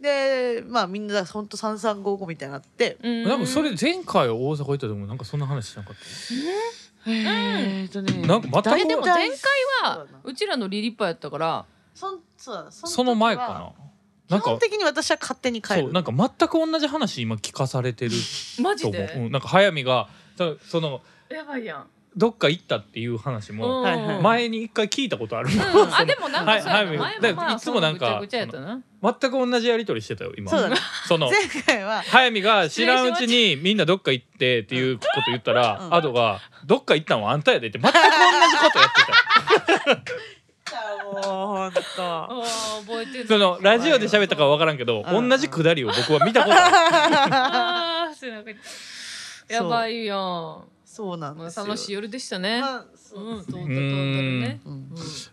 [SPEAKER 1] でまあみんなほんと3355みたいになって
[SPEAKER 3] うん
[SPEAKER 2] なんかそれ前回大阪行ったでもなんかそんな話しなかった
[SPEAKER 1] えーっとね
[SPEAKER 2] なんかまた
[SPEAKER 1] 大
[SPEAKER 2] えで
[SPEAKER 3] でも前
[SPEAKER 1] 体
[SPEAKER 3] 回はうちらのリリッパやったから
[SPEAKER 1] そんそうだそ
[SPEAKER 2] その前か
[SPEAKER 1] 時は
[SPEAKER 2] ななん
[SPEAKER 1] 基
[SPEAKER 2] か
[SPEAKER 1] 本的に私は勝手に帰
[SPEAKER 2] そう
[SPEAKER 1] る
[SPEAKER 2] なんか全く同じ話今聞かされてる
[SPEAKER 3] マ
[SPEAKER 2] と
[SPEAKER 3] ジ
[SPEAKER 2] 思う、
[SPEAKER 3] で
[SPEAKER 2] うん、なんか早見がたその
[SPEAKER 3] やばいやん
[SPEAKER 2] どっか行ったっていう話も
[SPEAKER 1] はいはい
[SPEAKER 2] 前に一回聞いたことあるもん
[SPEAKER 3] うんあでもなんか
[SPEAKER 2] はい
[SPEAKER 3] そうやな
[SPEAKER 2] はい
[SPEAKER 3] 前もまあ
[SPEAKER 2] いつもなんか
[SPEAKER 3] そうぐちゃぐちゃやったな
[SPEAKER 2] 全く同じやり取りしてたよ今
[SPEAKER 1] そうだね *laughs*
[SPEAKER 2] そ
[SPEAKER 1] *laughs*
[SPEAKER 2] の
[SPEAKER 1] 前回は
[SPEAKER 2] 早見が知らんうちにみんなどっか行ってっていうこと言ったら、
[SPEAKER 1] うん
[SPEAKER 2] アドが「どっか行ったんはあんたやで」って全く同じことやって
[SPEAKER 1] *laughs*
[SPEAKER 2] た
[SPEAKER 1] もう本
[SPEAKER 3] あ
[SPEAKER 1] 当
[SPEAKER 3] ー覚えてる
[SPEAKER 2] そのラジオで喋ったかは分からんけど、
[SPEAKER 1] うん
[SPEAKER 2] 同じくだりを僕は見たこ
[SPEAKER 1] *laughs*
[SPEAKER 2] とある
[SPEAKER 3] あー背中にやばいやん
[SPEAKER 1] そうなん
[SPEAKER 3] ま
[SPEAKER 1] で
[SPEAKER 3] あ
[SPEAKER 1] すよ
[SPEAKER 3] 楽しい夜でしたね
[SPEAKER 1] まあそううん
[SPEAKER 3] トータルトータルね
[SPEAKER 1] うん
[SPEAKER 3] う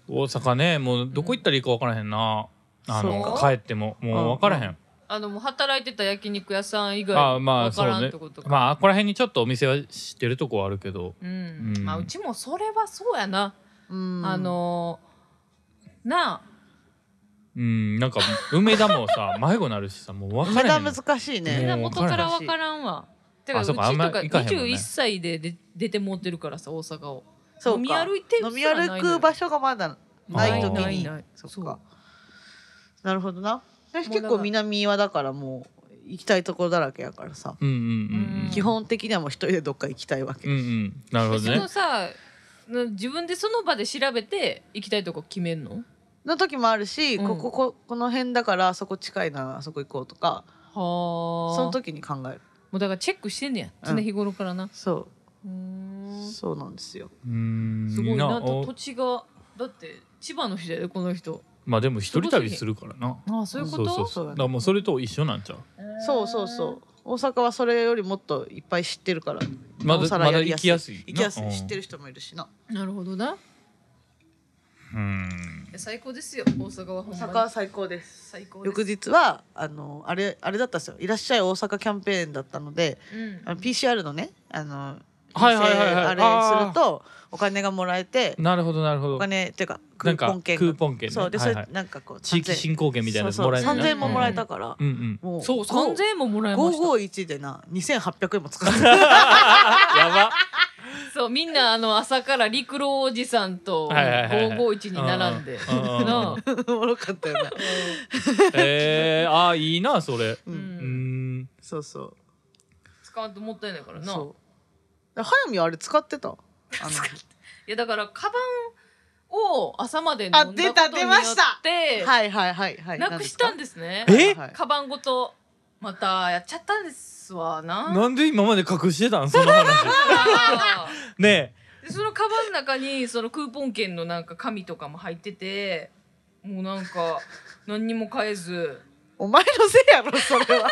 [SPEAKER 2] 大阪ねもうどこ行ったらいいか分からへんな、あの
[SPEAKER 3] そう
[SPEAKER 2] 帰ってももう分からへん、
[SPEAKER 1] うん
[SPEAKER 3] んあのもう働いてた焼肉屋さん以外
[SPEAKER 2] あまあ
[SPEAKER 3] わ
[SPEAKER 2] そ
[SPEAKER 3] から
[SPEAKER 2] うん
[SPEAKER 3] っ
[SPEAKER 2] ね
[SPEAKER 3] てことか
[SPEAKER 2] まあここら辺にちょっとお店は知ってるとこはあるけど
[SPEAKER 3] うん
[SPEAKER 2] うん
[SPEAKER 3] まあうちもそれはそうやな
[SPEAKER 1] うん
[SPEAKER 3] あのな
[SPEAKER 2] うんなんか梅田もさ迷子なるしさもう分か
[SPEAKER 1] 梅
[SPEAKER 2] らへ
[SPEAKER 1] 田
[SPEAKER 2] ん
[SPEAKER 1] 難しい
[SPEAKER 3] あみん
[SPEAKER 1] ね
[SPEAKER 3] な元からわからんわてか
[SPEAKER 2] あ
[SPEAKER 3] う
[SPEAKER 2] そ
[SPEAKER 3] ち
[SPEAKER 2] う
[SPEAKER 3] と
[SPEAKER 2] か
[SPEAKER 3] か
[SPEAKER 2] あんま行かへんもんね
[SPEAKER 3] 21歳でで出てもうてるからさ大阪を
[SPEAKER 1] そうか
[SPEAKER 3] 飲み歩いてすら
[SPEAKER 1] 飲み歩く場所がまだない時に
[SPEAKER 3] ないない
[SPEAKER 1] そ
[SPEAKER 3] そ
[SPEAKER 1] っ
[SPEAKER 3] う
[SPEAKER 1] かなるほどな私
[SPEAKER 3] もう
[SPEAKER 1] 結
[SPEAKER 3] だから
[SPEAKER 1] 構南はだからもう行きたいところだらけやからさ
[SPEAKER 2] うんうんうんうん
[SPEAKER 1] 基本的にはもう一人でどっか行きたいわけ、
[SPEAKER 2] うんうんなるほど
[SPEAKER 3] そ
[SPEAKER 2] ね
[SPEAKER 3] のさな自分でその場で調べて行きたいとこ決めんの
[SPEAKER 1] の時もあるし、
[SPEAKER 3] うん
[SPEAKER 1] ここここの辺だからあそこ近いなあそこ行こうとか
[SPEAKER 3] はあ
[SPEAKER 1] その時に考える
[SPEAKER 3] もうだからチェックしてんねや
[SPEAKER 1] う
[SPEAKER 3] 常
[SPEAKER 1] ん
[SPEAKER 3] 日頃からな
[SPEAKER 1] そうう、
[SPEAKER 3] ん
[SPEAKER 1] そうなんですよ
[SPEAKER 2] うん
[SPEAKER 3] すごいな
[SPEAKER 2] お
[SPEAKER 3] と土地がだって千葉の人やでこの人
[SPEAKER 2] まあでも一人旅するからな
[SPEAKER 3] ああそういうこと
[SPEAKER 2] そうそう
[SPEAKER 1] そうだね
[SPEAKER 2] だからもうそれと一緒なんちゃう
[SPEAKER 1] そうそうそう大阪はそれよりもっといっぱい知ってるから
[SPEAKER 2] ま
[SPEAKER 1] なお
[SPEAKER 2] だ
[SPEAKER 1] さ
[SPEAKER 2] ま
[SPEAKER 1] ら
[SPEAKER 2] だ
[SPEAKER 1] やり
[SPEAKER 2] 行
[SPEAKER 1] や
[SPEAKER 2] き
[SPEAKER 1] すい
[SPEAKER 2] やすい
[SPEAKER 1] 行きやすい知って
[SPEAKER 2] る
[SPEAKER 1] る人もいるしな
[SPEAKER 3] なるほどな
[SPEAKER 2] うん
[SPEAKER 3] いや最高ですよ大阪はほん
[SPEAKER 1] 大
[SPEAKER 3] まに
[SPEAKER 1] 阪は最高です
[SPEAKER 3] 最高です
[SPEAKER 1] 翌日はあのあれあれだったんですよ「いらっしゃい大阪」キャンペーンだったので
[SPEAKER 3] うん
[SPEAKER 1] あの PCR のねあの
[SPEAKER 2] はいはいはいはい
[SPEAKER 1] 陰性あれするとお金がもらえて
[SPEAKER 2] なるほどなるほ
[SPEAKER 1] お
[SPEAKER 2] ど
[SPEAKER 1] 金っていうかク
[SPEAKER 2] なん
[SPEAKER 1] ー
[SPEAKER 2] か
[SPEAKER 1] ポン券が
[SPEAKER 2] クーポン券ね
[SPEAKER 1] そうでそ
[SPEAKER 2] はい
[SPEAKER 1] れ
[SPEAKER 2] はい
[SPEAKER 1] なんかこう
[SPEAKER 2] 地域振興券みたいなやつ
[SPEAKER 1] そう
[SPEAKER 2] もらえ
[SPEAKER 1] そう
[SPEAKER 2] るね
[SPEAKER 1] 3000円ももらえたから
[SPEAKER 2] うんうん
[SPEAKER 1] もう
[SPEAKER 3] そう三千円ももらいました
[SPEAKER 1] 551でな2800円も使った
[SPEAKER 2] やば
[SPEAKER 3] そうみんなあの朝から陸路おじさんと
[SPEAKER 2] はいはいはいはい
[SPEAKER 3] 551に並んで
[SPEAKER 2] うんうんうん
[SPEAKER 3] なあ
[SPEAKER 2] *laughs*
[SPEAKER 1] おもろかったよね
[SPEAKER 2] えー、ああいいなそれ
[SPEAKER 1] う
[SPEAKER 3] うんん
[SPEAKER 1] そうそう
[SPEAKER 3] 使わんともったいないからな
[SPEAKER 1] そうで早見はあれ使ってたあの
[SPEAKER 3] いやだからカバンを朝まで飲んだ
[SPEAKER 1] あ
[SPEAKER 3] ことによ
[SPEAKER 1] 出
[SPEAKER 3] ったて
[SPEAKER 1] 出ましたはいはいはいはい
[SPEAKER 3] なくしたんですね
[SPEAKER 2] え
[SPEAKER 1] はいはい
[SPEAKER 3] カバンごとまたやっちゃったんですわな
[SPEAKER 2] なんで今まで隠してたんその話ね
[SPEAKER 3] でそのカバンの中にそのクーポン券のなんか紙とかも入っててもうなんか何にも買えず
[SPEAKER 1] お前のせいやろそれ
[SPEAKER 2] *laughs*
[SPEAKER 1] は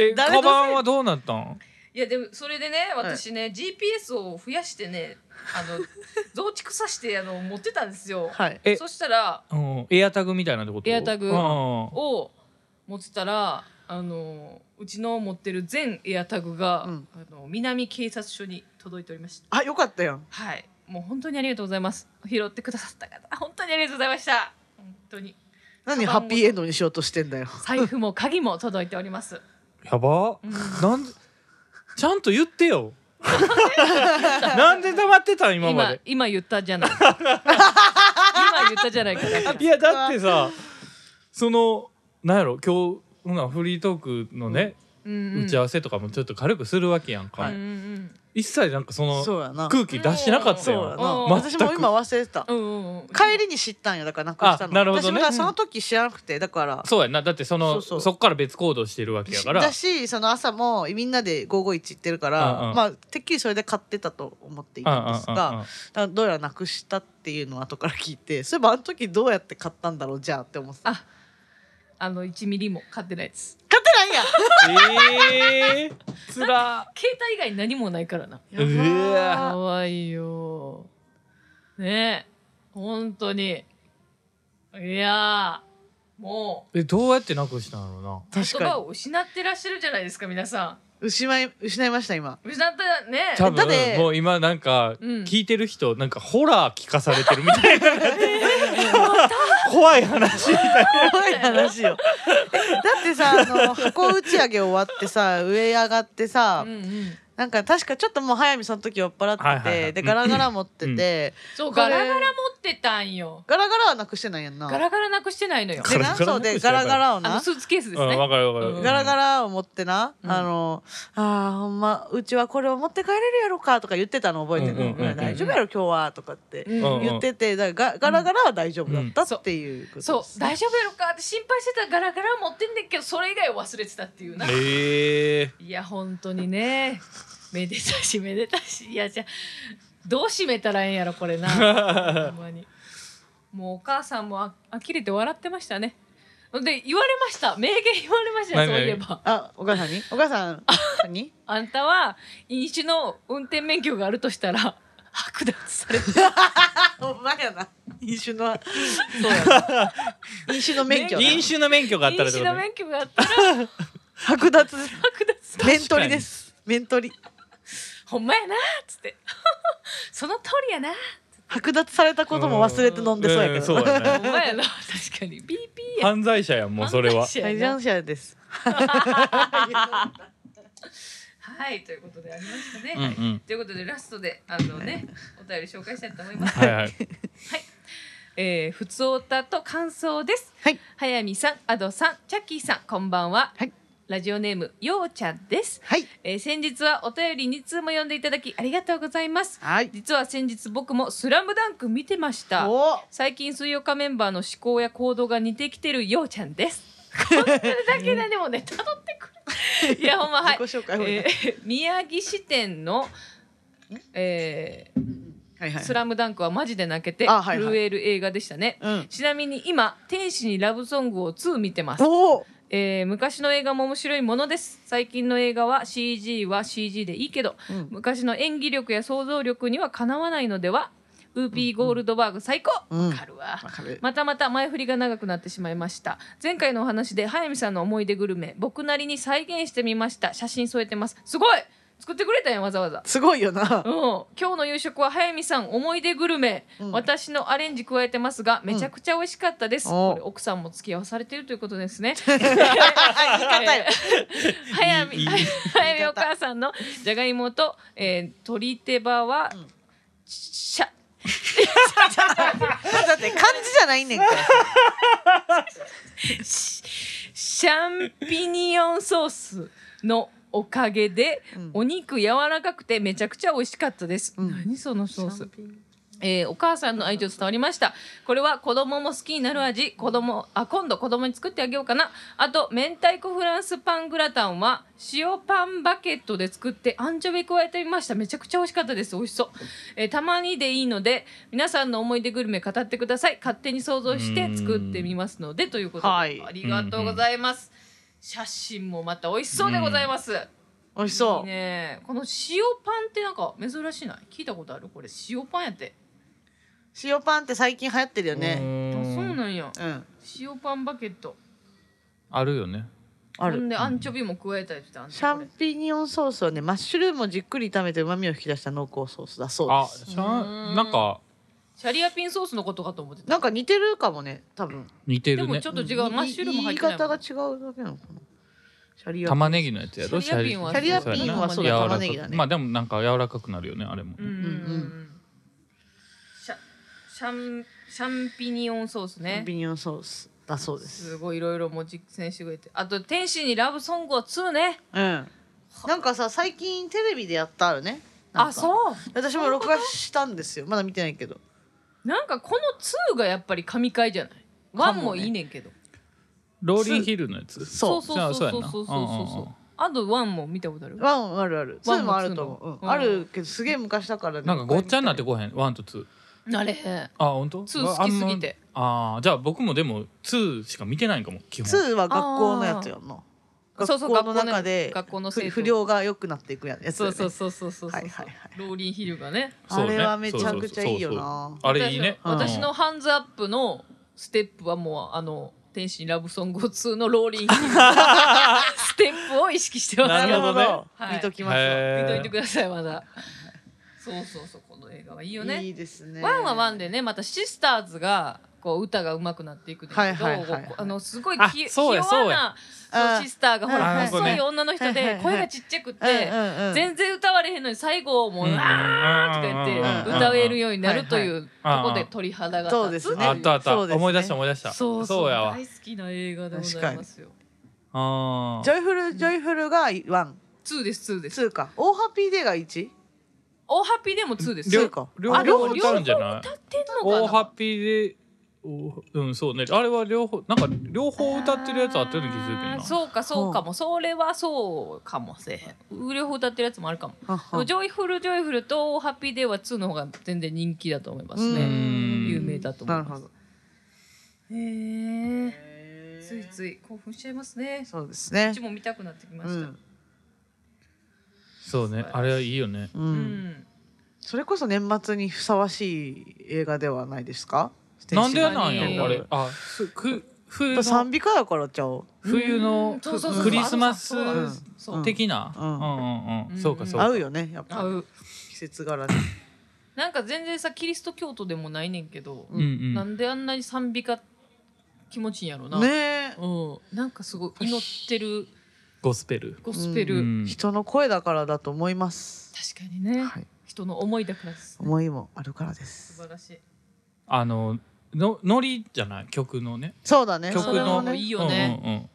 [SPEAKER 2] ええ
[SPEAKER 1] 誰のせ
[SPEAKER 2] カ
[SPEAKER 1] い
[SPEAKER 2] バンはどうなったん
[SPEAKER 3] いやでもそれでね
[SPEAKER 1] い
[SPEAKER 3] 私ね、GPS を増やしてねあの増築させてあの持ってたんですよ。
[SPEAKER 1] はい
[SPEAKER 2] え
[SPEAKER 3] そしたら
[SPEAKER 2] うんエアタグみたいなってこと
[SPEAKER 3] エアタグ
[SPEAKER 2] うん
[SPEAKER 3] を持ってたらあのうちの持ってる全エアタグが、
[SPEAKER 1] うん
[SPEAKER 3] あの南警察署に届いておりました
[SPEAKER 1] あよかったよ
[SPEAKER 3] はいもう本当にありがとうございます拾ってくださった方本当にありがとうございました本当に
[SPEAKER 1] 何
[SPEAKER 3] カ
[SPEAKER 1] ハ
[SPEAKER 3] バンも
[SPEAKER 1] ッピーエンドにしようとしてんだよ
[SPEAKER 3] 財布も鍵も届いております
[SPEAKER 2] やば
[SPEAKER 3] うん
[SPEAKER 2] なんでちゃんと言っ
[SPEAKER 1] *laughs*
[SPEAKER 2] てよなんで黙ってたん今ま
[SPEAKER 3] 今
[SPEAKER 2] で
[SPEAKER 3] 今言ったじゃない今言ったじゃないかだから
[SPEAKER 2] いやだってさそのなんやろ今日ほなフリートークのね、
[SPEAKER 3] うんうん
[SPEAKER 2] 打ち合わせとかもちょっと軽くするわけやんか、
[SPEAKER 1] は
[SPEAKER 3] うんうん
[SPEAKER 2] 一切なんかその
[SPEAKER 1] そうやな
[SPEAKER 2] 空気出してなかった
[SPEAKER 1] そう
[SPEAKER 2] や
[SPEAKER 1] や
[SPEAKER 2] ん
[SPEAKER 1] な
[SPEAKER 2] 全
[SPEAKER 1] 私
[SPEAKER 2] く
[SPEAKER 1] も今忘れてた
[SPEAKER 3] うんうんうん
[SPEAKER 1] 帰りに知ったんよだからなくした
[SPEAKER 2] あ
[SPEAKER 1] の
[SPEAKER 2] なるほどね
[SPEAKER 1] 私もだからその時知らなくてだから
[SPEAKER 2] そうやんなだってその
[SPEAKER 1] そう
[SPEAKER 2] そ
[SPEAKER 1] そう
[SPEAKER 2] っから別行動してるわけやから
[SPEAKER 1] だしその朝もみんなで551行ってるから、
[SPEAKER 2] うんうん
[SPEAKER 1] まあてっきりそれで買ってたと思ってい
[SPEAKER 2] うんう
[SPEAKER 1] た
[SPEAKER 2] んうんうん
[SPEAKER 1] んですが、だからどうやらなくしたっていうのを後から聞いてそういえばあの時どうやって買ったんだろうじゃあって思ってた
[SPEAKER 3] ああの1ミリも買ってないです
[SPEAKER 1] 買って
[SPEAKER 2] えー、つら
[SPEAKER 3] 携帯以外何もないからな
[SPEAKER 1] ないんや
[SPEAKER 2] う
[SPEAKER 1] や
[SPEAKER 3] か
[SPEAKER 1] ばー
[SPEAKER 3] わいいよねえ本当にいやーも
[SPEAKER 2] えどうやってなくしたんやろうな
[SPEAKER 3] う言
[SPEAKER 1] 確か
[SPEAKER 3] 葉
[SPEAKER 1] に
[SPEAKER 3] を失ってらっしゃるじゃないですか皆さ
[SPEAKER 1] 失い失いました
[SPEAKER 2] *laughs*
[SPEAKER 1] 今
[SPEAKER 3] ん失ったね
[SPEAKER 2] 多
[SPEAKER 1] だ
[SPEAKER 2] 分
[SPEAKER 1] って
[SPEAKER 2] もう今なんか
[SPEAKER 3] うん
[SPEAKER 2] 聞いてる人なんかホラー聞かされてるみたいな怖い話みたい
[SPEAKER 1] 怖い話よえだってさあの箱打ち上げ終わってさ上上がってさ、
[SPEAKER 3] うんうん
[SPEAKER 1] なんか確かちょっともう早見さんの時酔っ払ってて、
[SPEAKER 2] はいはいはい
[SPEAKER 1] でガラガラ持ってて、
[SPEAKER 3] そう
[SPEAKER 1] これ
[SPEAKER 3] ガラガラ持ってたんよ
[SPEAKER 1] ガラガラはなくしてないやんな。
[SPEAKER 3] ガラガラなくしてないのよ
[SPEAKER 1] でな
[SPEAKER 2] ガラガラ
[SPEAKER 1] そうで
[SPEAKER 2] なくして
[SPEAKER 1] ガ
[SPEAKER 2] な
[SPEAKER 1] ラ
[SPEAKER 2] い
[SPEAKER 1] ガラを
[SPEAKER 3] あの
[SPEAKER 1] な
[SPEAKER 3] スーツケースです
[SPEAKER 2] うん、
[SPEAKER 3] ね
[SPEAKER 2] わかるわかる、
[SPEAKER 3] うん
[SPEAKER 1] ガラガラを持ってな、
[SPEAKER 3] うん
[SPEAKER 1] あの「あーほんまうちはこれを持って帰れるやろか」とか言ってたの覚えてるの、
[SPEAKER 2] うんうんうんうん
[SPEAKER 1] 大丈夫やろ今日は」とかって
[SPEAKER 3] うん
[SPEAKER 2] うん
[SPEAKER 1] 言っててだからガガラガラは大丈夫だったっていうことです
[SPEAKER 3] そう大丈夫やろかって心配してたガラガラ持ってんだけどそれ以外を忘れてたっていうな
[SPEAKER 2] ええ
[SPEAKER 3] いや本当にねめでたしめでたしいやじゃあどう締めたらええんやろこれなほんまにもうお母さんもあ呆れて笑ってましたねで言われました名言言われましたよそ
[SPEAKER 2] 何
[SPEAKER 3] う
[SPEAKER 2] 々
[SPEAKER 3] いえば
[SPEAKER 1] あお母さんにお母さんに
[SPEAKER 3] あんたは飲酒の運転免許があるとしたら剥奪されて
[SPEAKER 1] ほんまやな飲酒の飲酒の免許
[SPEAKER 2] 飲酒の免許があった
[SPEAKER 3] 飲
[SPEAKER 2] らって
[SPEAKER 3] 酒
[SPEAKER 2] こと
[SPEAKER 3] の
[SPEAKER 2] ね
[SPEAKER 3] 免許があったら *laughs*
[SPEAKER 1] 剥
[SPEAKER 3] 剥奪
[SPEAKER 1] 奪面
[SPEAKER 2] かに
[SPEAKER 1] 取りです面取り
[SPEAKER 3] ほんまやなっつって *laughs* その通りやな
[SPEAKER 1] 剥奪されたことも忘れて飲んでそうやけ
[SPEAKER 2] うん
[SPEAKER 1] ど
[SPEAKER 2] そうだね
[SPEAKER 3] ほんまやな確かにピーピーや
[SPEAKER 2] 犯罪者やんもうそれは
[SPEAKER 3] 犯罪者
[SPEAKER 1] 大
[SPEAKER 3] やな
[SPEAKER 1] 丈夫者です
[SPEAKER 3] はいということでありましたね、
[SPEAKER 2] うんうん
[SPEAKER 3] ということでラストであのねお便り紹介したいと思います。
[SPEAKER 2] はいはい
[SPEAKER 3] えー、ふつおたと感想です。
[SPEAKER 1] はい
[SPEAKER 3] 早見さん、アドさん、チャッキーさん、こんばんは。
[SPEAKER 1] はい
[SPEAKER 3] ラジオネームようちゃんです。
[SPEAKER 1] はい
[SPEAKER 3] えー、先日はお便り2通も読んでいただきありがとうございます。
[SPEAKER 1] はい
[SPEAKER 3] 実は先日僕もスラムダンク見てました。
[SPEAKER 1] お
[SPEAKER 3] 最近水曜日メンバーの思考や行動が似てきてるようちゃんです。これだけだねもうね辿ってくる。いやほんまはい
[SPEAKER 1] 自。己紹介を、
[SPEAKER 3] えー *laughs* 宮城支店の、えー
[SPEAKER 1] はいはい
[SPEAKER 3] スラムダンクはマジで泣けて
[SPEAKER 1] あはいはい
[SPEAKER 3] 震える映画でしたね。
[SPEAKER 1] うん
[SPEAKER 3] ちなみに今天使にラブソングを2見てます、
[SPEAKER 1] おお
[SPEAKER 3] えー昔の映画も面白いものです最近の映画は CG は CG でいいけど
[SPEAKER 1] うん
[SPEAKER 3] 昔の演技力や想像力にはかなわないのではウーピーゴールドバーグ最高、
[SPEAKER 1] うん
[SPEAKER 3] わかるわ
[SPEAKER 1] わかる
[SPEAKER 3] またまた前振りが長くなってしまいました前回のお話で早見さんの思い出グルメ僕なりに再現してみました写真添えてますすごい作ってくれたやんわざわざ
[SPEAKER 1] すごいよな
[SPEAKER 3] うん、今日の夕食は早見さん思い出グルメ、
[SPEAKER 1] うん
[SPEAKER 3] 私のアレンジ加えてますがめちゃくちゃ美味しかったです、
[SPEAKER 1] お
[SPEAKER 3] これ奥さんも付き合わされているということですね
[SPEAKER 1] あ
[SPEAKER 3] *laughs*
[SPEAKER 1] 言い方よ
[SPEAKER 3] 早見
[SPEAKER 2] い
[SPEAKER 3] *laughs*
[SPEAKER 2] い
[SPEAKER 3] 早見お母さんのじゃがいもと、えー、鶏手羽は、
[SPEAKER 1] ん
[SPEAKER 3] しゃ
[SPEAKER 1] *laughs* まずだって漢字じゃない
[SPEAKER 3] *laughs*
[SPEAKER 1] ねんから
[SPEAKER 3] し *laughs* シャンピニオンソースのおかげで、
[SPEAKER 1] うん
[SPEAKER 3] お肉柔らかくてめちゃくちゃ美味しかったです、
[SPEAKER 1] うん
[SPEAKER 3] 何そのソースえーお母さんの愛情伝わりましたこれは子供も好きになる味子供あ今度子供に作ってあげようかなあと明太子フランスパングラタンは塩パンバケットで作ってアンチョビ加えてみましためちゃくちゃ美味しかったです美味しそう、えーたまにでいいので皆さんの思い出グルメ語ってください勝手に想像して作ってみますのでということで、
[SPEAKER 1] はい
[SPEAKER 3] ありがとうございます、写真もまた美味しそうでございます、
[SPEAKER 1] 美味しそ
[SPEAKER 3] いういねこの塩パンってなんか珍しいない聞いたことあるこれ塩パンやって
[SPEAKER 1] 塩パンって最近流行ってるよね
[SPEAKER 3] あ
[SPEAKER 2] うーん
[SPEAKER 3] そうなんや
[SPEAKER 1] うん
[SPEAKER 3] 塩パンバケット
[SPEAKER 2] あるよね
[SPEAKER 1] あ
[SPEAKER 3] ほん
[SPEAKER 1] る
[SPEAKER 3] でアンチョビも加えたりしてあん
[SPEAKER 1] シ
[SPEAKER 3] た
[SPEAKER 1] ャ
[SPEAKER 3] これ
[SPEAKER 1] ンピニオンソースはねマッシュルームをじっくり炒めて旨味を引き出した濃厚ソースだそう
[SPEAKER 2] あ
[SPEAKER 1] です
[SPEAKER 2] しゃんなんか
[SPEAKER 3] シャリアピンソースのことかと思ってた
[SPEAKER 1] なんか似てるかもね多分
[SPEAKER 2] 似て
[SPEAKER 3] で
[SPEAKER 2] る
[SPEAKER 3] も
[SPEAKER 2] ね
[SPEAKER 3] ちょっと違う、
[SPEAKER 1] ん
[SPEAKER 3] マッシュルーム入ってな
[SPEAKER 1] 言
[SPEAKER 3] い
[SPEAKER 1] い方
[SPEAKER 3] も
[SPEAKER 1] が違
[SPEAKER 3] ん
[SPEAKER 1] うだけなのかなシャリア
[SPEAKER 2] 玉ねぎのやつやろ
[SPEAKER 3] シャリアピンは
[SPEAKER 1] シャリアピンはそうだ
[SPEAKER 2] 柔らか
[SPEAKER 1] 玉ねぎだね
[SPEAKER 2] まあでもなんか柔らかくなるよねあれも
[SPEAKER 3] うんうんうん
[SPEAKER 1] うんう
[SPEAKER 3] シャシャンシャンピニオンソース
[SPEAKER 1] シャ
[SPEAKER 3] ね
[SPEAKER 1] ンピニオンソースだそうです
[SPEAKER 3] すごいいろいろもう実践してくれてあと「天使にラブソングを2ね
[SPEAKER 1] うんなんかさ最近テレビでやったあるね
[SPEAKER 3] あ
[SPEAKER 1] う
[SPEAKER 3] そう
[SPEAKER 1] 私も録画したんですよまだ見てないけど
[SPEAKER 3] なんかこの2がやっぱり神回じゃない
[SPEAKER 1] かもね
[SPEAKER 3] 1もいいねんけど
[SPEAKER 2] ローリンヒルのやつ
[SPEAKER 1] そ
[SPEAKER 3] そううそうそうそうそうそう
[SPEAKER 2] じゃあそうやなうんうんうん
[SPEAKER 3] そうあと1も見たことある
[SPEAKER 1] ワンもあるあるツ
[SPEAKER 3] ワ
[SPEAKER 1] ー
[SPEAKER 3] ンも
[SPEAKER 1] もあると思う、
[SPEAKER 3] ツーも
[SPEAKER 1] うんあるけどすげえ昔だからね
[SPEAKER 2] なんかごっちゃになってこうへんワンとツー
[SPEAKER 3] なれへん
[SPEAKER 2] あ本当
[SPEAKER 3] ツー好きすぎて
[SPEAKER 2] あんまあーじゃあ僕もでもツーしか見てないんかも基本
[SPEAKER 1] ツーは学校のやつやんな
[SPEAKER 3] そう
[SPEAKER 1] 学
[SPEAKER 3] そう
[SPEAKER 1] 校の中で
[SPEAKER 3] 学校の
[SPEAKER 1] ふ
[SPEAKER 3] 生徒
[SPEAKER 1] 不良が良くなっていくやつやつだ
[SPEAKER 3] そ
[SPEAKER 1] よね
[SPEAKER 3] うそうそうそうそうそう
[SPEAKER 1] はいはいはい
[SPEAKER 3] ローリンヒルがね
[SPEAKER 2] そうね
[SPEAKER 1] あれはめちゃくちゃいいよな
[SPEAKER 2] そうそうそうそうあれいいね
[SPEAKER 3] 私の私
[SPEAKER 2] うん
[SPEAKER 3] のハンズアップのステップはもうあの天使にラブソングを2のローリ
[SPEAKER 1] *laughs*
[SPEAKER 3] ンヒルステップを意識してます
[SPEAKER 2] なるほどね
[SPEAKER 3] はい
[SPEAKER 1] 見ときますわ
[SPEAKER 2] へー
[SPEAKER 3] 見といてくださいまだそうそうそうこの映画はいいよね
[SPEAKER 1] いいですね
[SPEAKER 3] ワンはワンでねまたシスターズがこう歌が上手くなっていくんだけど、
[SPEAKER 1] はいはいはいはい
[SPEAKER 3] こうあのすごい
[SPEAKER 2] あ
[SPEAKER 3] きひ
[SPEAKER 2] そうや
[SPEAKER 3] 弱な
[SPEAKER 1] あ
[SPEAKER 3] のシスターがほ
[SPEAKER 1] あ
[SPEAKER 3] ら
[SPEAKER 1] ー
[SPEAKER 3] 細い女の人
[SPEAKER 1] はいはい
[SPEAKER 3] で
[SPEAKER 1] はい
[SPEAKER 3] 声がちっちゃく
[SPEAKER 1] うん
[SPEAKER 3] て
[SPEAKER 1] うんうん
[SPEAKER 3] 全然歌われへんのに最後もう「あー」とか言って歌えるようになるというとこで鳥肌が立つ
[SPEAKER 1] そうですね
[SPEAKER 2] あったあった、
[SPEAKER 1] そうですね
[SPEAKER 2] 思い出した思い出した
[SPEAKER 3] そう
[SPEAKER 2] そ
[SPEAKER 3] そうう
[SPEAKER 2] やわ
[SPEAKER 3] 大好きな映画でございますよ
[SPEAKER 2] あ
[SPEAKER 1] ジョイフルジョイフルが1
[SPEAKER 3] 2です2です
[SPEAKER 1] 2かオーハピーデーが 1?
[SPEAKER 3] オーハピでも2です
[SPEAKER 2] 両
[SPEAKER 1] 2か
[SPEAKER 2] 両
[SPEAKER 1] あ両
[SPEAKER 2] 方
[SPEAKER 1] 方
[SPEAKER 2] 歌うんじゃない
[SPEAKER 3] 歌ってんのか
[SPEAKER 2] 大
[SPEAKER 3] な
[SPEAKER 2] ハッピーでおうんそうねあれは両方なんか両方歌ってるやつあったような気づいてる
[SPEAKER 3] あー
[SPEAKER 2] な
[SPEAKER 3] そうかそうかもそれはそうかもせえへん両方歌ってるやつもあるかも
[SPEAKER 1] は
[SPEAKER 3] で
[SPEAKER 1] は
[SPEAKER 3] もジョイフルジョイフルとハッピーデーは2の方が全然人気だと思います
[SPEAKER 1] う
[SPEAKER 3] ね
[SPEAKER 1] ん
[SPEAKER 3] 有名だと思
[SPEAKER 1] ないる
[SPEAKER 3] ま
[SPEAKER 1] ほ
[SPEAKER 3] す
[SPEAKER 1] ど
[SPEAKER 3] へえついつい興奮しちゃいますね
[SPEAKER 1] そうです
[SPEAKER 3] こ
[SPEAKER 1] ね
[SPEAKER 3] っちも見たくなってきま
[SPEAKER 1] う
[SPEAKER 3] した
[SPEAKER 1] ん、
[SPEAKER 2] そうねあれはいいよね
[SPEAKER 1] う、
[SPEAKER 3] うんん
[SPEAKER 1] それこそ年末にふさわしい映画ではないですか
[SPEAKER 2] なんで
[SPEAKER 1] や
[SPEAKER 2] なんやあ
[SPEAKER 1] や
[SPEAKER 2] れ
[SPEAKER 1] っ
[SPEAKER 2] あすく冬
[SPEAKER 1] ぱ
[SPEAKER 2] の
[SPEAKER 1] 賛美歌やからちゃう
[SPEAKER 2] 冬の
[SPEAKER 3] そうそうそう
[SPEAKER 2] クリスマス
[SPEAKER 3] そうなんですそう
[SPEAKER 1] うん
[SPEAKER 2] 的な
[SPEAKER 1] う
[SPEAKER 2] うんんうん
[SPEAKER 3] う
[SPEAKER 2] うんんそうかそう
[SPEAKER 1] 合う
[SPEAKER 2] か
[SPEAKER 1] よねやっぱ
[SPEAKER 3] 合う
[SPEAKER 1] 季節柄に
[SPEAKER 3] なんか全然さキリスト教徒でもないねんけど、
[SPEAKER 2] うんうん
[SPEAKER 3] なんであんなに賛美歌気持ちいいんやろな、
[SPEAKER 1] ね
[SPEAKER 3] うん、なんかすごい祈ってる
[SPEAKER 2] ゴスペル
[SPEAKER 3] ゴスペル、
[SPEAKER 2] うん
[SPEAKER 1] え人の声だからだと思います、
[SPEAKER 3] 確かにね、
[SPEAKER 1] はい、
[SPEAKER 3] 人の思いだからです
[SPEAKER 1] 思いもあるからで
[SPEAKER 3] 素
[SPEAKER 1] す
[SPEAKER 3] 晴らしい
[SPEAKER 2] あののノリじゃない曲のね
[SPEAKER 1] そうだね
[SPEAKER 2] 曲
[SPEAKER 1] それ
[SPEAKER 2] の
[SPEAKER 1] も
[SPEAKER 3] それもい
[SPEAKER 1] ね
[SPEAKER 3] いよね
[SPEAKER 2] うんうんうん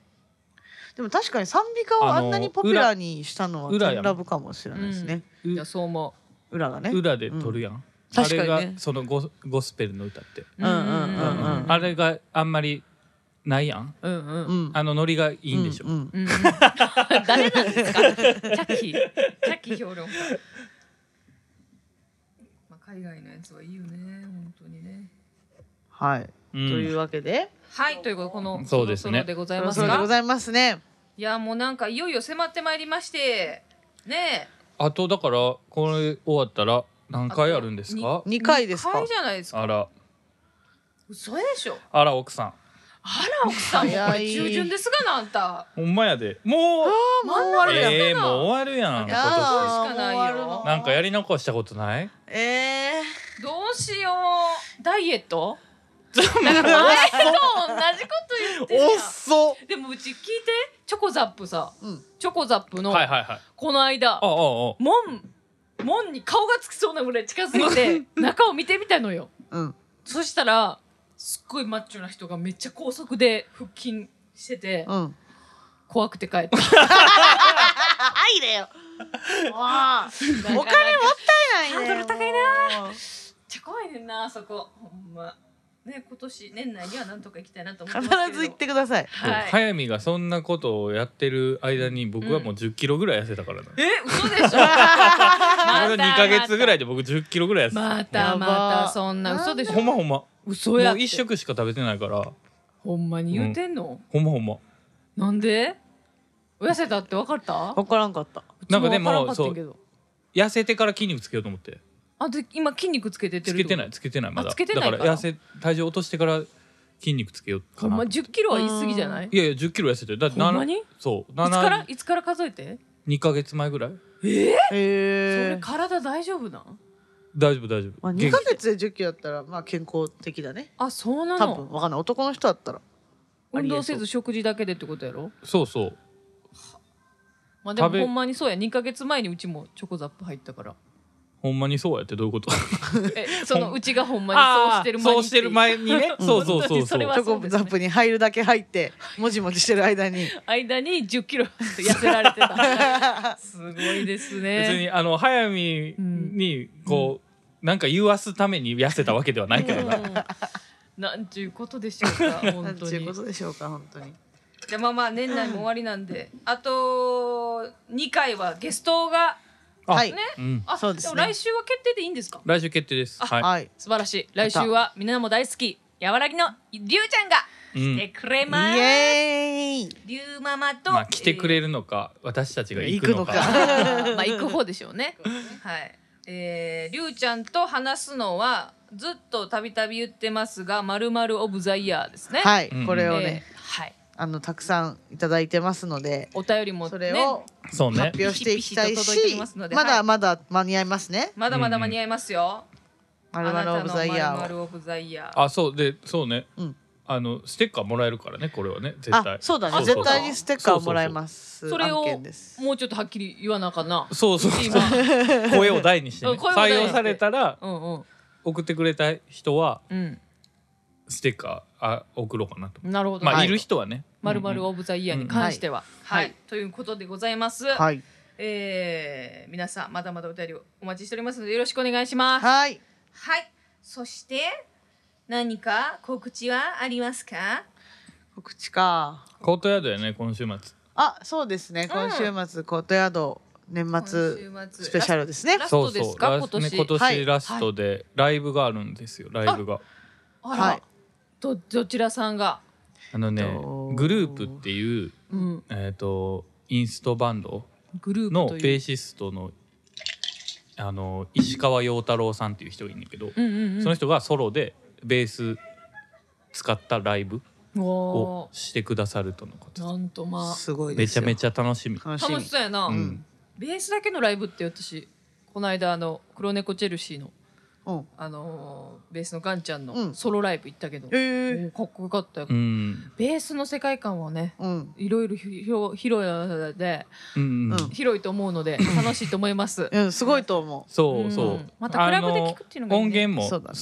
[SPEAKER 1] でも確かに賛美歌をあんなにポピュラーにしたのは
[SPEAKER 2] 裏
[SPEAKER 1] 天
[SPEAKER 2] 裏やもん
[SPEAKER 1] ラブかもしれないですね、
[SPEAKER 3] いやそう思
[SPEAKER 1] 裏がね
[SPEAKER 2] 裏で撮るやん、あ
[SPEAKER 1] 確か
[SPEAKER 2] れ
[SPEAKER 1] にね
[SPEAKER 2] がそのゴゴスペルの歌って、
[SPEAKER 3] う
[SPEAKER 1] うんうんうん
[SPEAKER 2] うんうんあれがあんまりないやん
[SPEAKER 3] うんうん
[SPEAKER 1] う
[SPEAKER 3] うん
[SPEAKER 1] ん
[SPEAKER 2] あのノリがいいんでしょ、
[SPEAKER 1] うんうん
[SPEAKER 3] うん誰なんですかチャッキーチャッキー評論家、まあ、海外のやつはいいよね本当にね
[SPEAKER 1] はい、
[SPEAKER 2] うん
[SPEAKER 1] というわけで
[SPEAKER 3] はいということでこの
[SPEAKER 2] そうですね
[SPEAKER 3] ろろでござ
[SPEAKER 1] そ
[SPEAKER 3] い
[SPEAKER 1] ろ
[SPEAKER 3] ます
[SPEAKER 1] そろで
[SPEAKER 3] が
[SPEAKER 1] ございますね
[SPEAKER 3] いやもうなんかいよいよ迫ってまいりましてねえ
[SPEAKER 2] あとだからこれ終わったら何回あるんですか
[SPEAKER 1] 2回ですか
[SPEAKER 3] 回じゃないですか
[SPEAKER 2] あら
[SPEAKER 3] 嘘でしょ
[SPEAKER 2] あら奥さん
[SPEAKER 3] あら奥さんもこ
[SPEAKER 1] 早
[SPEAKER 3] れ
[SPEAKER 1] い
[SPEAKER 3] 従順ですがなあんた
[SPEAKER 2] ほんまやでもう
[SPEAKER 1] あもう終わるやん、
[SPEAKER 2] えー、もう終わるやん
[SPEAKER 1] やだ
[SPEAKER 2] 今
[SPEAKER 3] しかな
[SPEAKER 1] もう終
[SPEAKER 3] いよ
[SPEAKER 1] わるの
[SPEAKER 2] 年なんかやり残したことない
[SPEAKER 1] え
[SPEAKER 3] どうしようダイエット
[SPEAKER 1] ー、
[SPEAKER 3] 前と同じこと言ってる
[SPEAKER 1] おっ
[SPEAKER 3] や
[SPEAKER 1] そ
[SPEAKER 3] んでもうち聞いてチョコザップさ
[SPEAKER 1] うん
[SPEAKER 3] チョコザップの
[SPEAKER 2] はいはいはい
[SPEAKER 3] この間
[SPEAKER 2] あああ
[SPEAKER 3] 門門に顔がつきそうなぐらい近づいて中を見てみたのよ
[SPEAKER 1] うん
[SPEAKER 3] そしたらすっごいマッチョな人がめっちゃ高速で腹筋してて
[SPEAKER 1] うん
[SPEAKER 3] 怖くて帰った
[SPEAKER 1] はいだよ *laughs* わあ
[SPEAKER 3] お
[SPEAKER 1] *laughs*
[SPEAKER 3] 金
[SPEAKER 1] お金もったいないね
[SPEAKER 3] ハードル高い
[SPEAKER 1] な
[SPEAKER 3] めっちゃ怖いねんなあそこほんまね今年年内にはなんとか行きたいなと思ってますけど
[SPEAKER 1] 必ず行ってくだ
[SPEAKER 3] *laughs*
[SPEAKER 1] さい
[SPEAKER 2] あ、
[SPEAKER 3] はい
[SPEAKER 2] 早見がそんなことをやってる間に僕はもう1 0キロぐらい痩せたからな、
[SPEAKER 3] え嘘で
[SPEAKER 1] *laughs*
[SPEAKER 3] しょ
[SPEAKER 2] この2ヶ月ぐらい
[SPEAKER 3] で
[SPEAKER 2] で僕1 0キロぐらい痩せた、
[SPEAKER 3] また
[SPEAKER 1] やば
[SPEAKER 3] またそんな嘘でし
[SPEAKER 2] ほ
[SPEAKER 3] ょ
[SPEAKER 2] んまほんま
[SPEAKER 3] 嘘やっ
[SPEAKER 2] もう
[SPEAKER 3] て
[SPEAKER 2] 一食しか食べてないから
[SPEAKER 3] ほんまに言うてんの、
[SPEAKER 2] ほんまほんま
[SPEAKER 3] なんで痩せたって分かった
[SPEAKER 1] 分からんかった
[SPEAKER 2] なんかでも
[SPEAKER 3] うち分からんかってんけど
[SPEAKER 2] 痩せてから筋肉つけようと思って
[SPEAKER 3] あで今筋肉つけてて
[SPEAKER 2] つ
[SPEAKER 3] る
[SPEAKER 2] けてないいつけてないまだ
[SPEAKER 3] あつけてないから
[SPEAKER 2] だから痩せ体重落としてから筋肉つけよう
[SPEAKER 3] ほ
[SPEAKER 2] か
[SPEAKER 3] ん
[SPEAKER 2] な
[SPEAKER 3] ま
[SPEAKER 2] い
[SPEAKER 3] 10キロは言い過ぎじゃないい
[SPEAKER 2] やいや1 0キロ痩せてるだって
[SPEAKER 3] ほんまにい
[SPEAKER 2] そう
[SPEAKER 3] つから
[SPEAKER 2] 7
[SPEAKER 3] いつから数えて
[SPEAKER 2] 2ヶ月前ぐらい
[SPEAKER 3] それ
[SPEAKER 1] へえ
[SPEAKER 3] 体大丈夫なん
[SPEAKER 2] 大丈夫大丈夫
[SPEAKER 1] まあ、
[SPEAKER 2] 元
[SPEAKER 1] 2
[SPEAKER 2] 気
[SPEAKER 1] ヶ月で1 0キロだったらまあ健康的だね
[SPEAKER 3] あそうな
[SPEAKER 1] 多分
[SPEAKER 3] の
[SPEAKER 1] 分かんない男の人だったら
[SPEAKER 3] 運動せず食事だけでってことやろ
[SPEAKER 2] そうそう
[SPEAKER 3] まあでも
[SPEAKER 2] 食べ
[SPEAKER 3] ほんまにそうや2ヶ月前にうちもチョコザップ入った
[SPEAKER 2] *laughs*
[SPEAKER 3] から
[SPEAKER 2] ほんまにそうやってどういうこと
[SPEAKER 3] えそのうちがほんまにそうしてる前に
[SPEAKER 2] そうしてる前にねそうそうそう
[SPEAKER 3] そ
[SPEAKER 2] そう
[SPEAKER 3] れは
[SPEAKER 1] チョコザップに入るだけ入ってもじもじしてる間に
[SPEAKER 3] 間に10キロ痩せられて
[SPEAKER 2] *laughs*
[SPEAKER 3] たすごいですね
[SPEAKER 2] 別にあの早見にこうなんか言わすために痩せたわけではないけどな
[SPEAKER 3] うんなんちゅうことでしょうか
[SPEAKER 1] なん
[SPEAKER 3] 本当
[SPEAKER 1] ていう
[SPEAKER 3] に
[SPEAKER 1] ことでしょうか本当に
[SPEAKER 3] でまあまあ年内も終わりなんであと2回はゲストが
[SPEAKER 2] あ
[SPEAKER 1] はい、
[SPEAKER 2] うん
[SPEAKER 3] あ
[SPEAKER 1] そうですね
[SPEAKER 3] も来週は決定でいいんですか
[SPEAKER 2] 来週決定ですは
[SPEAKER 1] はい
[SPEAKER 3] 素晴らしい来週はみんなも大好きやわらぎのりゅうちゃんが
[SPEAKER 2] い
[SPEAKER 3] 来
[SPEAKER 2] う
[SPEAKER 3] て
[SPEAKER 2] ん
[SPEAKER 3] くれ
[SPEAKER 1] イ
[SPEAKER 3] ます、
[SPEAKER 1] エーイ
[SPEAKER 3] りゅうママと、
[SPEAKER 2] まあ来てく
[SPEAKER 3] る
[SPEAKER 2] れるのか私たちが
[SPEAKER 1] 行
[SPEAKER 2] 行く
[SPEAKER 1] く
[SPEAKER 2] の
[SPEAKER 1] の
[SPEAKER 2] か
[SPEAKER 1] か
[SPEAKER 3] まあ行く方でしょうね。 *laughs* はい。えー、りゅうちゃんと話すのはずっとたびたび言ってますが、まるまるオブザイヤーですね。い。
[SPEAKER 1] はい
[SPEAKER 2] うん
[SPEAKER 1] これ
[SPEAKER 3] え
[SPEAKER 1] を
[SPEAKER 3] ー
[SPEAKER 1] ね、
[SPEAKER 3] はい。
[SPEAKER 1] あのたくさんいただいてますので
[SPEAKER 3] お便りもね。
[SPEAKER 1] それを
[SPEAKER 2] そうね
[SPEAKER 1] 発表していきたい
[SPEAKER 3] ピシ
[SPEAKER 1] し
[SPEAKER 3] ピシと届いておりますので
[SPEAKER 1] ま
[SPEAKER 3] は
[SPEAKER 1] だ
[SPEAKER 3] い
[SPEAKER 1] まだ間に合いますね
[SPEAKER 3] まだまだ間に合いますよ。
[SPEAKER 1] 「まるまるオブザイ
[SPEAKER 3] あな
[SPEAKER 1] ヤー
[SPEAKER 3] たの
[SPEAKER 1] を
[SPEAKER 3] まるまるオブザイヤー。
[SPEAKER 2] あそうでそうね、
[SPEAKER 1] うん
[SPEAKER 2] あのステッカーもらえるからねこれはね絶対
[SPEAKER 1] あそうだね
[SPEAKER 3] そうそう
[SPEAKER 1] 絶対にステッカーをもらえます
[SPEAKER 3] それを
[SPEAKER 1] 案件です
[SPEAKER 3] もうちょっとはっきり言わなあかんな
[SPEAKER 2] そうそう
[SPEAKER 1] *laughs*
[SPEAKER 2] そう
[SPEAKER 3] 今
[SPEAKER 2] 声を大にして、ね、
[SPEAKER 3] うん声を大
[SPEAKER 2] 採
[SPEAKER 3] にして
[SPEAKER 2] 用されたら
[SPEAKER 3] うんうん
[SPEAKER 2] 送ってくれた人は
[SPEAKER 3] うん
[SPEAKER 2] ステッカーあ送ろうかなと
[SPEAKER 3] なるほど
[SPEAKER 2] まあ、
[SPEAKER 1] はい
[SPEAKER 2] い、る人はね
[SPEAKER 3] まるまる
[SPEAKER 2] を
[SPEAKER 3] オブザイヤーに関しては、
[SPEAKER 1] は
[SPEAKER 3] はいい、
[SPEAKER 1] はい
[SPEAKER 3] ということでございます、
[SPEAKER 1] はい
[SPEAKER 3] えー皆さんまだまだお便りをお待ちしておりますのでよろしくお願いしますはい、
[SPEAKER 1] はい
[SPEAKER 3] そして何か告知はありますか
[SPEAKER 1] 告知か
[SPEAKER 2] コートヤードやね今週末
[SPEAKER 1] あそうですね
[SPEAKER 3] う
[SPEAKER 1] 今
[SPEAKER 3] ん
[SPEAKER 1] 週末コートヤード年末
[SPEAKER 3] 今週末
[SPEAKER 1] スペシャルですね
[SPEAKER 3] ラストですか
[SPEAKER 2] ラス
[SPEAKER 3] 今年
[SPEAKER 2] ね今
[SPEAKER 1] は
[SPEAKER 2] 年
[SPEAKER 1] い
[SPEAKER 2] ラストでライブがあるんですよライブが
[SPEAKER 3] あら、
[SPEAKER 1] はい
[SPEAKER 3] どどちらさんが
[SPEAKER 2] あのね
[SPEAKER 1] えっと
[SPEAKER 2] グループっていう
[SPEAKER 3] うん
[SPEAKER 2] えっ、とインストバンド
[SPEAKER 3] グルー
[SPEAKER 2] の
[SPEAKER 3] プとい
[SPEAKER 2] ベー
[SPEAKER 3] う
[SPEAKER 2] シストのあの石川陽太郎さんっていう人がいるんだけど、
[SPEAKER 3] うんうん
[SPEAKER 2] その人がソロでベース使ったライブ
[SPEAKER 3] うん
[SPEAKER 2] を
[SPEAKER 3] お
[SPEAKER 2] してくださるとのこと
[SPEAKER 3] ー
[SPEAKER 2] で
[SPEAKER 3] なんとます
[SPEAKER 1] ごい
[SPEAKER 2] すめ
[SPEAKER 1] で
[SPEAKER 2] ち
[SPEAKER 1] す
[SPEAKER 2] ゃ
[SPEAKER 1] よ
[SPEAKER 2] めちゃ楽しみ
[SPEAKER 3] あ
[SPEAKER 1] 楽しみ
[SPEAKER 3] 楽しそうやな、
[SPEAKER 2] うん
[SPEAKER 3] ベースだけのライブって私この間あの黒猫チェルシーの
[SPEAKER 1] うん
[SPEAKER 3] あのーベースのガンちゃん
[SPEAKER 1] う
[SPEAKER 3] の
[SPEAKER 1] ん
[SPEAKER 3] ソロライブ行ったけど、
[SPEAKER 1] えー
[SPEAKER 3] おかっこよかったよ、
[SPEAKER 2] うん
[SPEAKER 3] ベースの世界観はね
[SPEAKER 1] うん
[SPEAKER 3] いろいろひ広広いので
[SPEAKER 2] うん、
[SPEAKER 1] うん
[SPEAKER 3] 広いと思うので楽しいと思います。
[SPEAKER 1] うんすごいと思
[SPEAKER 2] そううんそう、
[SPEAKER 3] またクラブで聞くっていうのがいいね
[SPEAKER 2] あの音
[SPEAKER 1] そ
[SPEAKER 2] 源
[SPEAKER 1] う
[SPEAKER 2] も
[SPEAKER 1] だ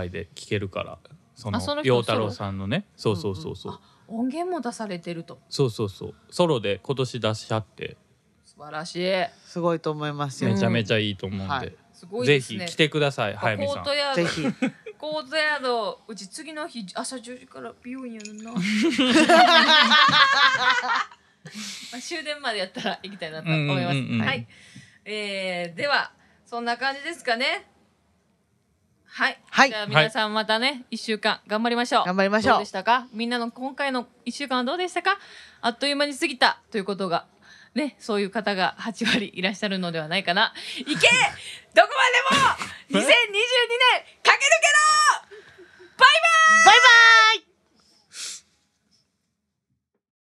[SPEAKER 1] ね
[SPEAKER 2] Spotify で聴けるからその
[SPEAKER 3] あその人
[SPEAKER 2] 陽太郎さんのねそうそうそうそう、
[SPEAKER 3] うんうん音源も出されてると
[SPEAKER 2] そうそうそうソロで今年出しちゃって
[SPEAKER 3] 素晴らしいう
[SPEAKER 1] すごいと思いますよ
[SPEAKER 2] めちゃめちゃいいと思うんで、
[SPEAKER 1] うんはい
[SPEAKER 3] すごい
[SPEAKER 2] ぜ
[SPEAKER 3] です
[SPEAKER 2] ひ
[SPEAKER 3] ね。
[SPEAKER 2] 来てください
[SPEAKER 3] やっぱ
[SPEAKER 2] 早見
[SPEAKER 3] コ
[SPEAKER 2] さ
[SPEAKER 3] ー
[SPEAKER 2] ん
[SPEAKER 3] トヤー
[SPEAKER 1] ぜ
[SPEAKER 3] ド
[SPEAKER 1] ひ
[SPEAKER 3] コートヤードうち次の日朝10時から美容院やる
[SPEAKER 2] *laughs*
[SPEAKER 3] な。まあ終電までやったら行きたいなと思います。
[SPEAKER 2] うんうんうんうん
[SPEAKER 3] はい。えー、ではそんな感じですかね。はい。
[SPEAKER 1] はい
[SPEAKER 3] じゃあ皆さんまたね一週間頑張りましょう。
[SPEAKER 1] 頑張りましょう
[SPEAKER 3] どうでしたか。みんなの今回の一週間はどうでしたか。あっという間に過ぎたということが。ね、そういう方が8割いらっしゃるのではないかな。いけど
[SPEAKER 1] *laughs*
[SPEAKER 3] こまでも !2022 年駆け抜けろバイバイ
[SPEAKER 1] バイバイ